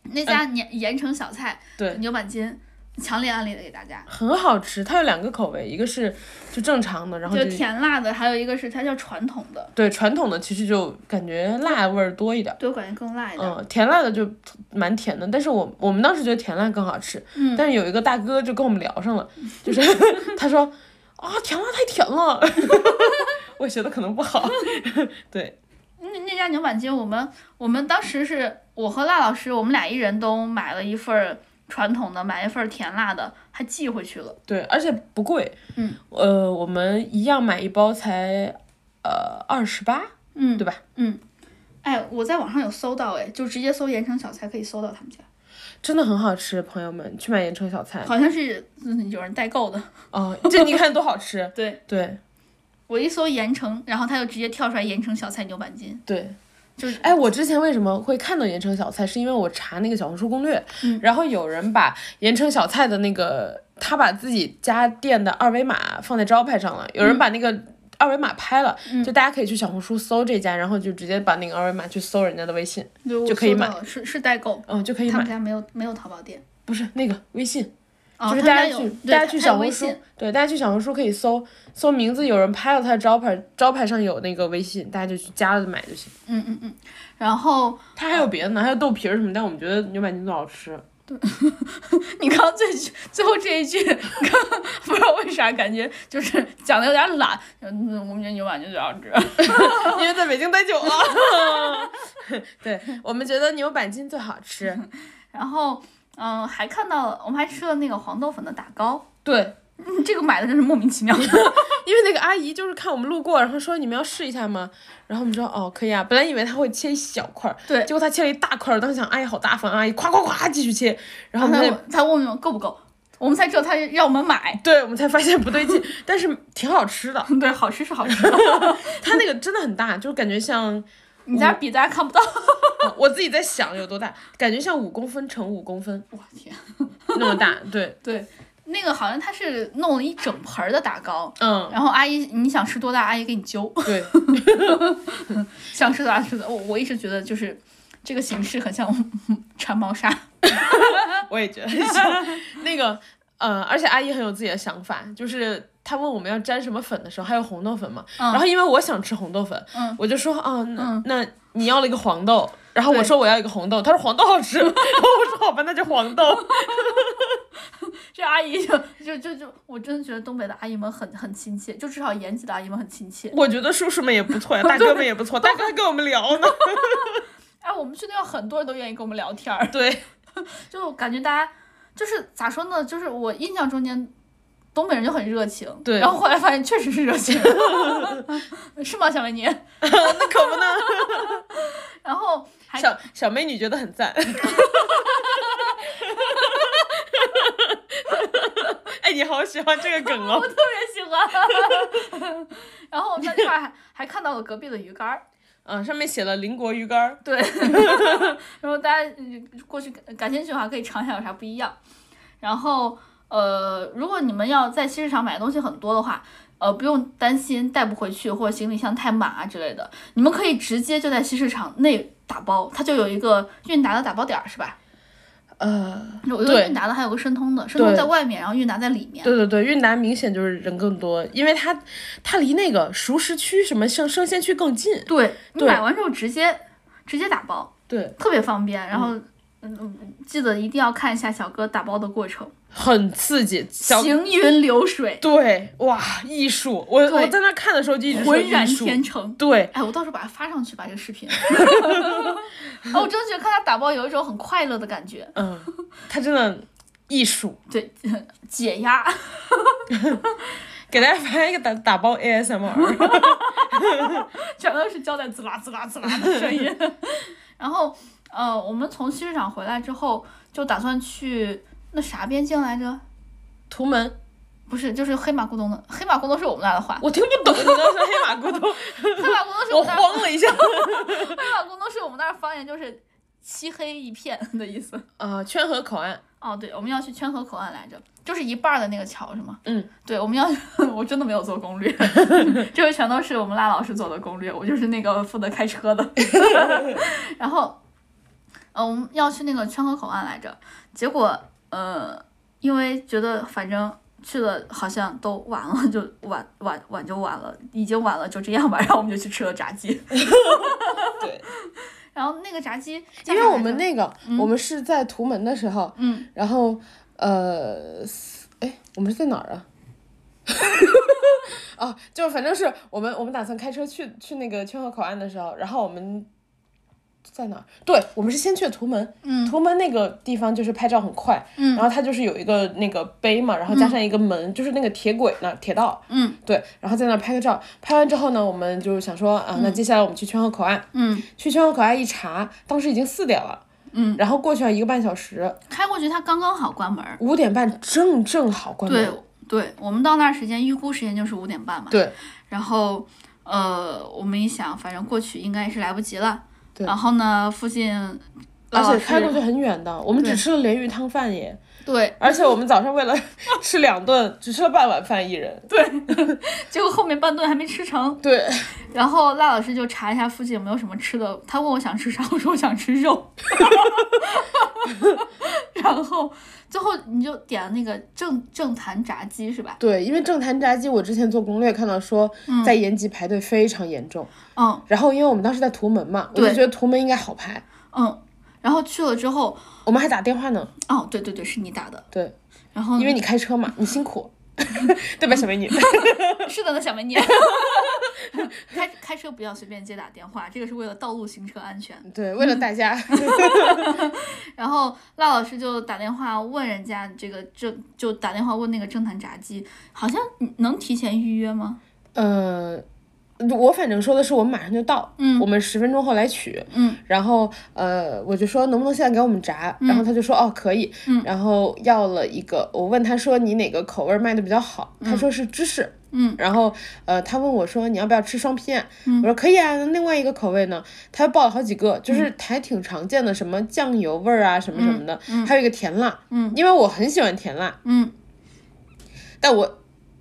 A: 那家盐盐城小菜，
C: 嗯对
A: 牛板筋，强烈安利的给大家。
C: 很好吃，它有两个口味，一个是就正常的，然后
A: 就
C: 就
A: 甜辣的，还有一个是它叫传统的，
C: 对传统的其实就感觉辣味儿多一点儿，
A: 对我感觉更辣一点。
C: 嗯，甜辣的就蛮甜的，但是我我们当时觉得甜辣更好吃，
A: 嗯
C: 但是有一个大哥就跟我们聊 上了，就是 他说啊甜辣太甜了， 我学的可能不好，对，
A: 那那家牛板筋，我们我们当时是我和辣老师，我们俩一人都买了一份儿传统的，买一份儿甜辣的，还寄回去了。
C: 对，而且不贵，
A: 嗯，
C: 呃，我们一样买一包才呃二十八，
A: 嗯
C: 对吧？
A: 嗯，哎，我在网上有搜到，哎，就直接搜盐城小菜可以搜到他们家，
C: 真的很好吃，朋友们去买盐城小菜
A: 好像是嗯有人代购的。
C: 哦，这你看多好吃，
A: 对
C: 对。
A: 我一搜盐城，然后他就直接跳出来盐城小菜牛板筋，
C: 对，
A: 就是
C: 哎，我之前为什么会看到盐城小菜，是因为我查那个小红书攻略，
A: 嗯
C: 然后有人把盐城小
A: 嗯
C: 菜的那个，他把自己家店的二维码放在招牌上了，有人把那个。二维码拍了，就大家可以去小红书搜这家，然后就直接把那个二维码去搜人家的微信，
A: 就
C: 就可以买
A: 是是代购，
C: 嗯，就可以
A: 他们
C: 买。
A: 家没有没有淘宝店，
C: 不是那个微信，
A: 哦，
C: 就是
A: 他
C: 大
A: 们
C: 家
A: 有
C: 去
A: 对
C: 大家
A: 他
C: 去
A: 他有
C: 小
A: 微
C: 红书
A: 信，
C: 对，大家去小红书可以搜搜名字，有人拍了他的招牌，招牌上有那个微信，大家就去加了买就行。
A: 嗯嗯嗯，然后
C: 它还有别的呢，还有豆皮儿什么，但我们觉得牛板筋最好吃。
A: 你刚刚最最后这一句，刚不知道为啥感觉就是讲的有点懒，嗯，我们觉得牛板筋最好吃。
C: 因为在北京待久了。 对，我们觉得牛板筋最好吃。
A: 然后，嗯、还看到了，我们还吃了那个黄豆粉的打糕，
C: 对，
A: 嗯，这个买的真是莫名其妙。
C: 因为那个阿姨就是看我们路过，然后说你们要试一下吗？然后我们说哦可以啊。本来以为她会切一小块儿，
A: 对
C: 结果她切了一大块儿。当时想阿哎姨好大方，啊阿姨夸夸夸继续切，然后啊我
A: 他
C: 们
A: 问
C: 在
A: 我他问我够不够，我们才知道他要我们买。
C: 对我们才发现不对劲，但是挺好吃的。
A: 对，好吃是好吃，
C: 它那个真的很大，就感觉像
A: 你在这比大家看不到。
C: 我自己在想有多大，感觉像五公分乘五公分
A: 我天，
C: 那么大。对，
A: 对，那个好像他是弄了一整盆儿的打糕。
C: 嗯，
A: 然后阿姨，你想吃多大，阿姨给你揪，
C: 对，
A: 想吃多大吃多大。我我一直觉得就是这个形式很像 馋猫砂，
C: 我也 觉得像那个，呃，而且阿姨很有自己的想法，就是她问我们要沾什么粉的时候，还有红豆粉嘛。然后因为我想吃红豆粉，
A: 嗯
C: 我就说啊，那、
A: 嗯
C: 那你要了一个黄豆，然后我
A: 对
C: 说我要一个红豆，她说黄豆好吃，然 后我说好吧，那就 黄豆。
A: 这阿姨就就就就，我真的觉得东北的阿姨们很很亲切，就至少延吉的阿姨们很亲切。
C: 我觉得叔叔们也不错呀，大哥们也不错，大哥还跟我们聊 呢。
A: 哎，我们去那儿很多人都愿意跟我们聊天儿，
C: 对，
A: 就感觉大家就是咋说呢，就是我印象中间东北人就很热情，
C: 对
A: 然后后来发现确实是热情， 是吗，小梅你？
C: 那可不呢。
A: 然后 还
C: 小小美女觉得很赞。 哎，你好喜欢这个梗 哦
A: 我！特别喜欢， 然后我在那块儿还还看到了隔壁的鱼竿儿，
C: 嗯，上面写了邻国鱼干儿。
A: 对，然后大家嗯过去感感兴趣的话可以尝一下有啥不一样。然后呃，如果你们要在西市场买的东西很多的话，呃，不用担心带不回去或者行李箱太满啊之类的，你们可以直接就在西市场内打包，它就有一个韵达的打包点儿是吧？
C: 呃，
A: 我觉得
C: 对
A: 韵达的还有个申通的，申通
C: 对
A: 在外面，然后韵达在里面。
C: 对对对，韵达明显就是人更多，因为它它离那个熟食区什么生生鲜区更近。
A: 对你
C: 对
A: 买完之后直接直接打包，
C: 对，
A: 特别方便。然后嗯嗯，记得一定要看一下小哥打包的过程，
C: 很刺激。小
A: 行云流水。
C: 对，哇，艺术！我
A: 对
C: 我在那看的时候就一直说
A: 浑然
C: 艺术。
A: 天成。
C: 对，
A: 哎，我到时候把它发上去吧，这个视频。 哎，我真的觉得看他打包有一种很快乐的感觉，
C: 嗯，它真的艺术。
A: 对，解压。
C: 给大家拍一个打打包 ASMR。
A: 全都是胶带滋啦滋啦滋啦的声音。 然后，呃，我们从西市场回来之后，就打算去那啥边境来着？
C: 图门，
A: 不是，就是黑马咕咚的。黑马咕咚是我们俩的话，
C: 我听不懂你刚才说黑马咕 咚，
A: 黑马咕咚是我
C: 我
A: 们那儿，
C: 慌了一下。
A: 黑马咕咚是我们那儿方言，就是漆黑一片的意思。
C: 呃，圈河口岸，
A: 哦，对，我们要去圈河口岸来着，就是一半儿的那个桥是吗？
C: 嗯，
A: 对，我们要， 我真的没有做攻 略，这回全都是我们拉老师做的攻略，我就是那个负责开车 的。 然后，呃，我们要去那个圈河口岸来着，结果，呃，因为觉得反正。去了好像都晚了，就晚晚晚就晚了，已经晚了，就这样吧。然后我们就去吃了炸鸡。
C: 对，
A: 然后那个炸鸡叫啥来着，
C: 因为我们那个、我们是在图门的时候，
A: 嗯，
C: 然后呃，哎，我们是在哪儿啊？ 啊，就反正是我们我们打算开车去去那个圈河口岸的时候，然后我们在哪儿？对，我们是先去的图门，
A: 嗯
C: 图门那个地方就是拍照很快，
A: 嗯
C: 然后它就是有一个那个碑嘛，然后加上一个门，就是那个铁轨那儿铁道，
A: 嗯，
C: 对，然后在那儿拍个照，拍完之后呢，我们就想说啊，那接下来我们去圈河口岸，
A: 嗯，
C: 去圈河口岸一查，当时已经四点了。
A: 嗯，
C: 然后过去了一个半小时，
A: 开过去，它刚刚好关门儿。
C: 五点半正正好关门。
A: 对对，我们到那儿时间预估时间就是五点半嘛。
C: 对
A: 然后呃，我们一想，反正过去应该是来不及了。然后呢，附近
C: 而
A: 老
C: 且
A: 师
C: 开过去很远的，我们只
A: 啊对
C: 吃了鲢鱼汤饭耶。
A: 对，
C: 而且我们早上为了 吃两顿，只吃了半碗饭一人。对
A: 结果后面半顿还没吃成，
C: 对，
A: 然后赖老师就查一下附近有没有什么吃的，他问我想吃啥，我说我想吃肉， 然后最后你就点那个正正坛炸鸡是吧？
C: 对，因为正坛炸鸡，我之前做攻略看到说，在延吉排队非常严重。
A: 嗯
C: 然后因为我们当时在图门嘛，我就
A: 对
C: 觉得图门应该好排，
A: 嗯，然后去了之后，
C: 我们还打电话呢。
A: 哦对对对，是你打的，
C: 对，
A: 然后
C: 因为你开车嘛，你辛苦，
A: 嗯
C: 对吧，小美女？
A: 是的呢，小美女，开开车不要随便接打电话，这个是为了道路行车安全。
C: 对，为了大家，
A: 然后赖老师就打电话问人家这个正，就打电话问那个正坛炸鸡，好像能提前预约吗？
C: 呃，我反正说的是我们马上就到，
A: 嗯
C: 我们十分钟后来取，
A: 嗯，
C: 然后呃，我就说能不能现在给我们炸，然后他就说哦可以，
A: 嗯
C: 然后要了一个，我问他说你哪个口味卖的比较好，他说是芝士，
A: 嗯，
C: 然后呃，他问我说你要不要吃双拼啊，我说可以啊，那另外一个口味呢，他报了好几个，
A: 嗯
C: 就是还挺常见的，什么酱油味儿啊，什么什么的，还有一个甜辣，
A: 嗯，
C: 因为我很喜欢甜辣，
A: 嗯
C: 但我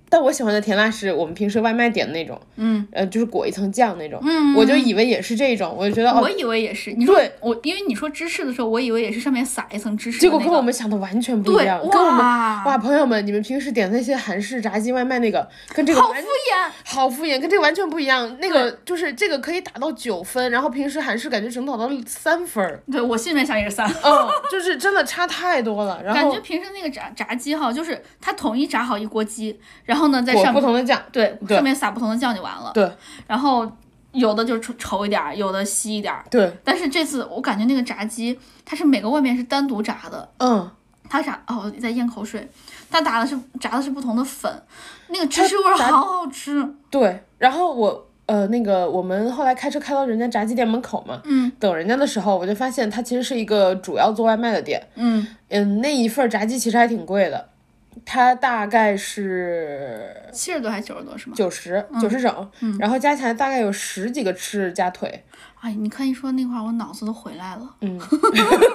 C: 但我喜欢的甜辣是我们平时外卖点的那种，
A: 嗯，
C: 呃，就是裹一层酱那种，
A: 嗯
C: 我就以为也是这种，我就觉得
A: 我
C: 哦，
A: 以为也是，你说
C: 对
A: 我，因为你说芝士的时候，我以为也是上面撒一层芝士、
C: 结果跟我们想的完全不一
A: 对
C: 样，跟我们
A: 哇
C: 哇，朋友们，你们平时点的那些韩式炸鸡外卖那个，跟这个
A: 好
C: 完
A: 敷衍，
C: 好敷衍，跟这个完全不一样，那个就是这个可以打到九分，然后平时韩式感觉只能打到三分儿，
A: 对我心里面想也是撒。
C: 嗯，就是真的差太多了，然
A: 感觉
C: 后
A: 平时那个炸炸鸡哈，就是它统一炸好一锅鸡，然后呢在
C: 裹
A: 上
C: 不
A: 面
C: 同的酱，
A: 对
C: 对
A: 上面撒不同的酱就完了。
C: 对
A: 然后有的就稠稠一点儿，有的稀一点儿。
C: 对，
A: 但是这次我感觉那个炸鸡，它是每个外面是单独炸的，
C: 嗯，
A: 它炸哦，我在咽口水，它打的是炸的是不同的粉，那个芝士味儿
C: 炸
A: 好好吃，
C: 对，然后我。呃，那个，我们后来开车开到人家炸鸡店门口嘛，
A: 嗯
C: 等人家的时候，我就发现它其实是一个主要做外卖的店，
A: 嗯，
C: 嗯，那一份儿炸鸡其实还挺贵的，它大概是
A: 七十多还是九十多是吗？
C: 九十
A: 嗯
C: 九十整，然后加起来大概有十几个翅加 腿，
A: 哎，你看一说那块儿，我脑子都回来了，
C: 嗯，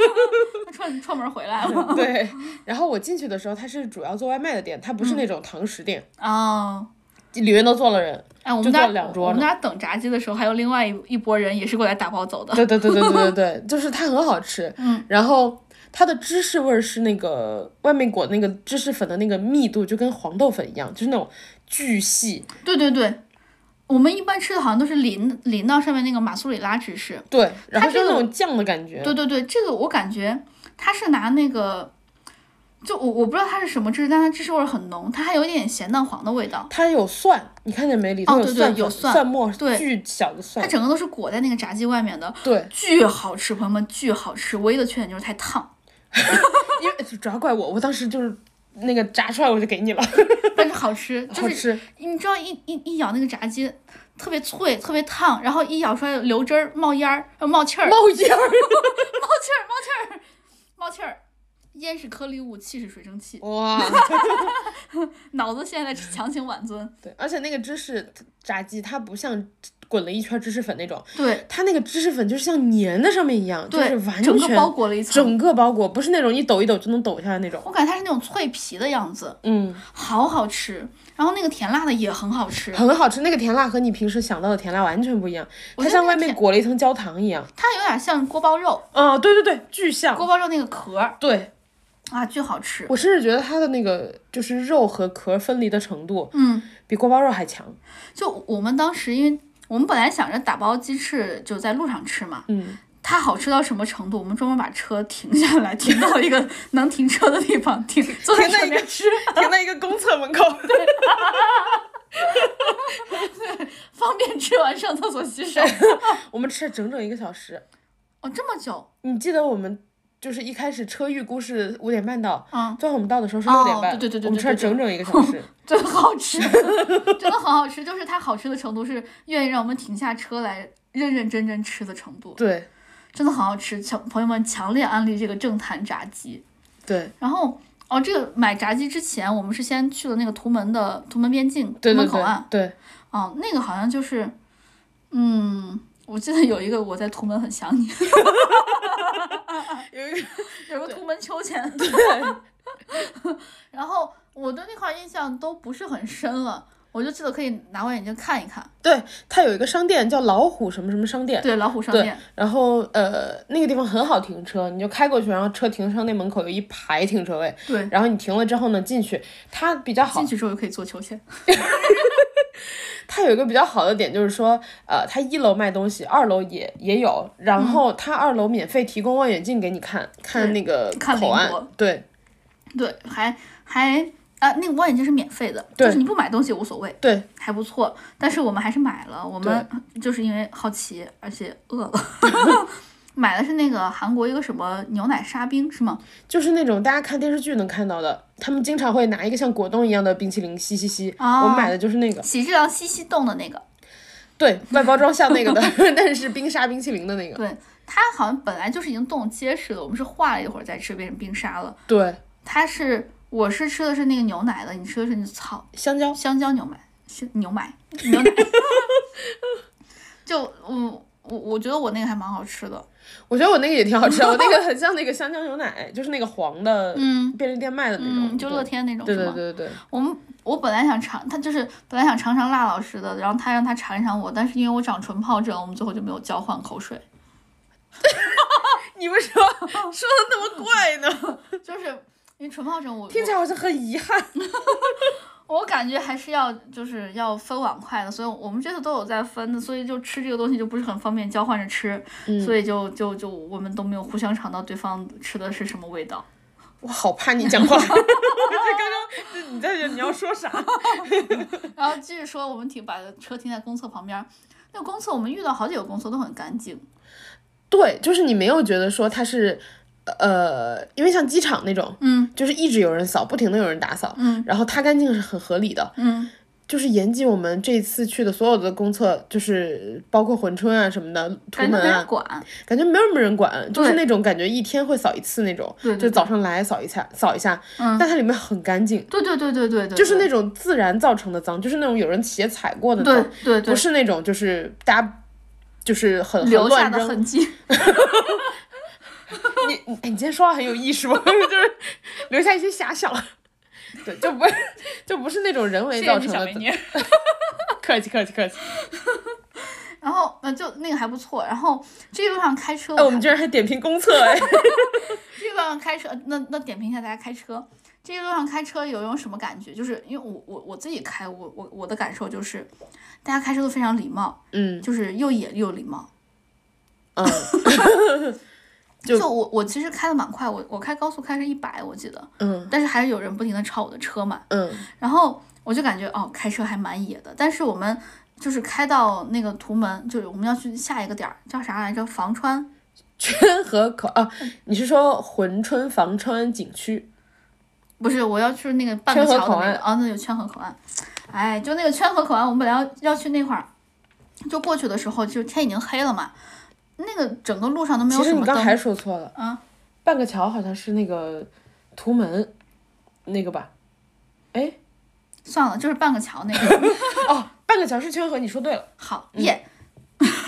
A: 串串门儿回来了，
C: 对。然后我进去的时候，它是主要做外卖的店，它不
A: 嗯
C: 是那种堂食店，
A: 哦。
C: 里面都坐了人。
A: 哎，我
C: 就
A: 们那
C: 坐两
A: 儿
C: 桌
A: 我们
C: 呢
A: 那儿等炸鸡的时候，还有另外一一波人也是过来打包 走的。
C: 对对对对对对对， 就是它很好吃。
A: 嗯，
C: 然后它的芝士味儿是那个外面裹那个芝士粉的那个密度，就跟黄豆粉一样，就是那种巨细。
A: 对对对，我们一般吃的好像都是淋淋到上面那个马苏里拉芝士，
C: 对，然后
A: 它这
C: 就是那
A: 个
C: 种酱的感觉。
A: 对对对，这个我感觉他是拿那个，就我我不知道它是什么芝士，但它芝士味儿很浓，它还有一点咸蛋黄的味道，
C: 它有蒜，你看见没？里头
A: 哦
C: 有
A: 对对
C: 蒜粉、
A: 有蒜
C: 蒜末，
A: 对
C: 巨小的蒜
A: 它。整个都是裹在那个炸鸡外面的，
C: 对，
A: 巨好吃，朋友们巨好吃，唯一的缺点就是太烫，
C: 因为主要怪我，我当时就是那个炸出来我就给你了，
A: 但是好吃， 就
C: 好
A: 是
C: 吃。
A: 你知道一一一咬那个炸鸡。特别脆，特别烫，然后一咬出来流汁儿、冒烟儿、呃冒气儿、冒气
C: 冒烟儿。
A: 儿、冒气儿、冒气儿。烟是颗粒物，气是水蒸气。
C: 哇，
A: 脑子现在在强行挽尊。
C: 对，而且那个芝士炸鸡，它不像滚了一圈芝士粉那种，
A: 对
C: 它那个芝士粉就是像粘在上面一样，就
A: 对
C: 是完，
A: 整个
C: 全
A: 包裹了一层。
C: 整个包裹，不是那种一抖一抖就能抖下来那种。
A: 我感觉它是那种脆皮的样子，
C: 嗯，
A: 好好吃。然后那个甜辣的也很好吃，
C: 很好吃。那个甜辣和你平时想到的甜辣完全不一样，
A: 我
C: 它
A: 觉得
C: 像
A: 那
C: 外
A: 个
C: 面
A: 甜
C: 裹了一层焦糖一样。
A: 它有点像锅包肉，
C: 啊，对对对，巨
A: 锅
C: 像。
A: 包肉那个壳儿
C: 对，
A: 啊，巨好吃。
C: 我甚至觉得它的那个就是肉和壳分离的程度
A: 嗯，
C: 比锅包肉还强。
A: 就我们当时因为。我们本来想着打包鸡翅就在路上吃嘛，
C: 嗯，
A: 它好吃到什么程度？我们专门把车停下来，停到一个能停车的地方，停坐在
C: 停在
A: 车
C: 一
A: 边
C: 个吃，停在一个公厕门口。
A: 方便吃完上厕所洗 手。
C: 我们吃了整整一个小时。
A: 哦，这么久，
C: 你记得我们就是一开始车预估是五点半到，
A: 嗯，
C: 最后我们到的时候是
A: 哦
C: 六点半，
A: 对对对对
C: 我们吃了
A: 对 对
C: 整整一个小时。
A: 真好吃， 真的很好吃，就是它好吃的程度是愿意让我们停下车来认认真真吃的程度，
C: 对
A: 真的很好吃。强朋友们强烈安利这个正坛炸鸡。
C: 对
A: 然后哦，这个买炸鸡之前，我们是先去了那个图门的图门边境图
C: 对对
A: 门口
C: 对
A: 岸，
C: 对，
A: 哦，那个好像就是，嗯，我记得有一个我在图门很想你，
C: 有一个
A: 有个图门秋千，
C: 对
A: 然后我对那块印象都不是很深了，我就记得可以拿望远镜看一看。
C: 对，它有一个商店叫老虎什么什么商店，
A: 对，老虎商
C: 对
A: 店，
C: 然后呃那个地方很好停车，你就开过去，然后车停商店门口有一排停车位，
A: 对，
C: 然后你停了之后呢进去，它比较好
A: 进，去之后就可以做秋千。
C: 它有一个比较好的点就是说，呃，它一楼卖东西，二楼也也有，然
A: 嗯
C: 后它二楼免费提供望远镜给你看，看那个
A: 看
C: 口
A: 邻
C: 岸
A: 国，
C: 对
A: 对，还还啊，那个望远镜是免费的，
C: 对
A: 就是你不买东西也无所谓。
C: 对
A: 还不错，但是我们还是买了。我们就是因为好奇，而且饿了， 买的是那个韩国一个什么牛奶沙冰是吗？
C: 就是那种大家看电视剧能看到的，他们经常会拿一个像果冻一样的冰淇淋，吸吸吸，
A: 哦
C: 我买的就是那个，
A: 喜之郎西西冻的那个，
C: 对外包装像 那个的，但是是冰沙冰淇淋的那个，
A: 对，它好像本来就是已经冻结实了，我们是化了一会儿再吃，变成冰沙了。
C: 对，
A: 它是我是吃的是那个牛奶的，你吃的是那草
C: 香蕉，
A: 香蕉牛奶，是牛奶牛奶。 就嗯，我我觉得我那个还蛮好吃的，
C: 我觉得我那个也挺好吃啊的，我那个很像那个香蕉牛奶，就是那个黄的，
A: 嗯，
C: 便利店卖的那种，
A: 嗯，就乐天那种
C: 对，
A: 是
C: 对
A: 吗？
C: 对 对对，
A: 我们我本来想尝，他就是本来想尝尝辣老师的，然后他让他尝一尝我，但是因为我长唇疱疹，我们最后就没有交换口水。
C: 你为什么说的那么怪 呢？
A: 就是因为唇疱疹我，我
C: 听起来好像很遗憾。
A: 我感觉还是要就是要分碗筷的，所以我们这次都有在分的，所以就吃这个东西就不是很方便交换着吃，
C: 嗯
A: 所以就就就我们都没有互相尝到对方吃的是什么味道。
C: 我好怕你讲话，我就 刚刚就你在这你要说啥？
A: 然后继续说，我们停把车停在公厕旁边儿，那个公厕我们遇到好几个公厕都很干净，
C: 对，就是你没有觉得说它是，呃，因为像机场那种，
A: 嗯
C: 就是一直有人扫，不停的有人打扫，
A: 嗯
C: 然后它干净是很合理的。
A: 嗯，
C: 就是延吉我们这次去的所有的公厕，就是包括珲春啊什么的，图
A: 感觉
C: 门
A: 没人
C: 啊，
A: 管，
C: 感觉没有什么人管，就是
A: 对
C: 那种感觉一天会扫一次那种，
A: 对对
C: 就
A: 对
C: 早上来扫一下，扫一下，
A: 嗯
C: 但它里面很干净。
A: 对对对对对对，
C: 就是
A: 对
C: 那种自然造成的脏，就是那种有人鞋踩过的
A: 对
C: 脏，
A: 对对
C: 不，是那种就是大家就是很很
A: 留下
C: 乱
A: 的
C: 扔。
A: 痕迹。
C: 你你哎，你今天说话很有艺术， 就是留下一些遐想。对，就不就不是那种人为造成的。
A: 妮。
C: 客气客气客气。
A: 然后呃，就那个还不错。然后这一路上开车，
C: 哎，我
A: 还
C: 们居然还点评公厕 哎。
A: 这一路上开车，呃那那点评一下大家开车。这一路上开车有一种什么感觉？就是因为我我我自己开，我我我的感受就是，大家开车都非常礼貌，
C: 嗯
A: 就是又野又礼貌。
C: 嗯，
A: 就我我其实开的蛮快，我我开高速开是一百，我记得，
C: 嗯
A: 但是还是有人不停的超我的车嘛。
C: 嗯，
A: 然后我就感觉哦，开车还蛮野的。但是我们就是开到那个图门，就是我们要去下一个点儿，叫啥来着？房川。
C: 圈河口啊，你是说珲春房川景区？
A: 不是，我要去那个半个
C: 圈河
A: 桥的
C: 口
A: 那
C: 岸
A: 个，哦，那有圈河口岸。哎，就那个圈河口岸，我们本来要要去那块儿，就过去的时候，就天已经黑了嘛，那个整个路上都没有
C: 其
A: 什
C: 实你
A: 么
C: 刚还
A: 灯。
C: 说错了
A: 啊，
C: 半个桥好像是那个图门，那个吧？哎，
A: 算了，就是半个桥那 个。
C: 哦，半个桥是圈河，你说对了。
A: 好耶。
C: 嗯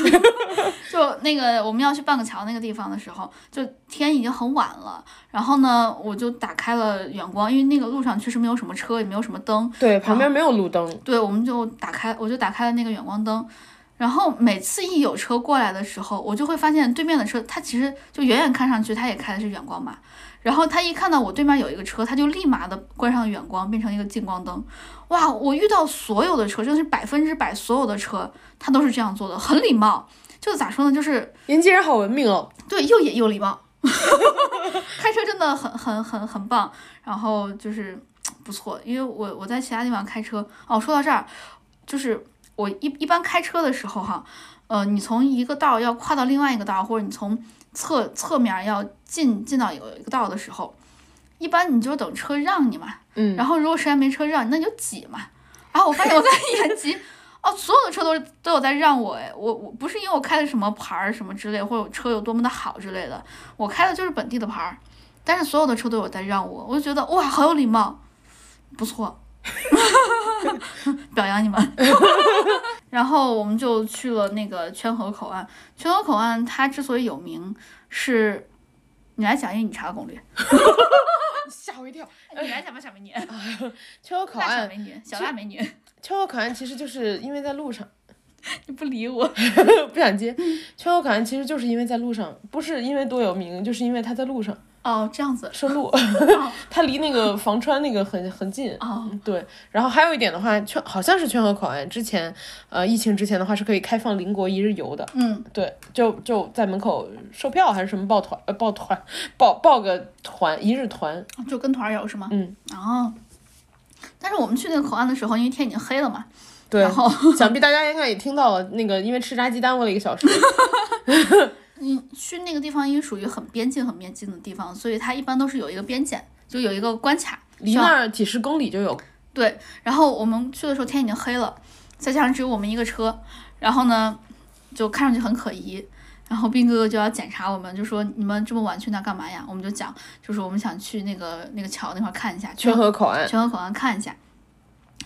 A: 就那个我们要去半个桥那个地方的时候，就天已经很晚了。然后呢，我就打开了远光，因为那个路上确实没有什么车，也没有什么灯。
C: 对，旁边没有路灯。
A: 对，我们就打开，我就打开了那个远光灯。然后每次一有车过来的时候，我就会发现对面的车，它其实就远远看上去，它也开的是远光嘛。然后它一看到我对面有一个车，它就立马的关上远光，变成一个近光灯。哇，我遇到所有的车，真的是百分之百所有的车，它都是这样做的，很礼貌。就咋说呢，就是
C: 年轻人好文明哦。
A: 对又野又礼貌， 开车真的很很很很棒。然后就是不错，因为我我在其他地方开车哦。说到这儿，就是我一一般开车的时候哈，呃，你从一个道儿要跨到另外一个道儿，或者你从侧侧面儿要进进到有一个道儿的时候，一般你就等车让你嘛。
C: 嗯
A: 然后如果实在没车让你，那你就挤嘛。然后我发现我在 延吉。哦，所有的车都是都有在让我哎，我我不是因为我开的什么牌儿什么之类，或者我车有多么的好之类的，我开的就是本地的牌儿，但是所有的车都有在让我，我就觉得哇，好有礼貌，不错， 表扬你们。 然后我们就去了那个圈河口岸，圈河口岸它之所以有名是，你来讲一下你查的攻略，
C: 吓我一跳。
A: 哎你来讲吧，小 美女，
C: 秋游口
A: 大小
C: 岸，
A: 美女，小辣美女，
C: 秋游口岸其实就是因为在路上。
A: 你不理我，
C: 不想接。
A: 嗯
C: 秋游口岸其实就是因为在路上，不是因为多有名，就是因为它在路上
A: 哦，这样子，
C: 顺路， 它离那个房川那个很很近。嗯
A: 哦，
C: 对，然后还有一点的话，圈好像是圈河口岸之前，呃，疫情之前的话是可以开放邻国一日游的。
A: 嗯，
C: 对，就就在门口售票还是什么报团，呃，报团，报报个团一日团，
A: 就跟团游是吗？
C: 嗯，
A: 哦，但是我们去那个口岸的时候，因为天已经黑了嘛，
C: 对
A: 然，后
C: 想必大家应该也听到了，那个因为吃炸鸡耽误了一个小 时，
A: 嗯，去那个地方因为属于很边境、很边境的地方，所以它一般都是有一个边检，就有一个关卡。
C: 离那儿几十公里就有。
A: 对，然后我们去的时候天已经黑了，再加上只有我们一个车，然后呢，就看上去很可疑。然后斌哥哥就要检查我们，就说你们这么晚去那干嘛呀？我们就讲，就是我们想去那个那个桥那块看一下，
C: 圈河口岸，
A: 全河口岸看一下。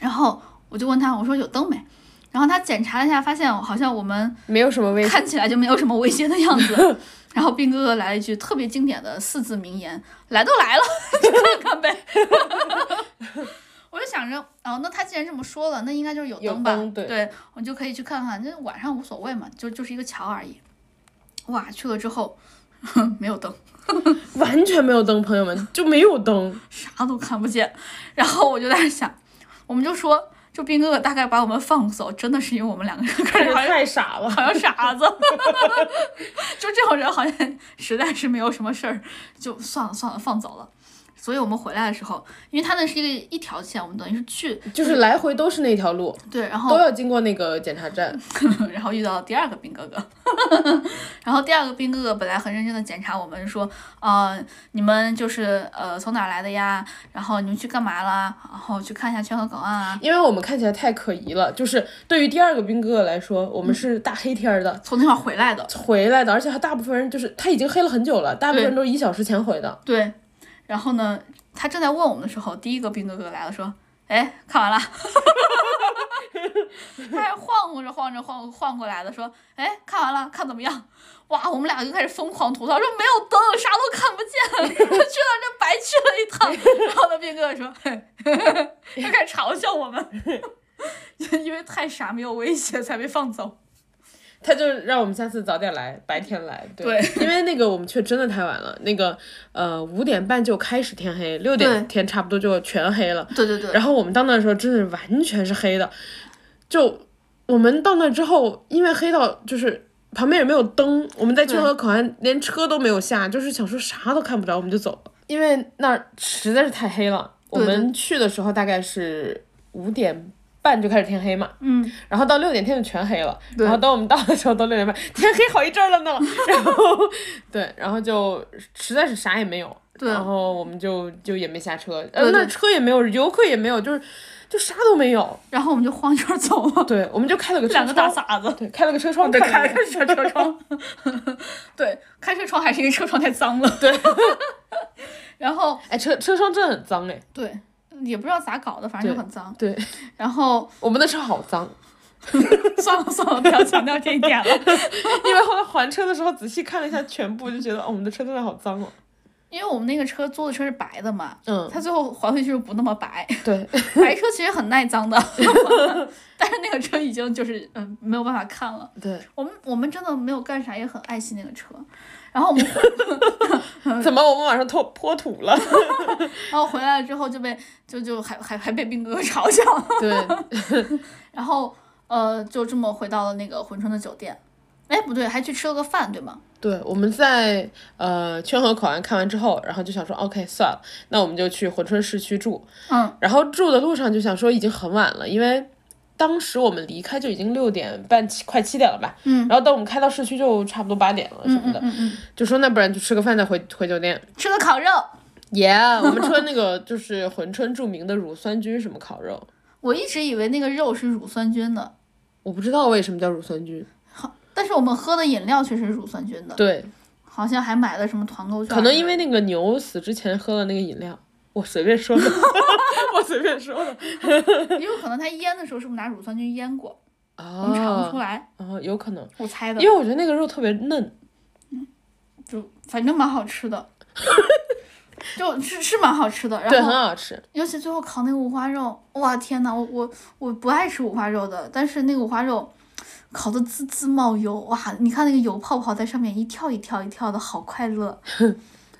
A: 然后我就问他，我说有灯没？然后他检查了一下，发现好像我们
C: 没有什么危险。
A: 看起来就没有什么危险的样 子。然后斌哥哥来了一句特别经典的四字名言：“来都来了， 去看看呗。” 我就想着，哦，那他既然这么说了，那应该就是有
C: 有
A: 吧？
C: 灯对
A: 我就可以去看看。那晚上无所谓嘛，就就是一个桥而已。哇，去了之后 没有灯，
C: 完全没有灯，朋友们就没 有灯。
A: 啥都看不见。然后我就在那想，我们就说，就斌哥哥大概把我们放走，真的是因为我们两个人 看
C: 看着
A: 着好像
C: 太傻了，
A: 好像傻子， 就这种人好像实在是没有什么事儿，就算了算了，放走了。所以我们回来的时候，因为他那是一个一条线，我们等于是去
C: 就是来回都是那条路，
A: 对，然
C: 都
A: 后
C: 要经过那个检查站。
A: 然后遇到了第二个兵哥哥， 然后第二个兵哥哥本来很认真的检查我们说，呃，你们就是呃从哪儿来的呀？然后你们去干嘛啦？然后去看一下圈河口岸啊，
C: 因为我们看起来太可疑了，就是对于第二个兵哥哥来说，我们是大黑天儿的、
A: 从那块儿回来的。
C: 回来的，而且他大部分人就是他已经黑了很久了，大部分人都是一小时前回的。
A: 对，然后呢，他正在问我们的时候，第一个兵哥哥来了，说：“哎，看完了。” 他还晃悠着晃着晃晃过来的，说：“哎，看完了，看怎么样？”哇，我们俩就开始疯狂吐槽，说没有灯，啥都看不见，去了这白去了一趟。然后呢，兵哥哥说：“ 嘿嘿嘿他开始嘲笑我们， 因为太傻没有威胁才被放走。
C: 他就让我们下次早点来，白天来。对，
A: 对
C: 因为那个我们去真的太晚了，那个呃五点半就开始天黑，六点
A: 对
C: 天差不多就全黑了。”
A: 对对对，
C: 然后我们到那的时候，真的是完全是黑的，就我们到那之后，因为黑到就是旁边也没有灯，我们在
A: 对
C: 圈河口岸连车都没有下，就是想说啥都看不着，我们就走了，因为那儿实在是太黑了。我
A: 对对
C: 们去的时候大概是五点。半就开始天黑嘛，
A: 嗯，
C: 然后到六点天就全黑了，
A: 对
C: 然后等我们到的时候都六点半，天黑好一阵儿了呢。 然后，对，然后就实在是啥也没有，
A: 对
C: 然后我们就就也没下车，
A: 对
C: 呃，那车也没有，游客也没有，就是就啥都没有。
A: 然后我们就晃悠着走了，
C: 对，我们就开了个车
A: 两个大
C: 窗，
A: 傻子。
C: 对，开了个车窗，
A: 对，
C: 看
A: 开
C: 了
A: 开车车窗，对，开车窗还是因为车窗太脏了，对。 然后
C: 哎，车车窗真的很脏哎，
A: 对，也不知道咋搞的，反正就很脏。
C: 对，
A: 然后
C: 我们的车好脏，
A: 算了算了，不要强调这一点了，
C: 因为后来还车的时候仔细看了一下全部，就觉得哦，我们的车真的好脏哦。
A: 因为我们那个车租的车是白的嘛，
C: 嗯，
A: 它最后还回去不那么白，
C: 对，
A: 白车其实很耐脏的，但是那个车已经就是嗯没有办法看了。
C: 对，
A: 我们我们真的没有干啥，也很爱惜那个车。然后我们嗯
C: 怎么我们晚上脱泼土 了？
A: 然后回来了之后就被就就还还还被兵哥哥嘲笑。
C: 对，
A: 然后呃，就这么回到了那个珲春的酒店。哎，不对，还去吃了个饭，对吗？
C: 对，我们在呃圈河口岸看完之后，然后就想说，OK，算了，那我们就去珲春市区住。
A: 嗯，
C: 然后住的路上就想说已经很晚了，因为当时我们离开就已经六点半七快七点了吧。
A: 嗯
C: 然后等我们开到市区就差不多八点了什么的，
A: 嗯嗯，
C: 就说那不然就吃个饭再回回酒店。
A: 吃了烤肉，
C: Yeah，我们吃了那个就是珲春著名的乳酸菌什么烤肉，
A: 我一直以为那个肉是乳酸菌的，
C: 我不知道为什么叫乳酸菌。
A: 但是我们喝的饮料却是乳酸菌的，
C: 对，
A: 好像还买了什么团购券。
C: 可能因为那个牛死之前喝了那个饮料，我随 便说的，我随便说的。
A: 也有可能他腌的时候是不是拿乳酸菌腌过，我们尝不出
C: 哦，
A: 来，
C: 哦，有可能，
A: 我猜的
C: 因，为我觉得那个肉特别嫩，
A: 就反正蛮好吃的。就是是蛮好吃的。
C: 对，
A: 然
C: 很
A: 后
C: 好吃。
A: 尤其最后烤那个五花肉，哇天呐，我我我不爱吃五花肉的，但是那个五花肉烤的滋滋冒油，哇！你看那个油泡泡在上面一跳一跳一跳的，好快乐。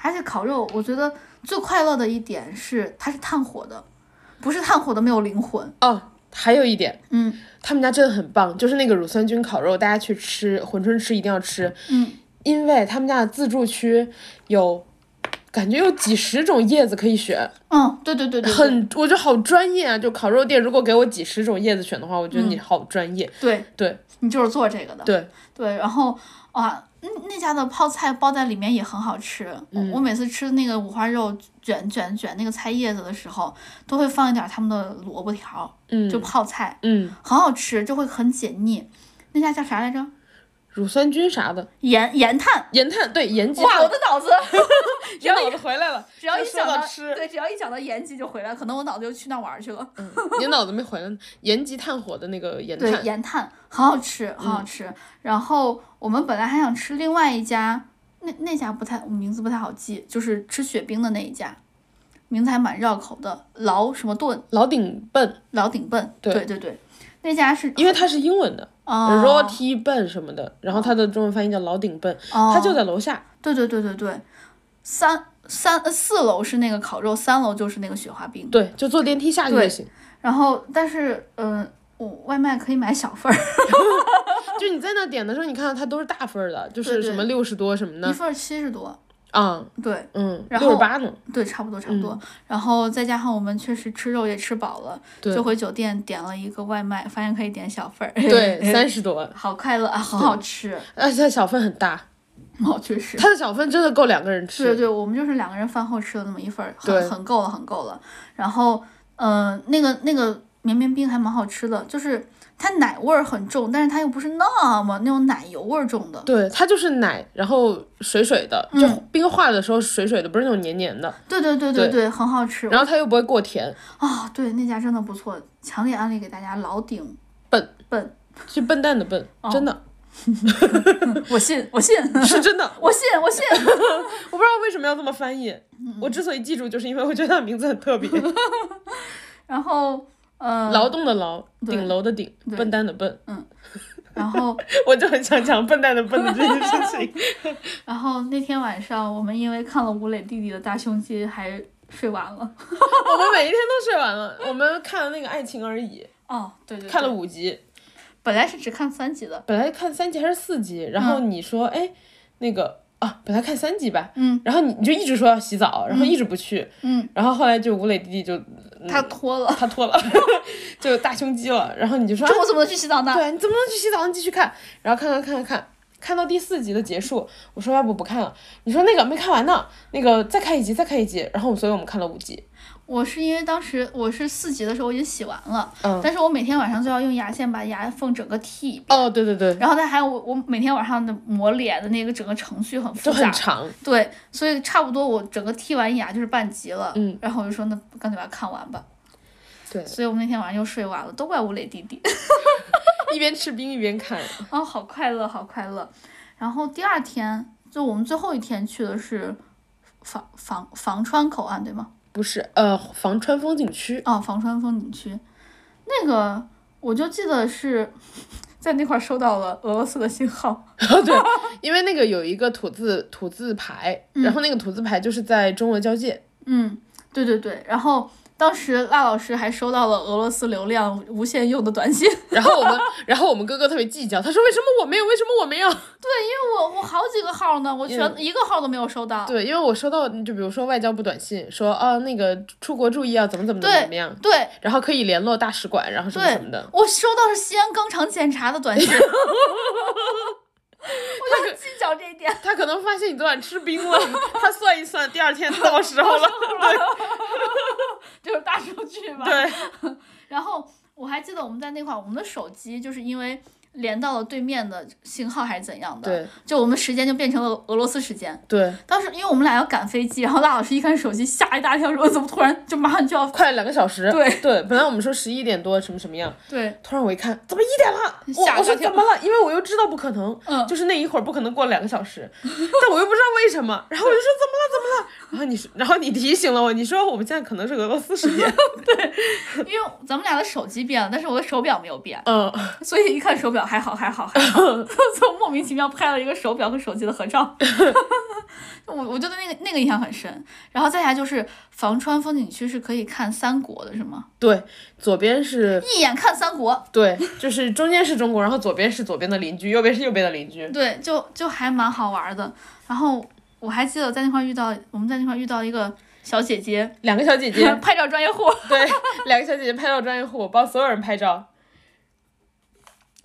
A: 而且烤肉，我觉得最快乐的一点是它是炭火的，不是炭火的没有灵魂。
C: 哦，还有一点，
A: 嗯
C: 他们家真的很棒，就是那个乳酸菌烤肉，大家去吃珲春吃一定要吃，
A: 嗯，
C: 因为他们家的自助区有。感觉有几十种叶子可以选，
A: 嗯，对对对对，对
C: 很，我觉得好专业啊！就烤肉店，如果给我几十种叶子选的话，我觉得你
A: 嗯
C: 好专业。
A: 对
C: 对，
A: 你就是做这个的。
C: 对
A: 对，然后啊，那那家的泡菜包在里面也很好吃。我
C: 嗯
A: 我每次吃那个五花肉卷卷卷那个菜叶子的时候，都会放一点他们的萝卜条儿，
C: 嗯，
A: 就泡菜，
C: 嗯，
A: 很好吃，就会很解腻。那家叫啥来着？
C: 乳酸菌啥的，
A: 盐盐炭。
C: 盐炭对盐鸡
A: 哇，我
C: 炭，
A: 的脑子只要
C: 让我
A: 一
C: 都回来了。
A: 只要一
C: 又说
A: 想
C: 到
A: 到
C: 吃
A: 对，只要一讲到盐鸡就回来，可能我脑子就去那玩儿去了。
C: 你脑子没回来呢？盐鸡炭火的那个盐
A: 对，
C: 炭，
A: 盐炭很好吃，很
C: 嗯
A: 好吃。然后我们本来还想吃另外一家，那那家不太，我名字不太好记，就是吃雪冰的那一家，名字还蛮绕口的，老什么顿，
C: 老顶笨，
A: 老顶笨。
C: 对
A: 对对对那家是
C: 因为它是英文的、
A: 啊，
C: r o t i 笨什么的，然后它的中文翻译叫老顶笨，
A: 哦
C: 它就在楼下。
A: 对对对对对，三三呃四楼是那个烤肉，三楼就是那个雪花冰。
C: 对，就坐电梯下去就
A: 对
C: 行。
A: 然后但是嗯。我外卖可以买小份儿，
C: 就你在那点的时候，你看到它都是大份儿的，就
A: 对
C: 是
A: 对
C: 什么六十多什么
A: 一
C: 的
A: 份儿七十多，
C: 啊，
A: 对，
C: 嗯，
A: 然
C: 六
A: 后
C: 十八 呢。
A: 对，差不多差不
C: 嗯
A: 多。然后再加上我们确实吃肉也吃饱了，
C: 对
A: 就回酒店点了一个外卖，发现可以点小份儿。
C: 对，三十多，
A: 好快乐啊，很好吃。
C: 而且它小份很大，
A: 哦，确实。
C: 它的小份真的够两个人吃。
A: 对对，我们就是两个人饭后吃了那么一份儿，
C: 对
A: 很很够了，很够了。然后，嗯、那个那个绵绵冰还蛮好吃的，就是它奶味儿很重，但是它又不是那么那种奶油味儿重的。
C: 对它就是奶，然后水水的，就
A: 嗯
C: 冰化的时候水水的，不是那种黏黏的，
A: 对对对对
C: 对
A: 对，很好吃。
C: 然后它又不会过甜，
A: 啊、对，那家真的不错，强烈安利给大家。老鼎
C: 笨
A: 笨，
C: 就笨蛋的笨，
A: 哦
C: 真的
A: 我信，我信，
C: 是真的，
A: 我信，我信。 嗯
C: 我不知道为什么要这么翻译。我之所以记住，就是因为我觉得它名字很特别，
A: 然后呃，
C: 劳动的劳，
A: 对
C: 顶楼的顶，
A: 对
C: 笨蛋的笨，
A: 然后
C: 我就很想讲笨蛋的笨的这件事情。
A: 然后那天晚上，我们因为看了吴磊弟弟的大胸肌，还睡晚了。
C: 我们每一天都睡完了，我们看了那个《爱情而已
A: 哦，对对》，
C: 看了
A: 对
C: 五集，
A: 本来是只看三集的，
C: 本来看三集还是四集，然后你说，哎、那个啊，本来看三集吧，
A: 嗯，
C: 然后你你就一直说要洗澡，然后一直不去，
A: 嗯，
C: 然后后来就吴磊弟弟就
A: 他脱了，
C: 他脱了， 就大胸肌了，然后你就说，
A: 这
C: 啊
A: 我怎么能去洗澡呢？
C: 对，你怎么能去洗澡？你继续看，然后看看看看看，看到第四集的结束，我说要不不看了。你说那个没看完呢，那个再看一集，再看一集。然后所以我们看了五集。
A: 我是因为当时我是四集的时候我已经洗完了，
C: 嗯
A: 但是我每天晚上就要用牙线把牙缝整个剔一遍。
C: 哦，对对对，
A: 然后它还有我我每天晚上的抹脸的那个整个程序很复
C: 就
A: 杂
C: 很，长。
A: 对，所以差不多我整个剔完牙就是半集了，
C: 嗯，
A: 然后我就说那干脆把它看完吧，
C: 对，
A: 所以我们那天晚上又睡晚了，都怪吴磊弟弟，
C: 一边吃冰一边看。
A: 啊，好快乐，好快乐。然后第二天，就我们最后一天去的是房房房川口岸，对吗？
C: 不是，呃，房川风景区。
A: 哦，房川风景区，那个我就记得是在那块儿收到了俄罗斯的信号，
C: 对，因为那个有一个土字土字牌，然后那个土字牌就是在中俄交界。
A: 嗯，对对对，然后。当时辣老师还收到了俄罗斯流量无限用的短信，
C: 然后 我们，然后我们哥哥特别计较，他说为什么我没有，为什么我没有？
A: 我我好几个号呢，我全一个号都没有收到。
C: 嗯对，因为我收到，就比如说外交部短信说，啊，那个出国注意啊，怎么怎么怎么怎么样，
A: 对，
C: 然后可以联络大使馆，然后什么
A: 对
C: 什么的。
A: 我收到是西安钢厂检查的短 信，我要计较这一点。
C: 他可能发现你昨晚吃冰了， 他算一算，第二天到时候 了。
A: 就是大数据嘛。
C: 对。
A: 然后我还记得我们在那块儿，我们的手机就是因为连到了对面的信号还是怎样的，
C: 对，
A: 就我们时间就变成了俄罗斯时间。
C: 对，
A: 当时因为我们俩要赶飞机，然后拉老师一看手机，吓一大跳，说怎么突然就马上就要
C: 快两个小时。
A: 对
C: 对，本来我们说十一点多什么什么样，
A: 对
C: 突然我一看，怎么一点了？
A: 吓
C: 我我说
A: 一跳
C: 怎么了？因为我又知道不可能，
A: 嗯
C: 就是那一会儿不可能过两个小时， 但我又不知道为什么。然后我就说怎么了？怎么了？然后你是然后你提醒了我，你说我们现在可能是俄罗斯时间。
A: 因 为咱们俩的手机变了，但是我的手表没有变，
C: 嗯，
A: 所以一看手表还好还好还好，就莫名其妙拍了一个手表和手机的合照。我我觉得那个那个印象很深。然后再下来就是房川风景区是可以看三国的，是吗？
C: 对，左边是，
A: 一眼看三国，
C: 对，就是中间是中国，然后左边是左边的邻居，右边是右边的邻居。
A: 对，就就还蛮好玩的。然后我还记得在那块儿遇到，我们在那块儿遇到一个小姐姐，，
C: 两个小姐姐
A: 拍照专业户。
C: 对，两个小姐姐拍照专业户，我帮所有人拍照。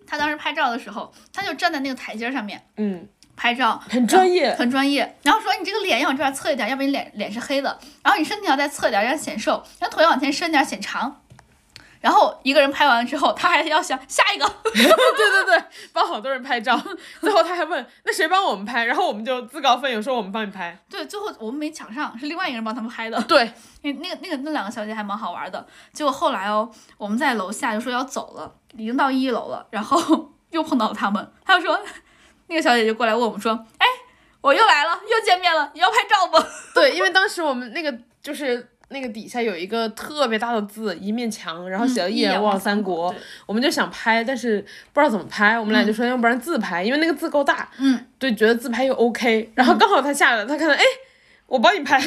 A: 她当时拍照的时候，她就站在那个台阶儿上面
C: 嗯，
A: 拍照，
C: 很专业。
A: 很专业。然后说你这个脸要往这边侧一点，要不然你脸脸是黑的。然后你身体要再侧一点，要显瘦。然后腿要往前伸点，显长。然后一个人拍完之后，她还要想下一个。
C: 对对对， 帮好多人拍 照，最后他还问那谁帮我们拍，然后我们就自告奋勇说我们帮你拍。
A: 对，最后我们没抢上，是另外一个人帮他们拍的。
C: 对，
A: 那那个那个那两个小姐还蛮好玩的。结果后来哦，我们在楼下就说要走了，已经到一楼了，然后 又碰到了他们，他就说， 那个小姐姐过来问我们说，哎，我又来了，又见面了，你要拍照吗？
C: 对，因为当时我们那个就是那个底下有一个特别大的字，一面墙，然后写了“
A: 嗯
C: 一
A: 一眼
C: 眼望
A: 望
C: 三
A: 三
C: 国”
A: 国
C: 嗯
A: 对
C: 我们就想拍，但是不知道怎么拍，我们俩就说要不然自拍，因为那个字够大，
A: 嗯，
C: 对，觉得自拍又 OK。然后刚好他下来了，他看到哎，我帮你拍。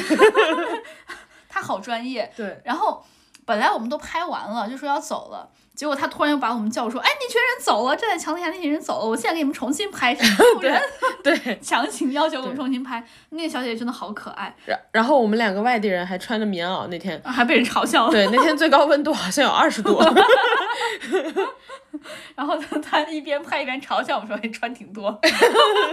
A: 她好专业。
C: 对，
A: 然后本来我们都拍完了，就说要走了。结果她突然又把我们叫住，说：“哎，那群人走了，站在墙底下那群人走了，我现在给你们重新拍。” 有人
C: 对，
A: 强行要求我们重新拍，那个小姐姐真的好可爱，
C: 然然后我们两个外地人还穿着棉袄那天。
A: 啊还被人嘲笑了。
C: 对，那天最高温度好像有二十 度。
A: 然后他他一边拍一边嘲笑我们说：“哎，穿挺多。”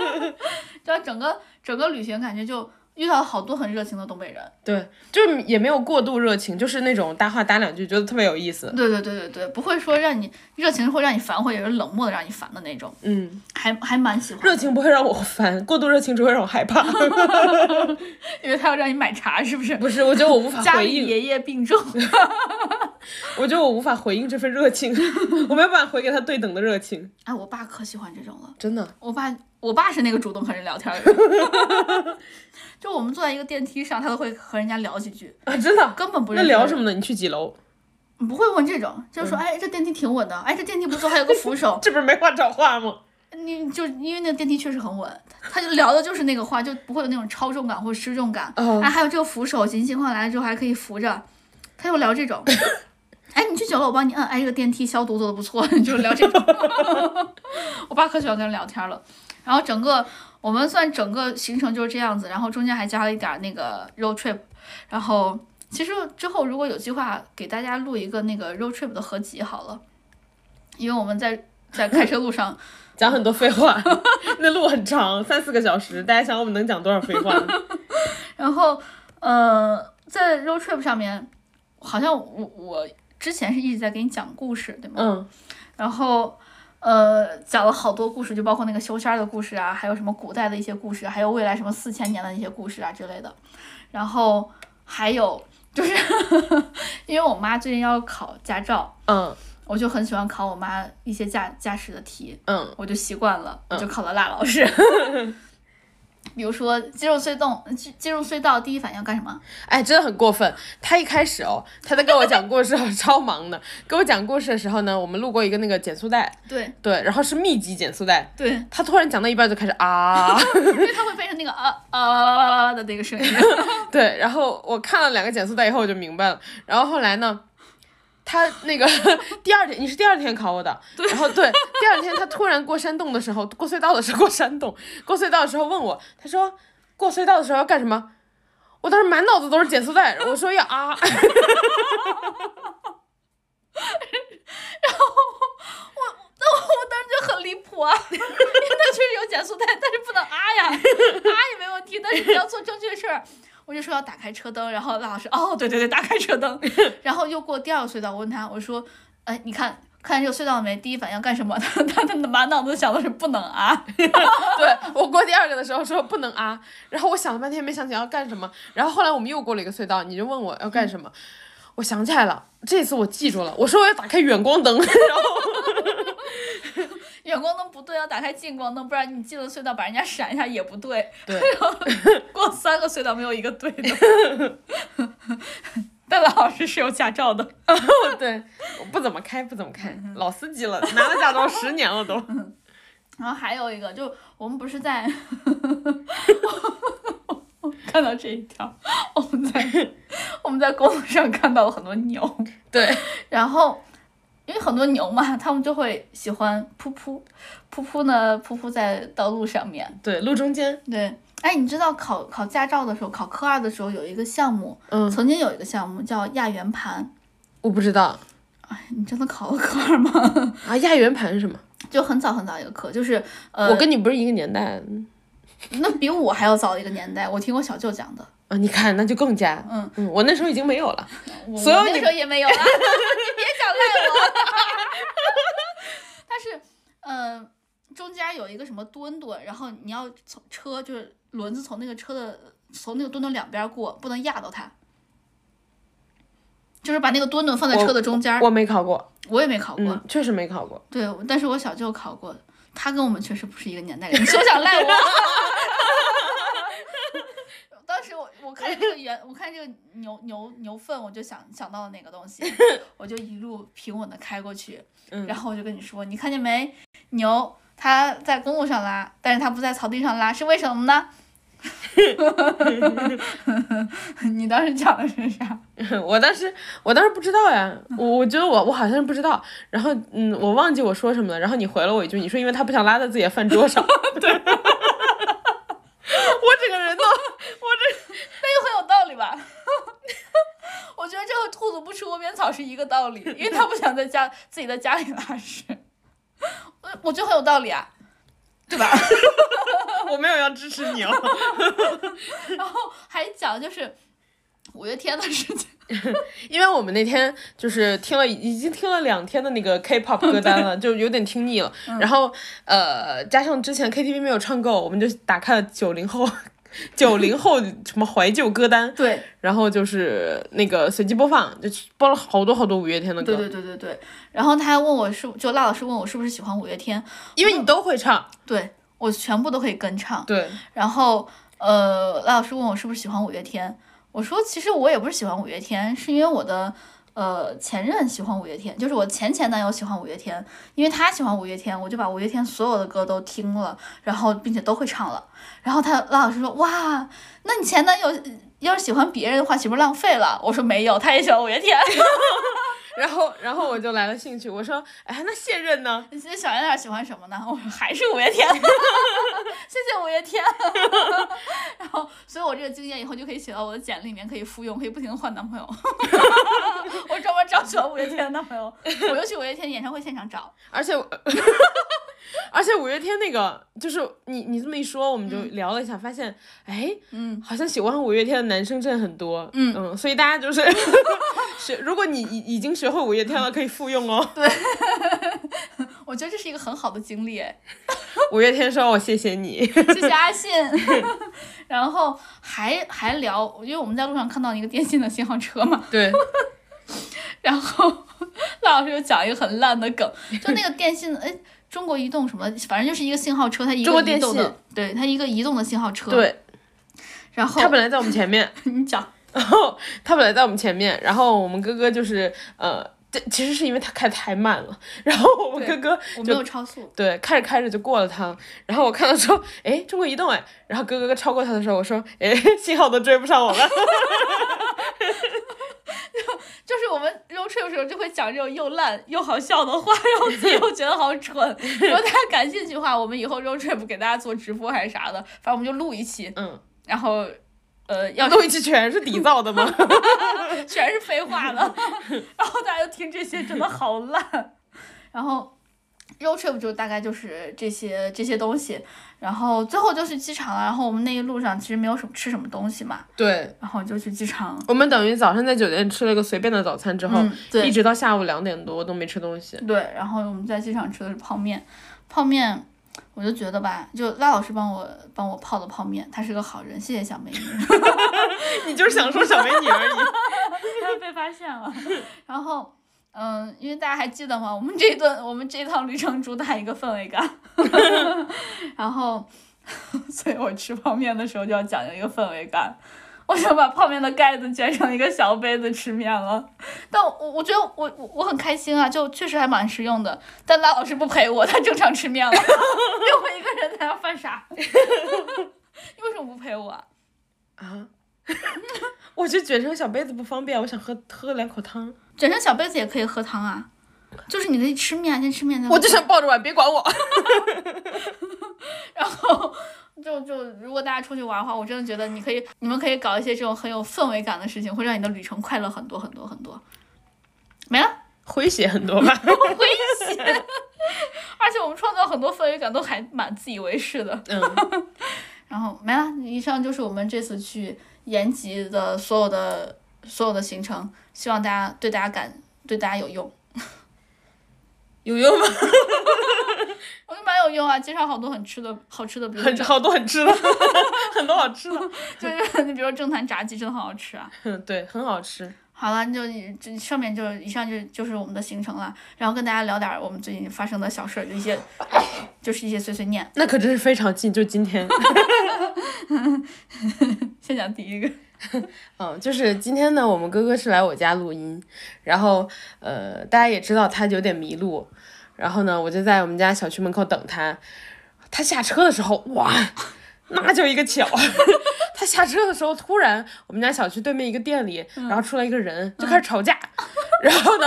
A: 就整个整个旅行感觉就遇到了好多很热情的东北人。
C: 对，就是也没有过度热情，就是那种搭话搭两句，觉得特别有意思。
A: 对对对对对，不会说让你热情会让你烦，或者是冷漠的让你烦的那种，
C: 嗯，
A: 还还蛮喜欢的。
C: 热情不会让我烦，过度热情只会让我害怕。
A: 因为他要让你买茶，是不是？
C: 不是，我觉得我无法
A: 家
C: 回
A: 里
C: 应，
A: 爷爷病 重，
C: 我觉得我无法回应这份热 情，我没有办法回给他对等的热情。
A: 哎，我爸可喜欢这种了。
C: 真的，
A: 我爸，我爸是那个主动和人聊天的人， 就我们坐在一个电梯上，他都会和人家聊几句，
C: 啊，真的。
A: 根本不认
C: 那
A: 识
C: 聊
A: 人
C: 什么嗯呢？你去几楼？，
A: 不会问这种，就是说，哎，这电梯挺稳的，哎，这电梯不错，还有个扶手
C: 这不是没话找话吗？
A: 你就因为那个电梯确实很稳，他就聊的就是那个话，就不会有那种超重感或失重感。
C: 哦
A: 啊，还有这个扶手，紧急情况来了之后还可以扶着，他就聊这种。哎，你去九楼，我帮你摁。哎，这个电梯消毒做的不错， 就聊这种。我爸可喜欢跟人聊天了。然后整个我们算整个行程就是这样子，然后中间还加了一点儿那个 road trip，然后其实之后如果有计划，给大家录一个那个 road trip 的合集好了，因为我们在在开车路上
C: 讲很多废话， 那路很长，三四个小时，大家想我们能讲多少废话？
A: 然后，呃，在 road trip 上面，好像我我之前是一直在给你讲故事，对吗？
C: 嗯，
A: 然后，呃，讲了好多故事，就包括那个修仙儿的故事啊，还有什么古代的一些故事，还有未来什么四千年的一些故事啊之类的。然后还有就是， 因为我妈最近要考驾照，
C: 嗯
A: 我就很喜欢考我妈一些驾驾驶的题。
C: 嗯
A: 我就习惯了，我就考了辣老师。比如说进入隧洞，进进入隧道，第一反应要干什么？
C: 哎，真的很过分。他一开始哦，他在跟我讲故事， 我超忙的。跟我讲故事的时候呢，我们路过一个那个减速带，
A: 对
C: 对，然后是密集减速带。
A: 对，
C: 他突然讲到一半就开始啊，
A: 因为它会变成那个啊啊的那个声音。
C: 对，然后我看了两个减速带以后我就明白了。然后后来呢，他那个第二天你是第二天考我的，然后对，第二天他突然过山洞的时候，过隧道的时候过山洞，过隧道的时候问我，他说过隧道的时候要干什么？我当时满脑子都是减速带，我说要啊，
A: 我当时就很离谱啊，因为它确实有减速带，但是不能啊呀，啊也没问题，但是你要做正确的事儿。我就说要打开车灯，然后辣老师哦，对对对，打开车灯，然后又过第二个隧道，我问他，我说，哎，你看看这个隧道没，第一反应要干什么？他他他满脑子想的是不能啊，
C: 对我过第二个的时候说不能啊，然后我想了半天没想起来要干什么，然后后来我们又过了一个隧道，你就问我要
A: 嗯
C: 干什么，我想起来了，这次我记住了，我说我要打开远光灯， 然后
A: 远光灯不对，要打开近光灯，不然你进了隧道把人家闪一下也不对。
C: 对，
A: 过三个隧道没有一个对的。 戴老师是有驾照的，
C: 对，我不怎么开，不怎么
A: 嗯
C: 开， 老司机了，拿了驾照十年了都。
A: 然后还有一个，就我们不是在， 我看到这一条， 我们在我们在公路上看到了很多牛，
C: 对，
A: 然后因为很多牛嘛，他们就会喜欢噗噗噗噗呢，噗噗在道路上面，
C: 对，路中间，
A: 对，哎，你知道考考驾照的时候，考科二的时候有一个项目，
C: 嗯
A: 曾经有一个项目叫压圆盘。
C: 我不知道
A: 哎，你真的考了科二吗？
C: 啊，压圆盘是什么？
A: 就很早很早一个课，就是呃，
C: 我跟你不是一个年代
A: 那比我还要早一个年代，我听我小舅讲的。
C: 啊，你看那就更加，
A: 嗯
C: 嗯，我那时候已经没有了，
A: 我
C: 所有
A: 我那
C: 你
A: 时候也没有啊， 你别想赖我。 但是，呃，中间有一个什么墩墩，然后你要从车就是轮子从那个车的从那个墩墩两边过，不能压到它。就是把那个墩墩
C: 哦
A: 放在车的中间儿，
C: 我没考过，
A: 我也没考过，
C: 嗯，确实没考过。
A: 对，但是我小舅考过，他跟我们确实不是一个年代人，你休想赖我。 当时我我看见这个圆，我看见这个牛牛牛粪，我就想想到了那个东 西，我就一路平稳的开过去，
C: 嗯
A: 然后我就跟你说，你看见没，牛它在公路上拉，但是它不在草地上拉，是为什么 呢？ 你当时讲的是啥？
C: 我当时我当时不知道呀，我我觉得我我好像是不知道，然后嗯，我忘记我说什么了，然后你回了我一句，你说因为他不想拉在自己的饭 桌上，对，我整个人都
A: 这很有道理吧？ 我觉得这和兔子不吃窝边草是一个道 理，因为它不想在家自己在家里拉屎。我我觉得很有道理啊。
C: 我没有要支持你哦，
A: 然后还讲就是五月天的事情，
C: 因为我们那天就是听了已经听了两天的那个 K-pop 歌单 了，就有点听腻了，
A: 嗯
C: 然后呃，加上之前 KTV 没有唱够，我们就打开了九零后。 九零后什么怀旧歌单，
A: 对
C: 然后就是那个随机播放，就播了好多好多五月天的歌。
A: 对对对对对。然后他还问我是就辣老师问我是不是喜欢五月天，
C: 因为你都会唱。
A: 对我全部都可以跟唱。
C: 嗯对，
A: 然后呃，赖老师问我是不是喜欢五月天，我说其实我也不是喜欢五月天，是因为我的呃前任喜欢五月天，就是我前前男友喜欢五月天，因为他喜欢五月天，我就把五月天所有的歌都听了，然后并且都会唱了。然后他赖老师说哇，那你前男友。要是喜欢别人的话，岂不是浪费了？我说没有，他也喜欢五月天。
C: 然后然后我就来了兴趣，我说，哎，那现任呢？
A: 你这小圆脸喜欢什么呢？我说还是五月天，谢谢五月天。然后，所以我这个经验以后就可以写到我的简历里面，可以复用，可以不停的换男朋友。 我专门找喜欢五月天的男朋友，我就去五月天演唱会现场找。
C: 而且 我，而且五月天那个，就是你你这么一说，我们就聊了一下，发现，哎，
A: 嗯，
C: 好像喜欢五月天的男生真的很多。嗯所以大家就是 学，如果你已已经学会五月天了，可以复用哦。
A: 我觉得这是一个很好的经历，哎
C: 五月天说，我谢谢你。
A: 谢谢阿信。然后还还聊，因为我们在路上看到一个电信的信号车嘛，
C: 对，
A: 然后赖老师就讲一个很烂的梗，就那个电信，哎，中国移动什么的，反正就是一个信号车，它一
C: 中国
A: 个
C: 电
A: 移动
C: 信
A: 的，对，它一个移动的信号车。，
C: 对
A: 然后
C: 他本来在我们前面，
A: 你讲，
C: 然后他本来在我们前面，然后我们哥哥就是呃。这其实是因为他开太慢了，然后我们哥
A: 对
C: 哥
A: 我没
C: 就
A: 有超速，
C: 对，开着开着就过了他，然后我看到说，哎，中国移动哎，然后哥哥超过他的时候，我说，哎，信号都追不上我 了。
A: 就是我们 road trip 的时候就会讲这种又烂又好笑的话，然后自己又觉得好 蠢。如果大家感兴趣的话，我们以后 road trip 给大家做直播还是啥的，反正我们就录一期，
C: 嗯，
A: 然后呃要
C: 录一期全是底噪的 吗？
A: 全 是废话的，然后大家就听这些，真的好烂。然后 road trip 就大概就是这些这些东西，然后最后就去机场了。然后我们那一路上其实没有什么吃什么东西嘛，
C: 对，
A: 然后就去机场。
C: 我们等于早上在酒店吃了个随便的早餐之后，
A: 嗯，对
C: 一直到下午两点多都没吃东西。
A: 对，然后我们在机场吃的是泡面，泡面我就觉得吧，就赖老师帮我帮我泡的泡面，他是个好人，谢谢小美女。
C: 你就是想说小美女而已。
A: 被发现了。然后，嗯，因为大家还记得吗？我们这一顿，我们这一趟旅程主打一个氛围感， 然后， 所以我吃泡面的时候就要讲究一个氛围感。我想把泡面的盖子卷成一个小杯子吃面了，但我我觉得我我我很开心啊，就确实还蛮实用的。但拉老师不陪我，他正常吃面了， 因为我一个人在那犯傻。 你为什么不陪我啊？
C: 啊， 我就卷成小杯子不方便，我想喝喝两口汤。
A: 卷成小杯子也可以喝汤啊，就是你可以吃面，先吃面再喝啊
C: 我就想抱着碗，别管我。
A: 然后就就如果大家出去玩的话，我真的觉得你可以，你们可以搞一些这种很有氛围感的事情，会让你的旅程快乐很多很多很多。没了，
C: 诙谐很多吧？
A: 回血。 而且我们创造很多氛围感都还蛮自以为是的。
C: 嗯，
A: 然后没了，以上就是我们这次去延吉的所有的所有的行程，希望大家对大家感对大家有用。
C: 有用吗？
A: 我觉得蛮有用啊，介绍好多很吃的好吃的，比如说
C: 很好多很吃 的，很多好吃的。
A: 就是 你比如说正坛炸鸡真的很好吃啊。
C: 嗯，对，很好吃。
A: 好了，就这上面就以上就就是我们的行程了，然后跟大家聊点儿我们最近发生的小事儿，就一些 就是一些碎碎念。
C: 那可真是非常近，就今天。
A: 先讲第一个，
C: 嗯，就是今天呢，我们哥哥是来我家录音，然后呃，大家也知道他有点迷路，然后呢，我就在我们家小区门口等他。他下车的时候，哇，那就一个巧！ 他下车的时候，突然我们家小区对面一个店里，然后出来一个人，就开始吵架。然后呢，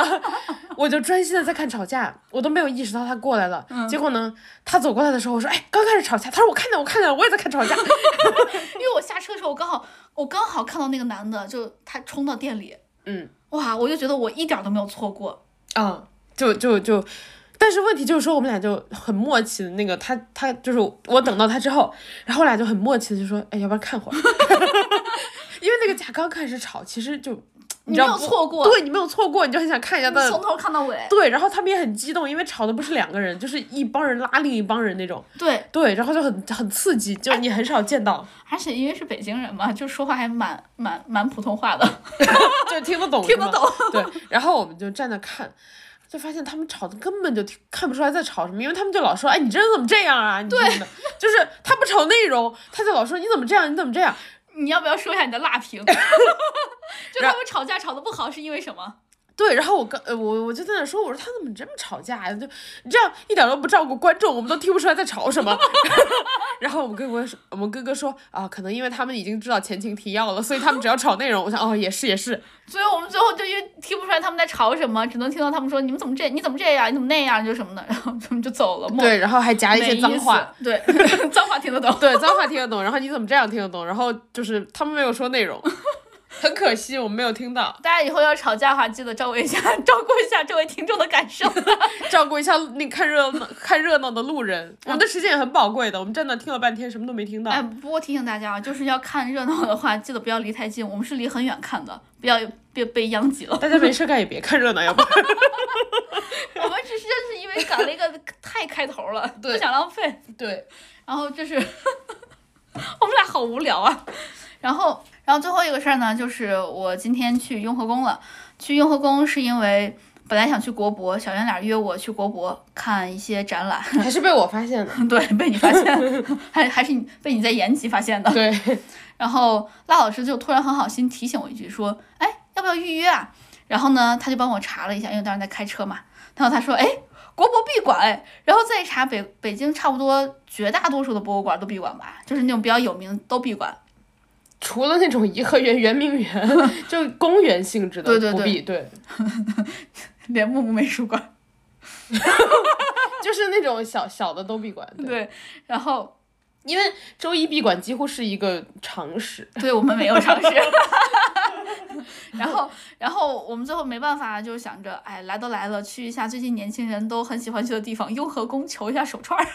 C: 我就专心的在看吵架，我都没有意识到他过来了。结果呢，他走过来的时候，我说：“哎，刚开始吵架。”他说：“我看见，我看见，我也在看吵架。”
A: 因为我下车的时候，我刚好我刚好看到那个男的，就他冲到店里，
C: 嗯，
A: 哇，我就觉得我一点儿都没有错过，
C: 啊，就就就，但是问题就是说我们俩就很默契的那个，他他就是我等到他之后，然后我俩就很默契的就说，哎，要不然看会儿， 因为那个架刚开始吵，其实就
A: 你
C: 知
A: 没
C: 道
A: 有
C: 不
A: 错过，
C: 对你没有错过，你就很想看一下
A: 你
C: 他
A: 从
C: 的。
A: 头看到尾，
C: 对，然后他们也很激动，因为吵的不是两个人，就是一帮人拉另一帮人那种。
A: 对，
C: 对，然后就很很刺激，就你很少见到，
A: 而且因为是北京人嘛，就说话还蛮蛮蛮普通话的，
C: 就听得懂，
A: 听得
C: 是吗
A: 懂。
C: 对，然后我们就站那看，就发现他们吵的根本就听看不出来在吵什么，因为他们就老说，哎，你这人怎么这样啊？你对，就是他不吵内容，他就老说你怎么这样，你怎么这样。
A: 你要不要说一下你的辣评？ 就他们吵架吵得不好是因为什么？
C: 对，然后我刚呃我我就在那说，我说他怎么这么吵架呀、就你这样一点都不照顾观众，我们都听不出来在吵什么。 然后我们哥哥说，我们哥哥说啊，可能因为他们已经知道前情提要了，所以他们只要吵内容。我想哦，也是也是，
A: 所以我们最后就因为听不出来他们在吵什么，只能听到他们说你们怎么这你怎么这样，你怎么那样，就什么的，然 后他们就走了。默
C: 对，然后还夹了一
A: 没
C: 些
A: 意
C: 脏
A: 思
C: 话。，
A: 对， 脏话听得懂。
C: 对，脏话听得懂，然后你怎么这样听得懂？然后就是他们没有说内 容，很可惜我们没有听到，
A: 大家以后要吵架的话，记得照顾一下，照顾一下这位听众的感受。
C: 照顾一下那看热闹看热闹的路人。我们的时间也很宝贵的，我们站那听了半天，什么都没听到。
A: 哎，不过提醒大家啊，就是要看热闹的话，记得不要离太近，我们是离很远看的，不要别被殃及了。
C: 大家没事干也别看热闹，要不然
A: 我们只是真是因为赶了一个太开头 了，不
C: 对
A: 想浪费。
C: 对
A: 然后就是我们俩好无聊啊。然后，然后最后一个事儿呢，就是我今天去雍和宫了。去雍和宫是因为本来想去国博，小圆脸约我去国博看一些展览。
C: 还是被我发现的。
A: 对，被你发现， 还还是你被你在延吉发现的。
C: 对，
A: 然后辣老师就突然很好心提醒我一句，说：“哎，要不要预约啊？”然后呢，他就帮我查了一下，因为当时在开车嘛。然后他说：“哎，国博闭馆。”哎，然后再一查北北京差不多绝大多数的博物馆都闭馆吧，就是那种比较有名的都闭馆。
C: 除了那种颐和园、圆明园， 就公园性质的
A: 对对
C: 不
A: 对
C: 必对，
A: 连木木美术馆。
C: 就是那种小小的都闭馆。对
A: 对，然后
C: 因为周一闭馆几乎是一个常识。
A: 对我们没有尝试。 然后，然后我们最后没办法，就是想着，哎，来都来了，去一下最近年轻人都很喜欢去的地方——雍和宫，求一下手串儿。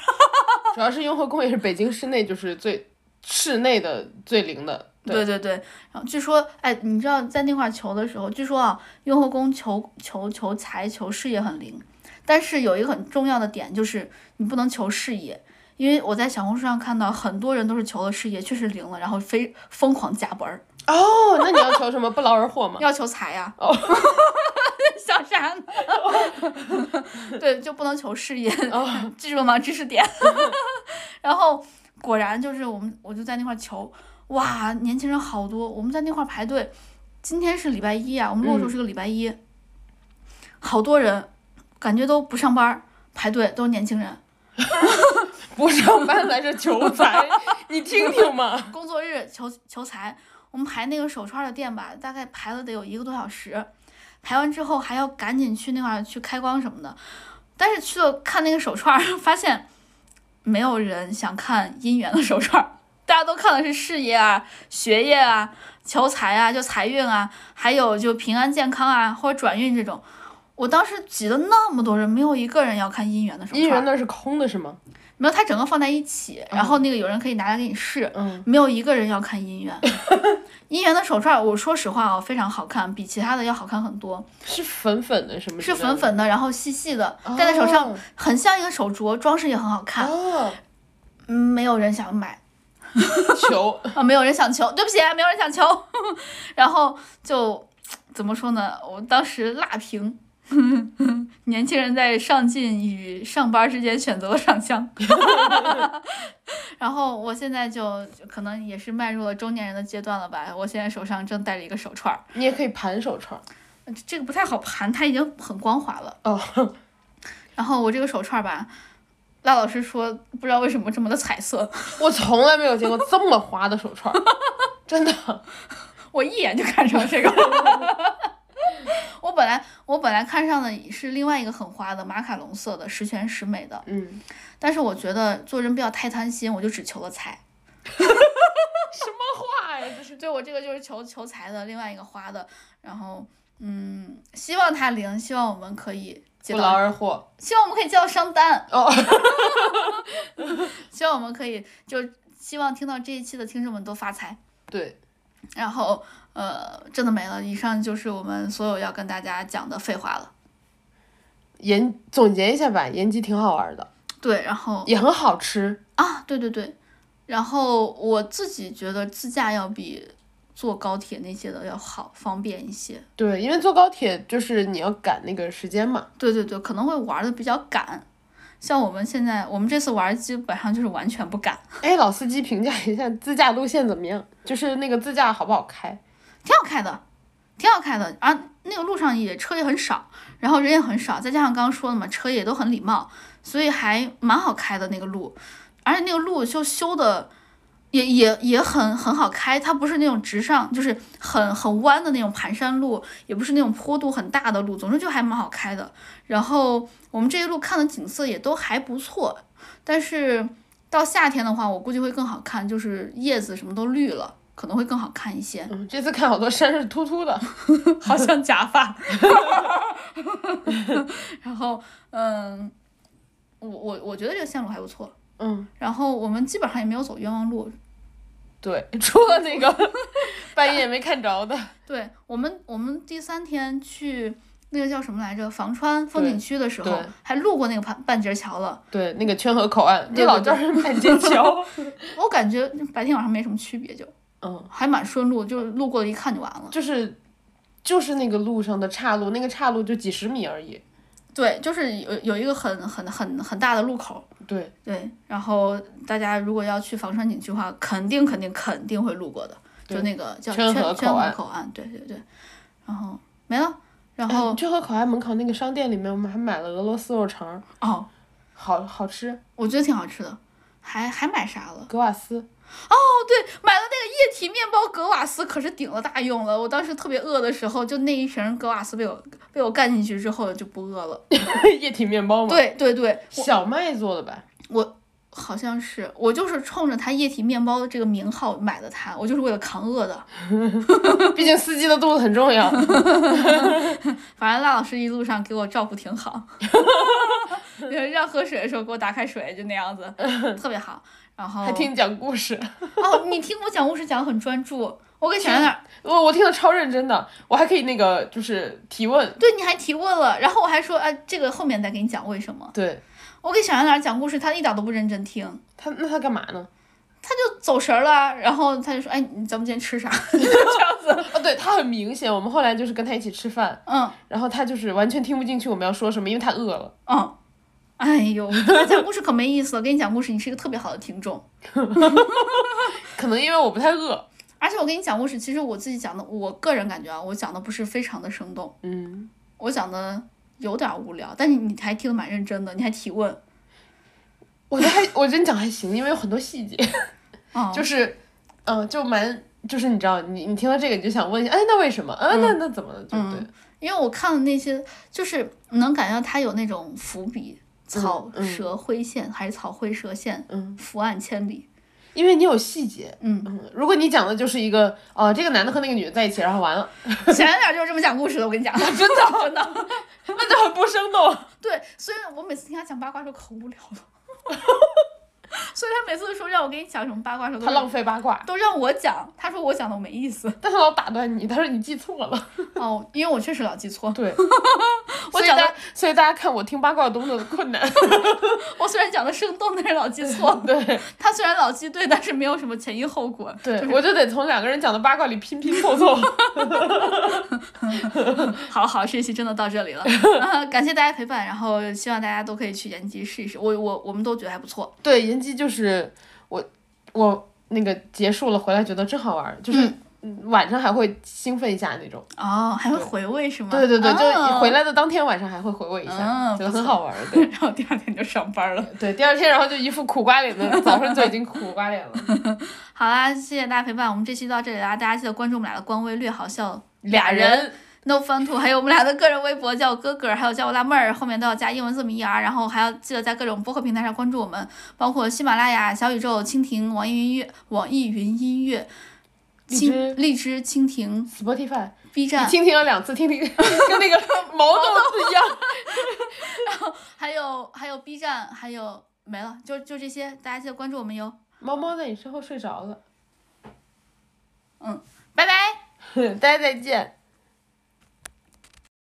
C: 主要是雍和宫也是北京市内就是最室内的最灵的，
A: 对对对，然后据说，哎，你知道在那块儿求的时候，据说啊，雍和宫求求求财求事业很灵，但是有一个很重要的点就是你不能求事业，因为我在小红书上看到很多人都是求了事业，确实灵了，然后非疯狂加班儿，
C: 哦，那你要求什么不劳而获吗？
A: 要求财呀、 啊。想啥呢？对，就不能求事业，记住了吗？知识点。 然后果然就是我们，我就在那块求，哇，年轻人好多，我们在那块排队。今天是礼拜一啊，我们录的时候是个礼拜一，好多人，感觉都不上班排队，都是年轻人。
C: 不上班来这求财， 你听听嘛。
A: 工作日求求财，我们排那个手串的店吧，大概排了得有一个多小时。排完之后还要赶紧去那块儿去开光什么的，但是去了看那个手串， 发现没有人想看姻缘的手串，大家都看的是事业啊、学业啊、求财啊、就财运啊，还有就平安健康啊或者转运这种。我当时挤了那么多人，没有一个人要看姻缘的手嗯串。
C: 姻缘那是空的是吗？
A: 没有，它整个放在一起，然后那个有人可以拿来给你试。
C: 嗯，
A: 没有一个人要看姻 缘。姻缘的手串，我说实话啊、哦，非常好看，比其他的要好看很多。
C: 是粉粉的，什么？
A: 是粉粉的，然后细细的，戴在手上、
C: 哦
A: 很像一个手镯，装饰也很好看。
C: 哦，
A: 嗯，没有人想买
C: 求
A: 啊，没有人想求，对不起，啊没有人想求。 然后就怎么说呢？我当时辣评。 年轻人在上进与上班之间选择了上香， 然后我现在就可能也是迈入了中年人的阶段了吧。我现在手上正戴着一个手串儿，
C: 你也可以盘手串。
A: 这个不太好盘，它已经很光滑了。
C: 哦，
A: 然后我这个手串儿吧，赖老师说不知道为什么这么的彩色，
C: 我从来没有见过这么滑的手串， 真的。
A: 我一眼就看上这个。 我本来我本来看上的是另外一个很花的马卡龙色的，十全十美的，
C: 嗯，
A: 但是我觉得做人不要太贪心，我就只求了财。
C: 什么话呀？这是
A: 对我这个就是求求财的另外一个花的，然后嗯，希望它灵，希望我们可以接
C: 不劳
A: 到，
C: 而获。
A: 希望我们可以接到商单，
C: 哦，
A: 希望我们可以就希望听到这一期的听众们都发财。
C: 对，
A: 然后呃，真的没了，以上就是我们所有要跟大家讲的废话了。
C: 延总结一下吧，延吉挺好玩的，
A: 对，然后
C: 也很好吃。
A: 啊，对对对，然后我自己觉得自驾要比坐高铁那些的要好方便一些。
C: 对，因为坐高铁就是你要赶那个时间嘛。
A: 对对对，可能会玩的比较赶。像我们现在，我们这次玩儿基本上就是完全不赶，
C: 哎，老司机评价一下自驾路线怎么样？就是那个自驾好不好开？
A: 挺好开的，挺好开的。啊，那个路上也车也很少，然后人也很少，再加上刚刚说的嘛，车也都很礼貌，所以还蛮好开的那个路。而且那个路就修的也也也很很好开，它不是那种直上，就是很很弯的那种盘山路，也不是那种坡度很大的路，总之就还蛮好开的。然后我们这一路看的景色也都还不错，但是到夏天的话，我估计会更好看，就是叶子什么都绿了，可能会更好看一些。
C: 嗯，这次看好多山是秃秃的。
A: 好像假发。然后，嗯，我我我觉得这个线路还不错。
C: 嗯，
A: 然后我们基本上也没有走冤枉路。
C: 对，除了那个半夜没看着的。
A: 对我们，我们第三天去那个叫什么来着房川风景区的时候
C: 对，
A: 还路过那个半半截桥了。
C: 对，那个圈河口岸，
A: 对
C: 这老叫人半 截桥。
A: 我感觉白天晚上没什么区别就，
C: 嗯，
A: 还蛮顺路，就是路过了一看就完了。
C: 就是就是那个路上的岔路，那个岔路就几十米而已。
A: 对，就是有有一个很很很很大的路口，
C: 对，
A: 对，然后大家如果要去房川景区的话，肯定肯定肯定会路过的，就
C: 对
A: 那个叫
C: 圈
A: 圈
C: 河口
A: 圈河
C: 岸
A: 口岸，对对对，然后没了，然后、
C: 哎圈河口岸门口那个商店里面，我们还买了俄罗斯肉肠，
A: 哦，
C: 好好吃，
A: 我觉得挺好吃的，还还买啥了？
C: 格瓦斯。
A: 哦，对，买了那个液体面包格瓦斯，可是顶了大用了。我当时特别饿的时候，就那一瓶格瓦斯被我被我干进去之后就不饿了。
C: 液体面包嘛，
A: 对对对，
C: 小麦做的吧？
A: 我好像是我就是冲着它液体面包的这个名号买的它，我就是为了扛饿的。
C: 毕竟司机的肚子很重 要。
A: 反正赖老师一路上给我照顾挺好，就是要喝水的时候给我打开水，就那样子，特别好。然后
C: 还听你讲故事，
A: 哦，你听我讲故事讲得很专注，我给前点，
C: 我我听得超认真的，我还可以那个就是提问，
A: 对你还提问了，然后我还说啊，这个后面再给你讲为什么。
C: 对
A: 我给小圆脸讲故事，他一点都不认真听，
C: 他那他干嘛呢？
A: 就走神儿了，然后他就说，哎，你咱们今天吃啥？
C: 哦，对他很明显，我们后来就是跟他一起吃饭，
A: 嗯
C: 然后他就是完全听不进去我们要说什么，因为他饿了。
A: 嗯，哎呦，跟他讲故事可没意思了，给你讲故事，你是一个特别好的听众。
C: 可能因为我不太饿。
A: 而且我给你讲故事，其实我自己讲的，我个人感觉啊，我讲的不是非常的生动，
C: 嗯，
A: 我讲的有点无聊，但是你还听得蛮认真的，你还提问，
C: 我觉得还我真讲还行，因为有很多细节，
A: 嗯，
C: 就是，嗯、就蛮就是你知道，你你听到这个你就想问一下，哎，那为什么？嗯、那那怎么了？对不对？
A: 因为我看了那些，就是能感觉到他有那种伏笔，草
C: 嗯
A: 蛇灰线、还是草灰蛇线，
C: 嗯，
A: 伏案千里，
C: 因为你有细节。
A: 嗯，
C: 嗯，如果你讲的就是一个，哦、这个男的和那个女的在一起，然后完了，
A: 前两点就是这么讲故事的，我跟你讲， 真的真的，
C: 那就很不生动。
A: 对，所以我每次听他讲八卦的时候可无聊了， 所以他每次说让我给你讲什么八卦的时候，
C: 他浪费八卦，
A: 都让我讲，他说我讲的没意思
C: 但他老打断你，他说你记错了。
A: 哦，因为我确实老记错。
C: 对，
A: 我
C: 所以
A: 讲
C: 大
A: 的
C: 家，所以大家看我听八卦有多么的困难。
A: 我虽然讲的生动，但是老记错。
C: 对
A: 他虽然老记对，但是没有什么前因后果。
C: 对，我就得从两个人讲的八卦里拼拼凑凑。
A: 好好，这一期真的到这里 了，啊感谢大家陪伴，然后希望大家都可以去延吉试一试，我我我们都觉得还不错。
C: 对，延吉就是我我那个结束了回来觉得真好玩儿，就是嗯晚上还会兴奋一下那种。
A: 哦，还会回味是吗？
C: 对对对，就
A: 哦
C: 回。来的当天晚上还会回味一下，
A: 嗯
C: 觉得
A: 不
C: 很
A: 错
C: 好玩儿。对
A: 然后第二天就上班了。
C: 对，第二天然后就一副苦瓜脸的，早上就已经苦瓜脸了。
A: 好啦，谢谢大家陪伴，我们这期到这里啦，大家记得关注我们俩的官微“略好笑
C: 俩人
A: No Fun Two，还有我们俩的个人微博叫我哥哥，还有叫我辣妹儿，后面都要加英文字母 E R，然后还要记得在各种播客平台上关注我们，包括喜马拉雅、小宇宙、蜻蜓、网易云音乐、网易云音乐、
C: 荔枝
A: 蜻荔枝、蜻蜓、
C: Spotify，
A: B 站，
C: 听听有两次，听 听跟那个毛豆子一样。
A: 还有还有 B 站，还有没了，就就这些，大家记得关注我们哟，
C: 猫猫在你身后睡着了，
A: 拜拜。
C: 大家再见。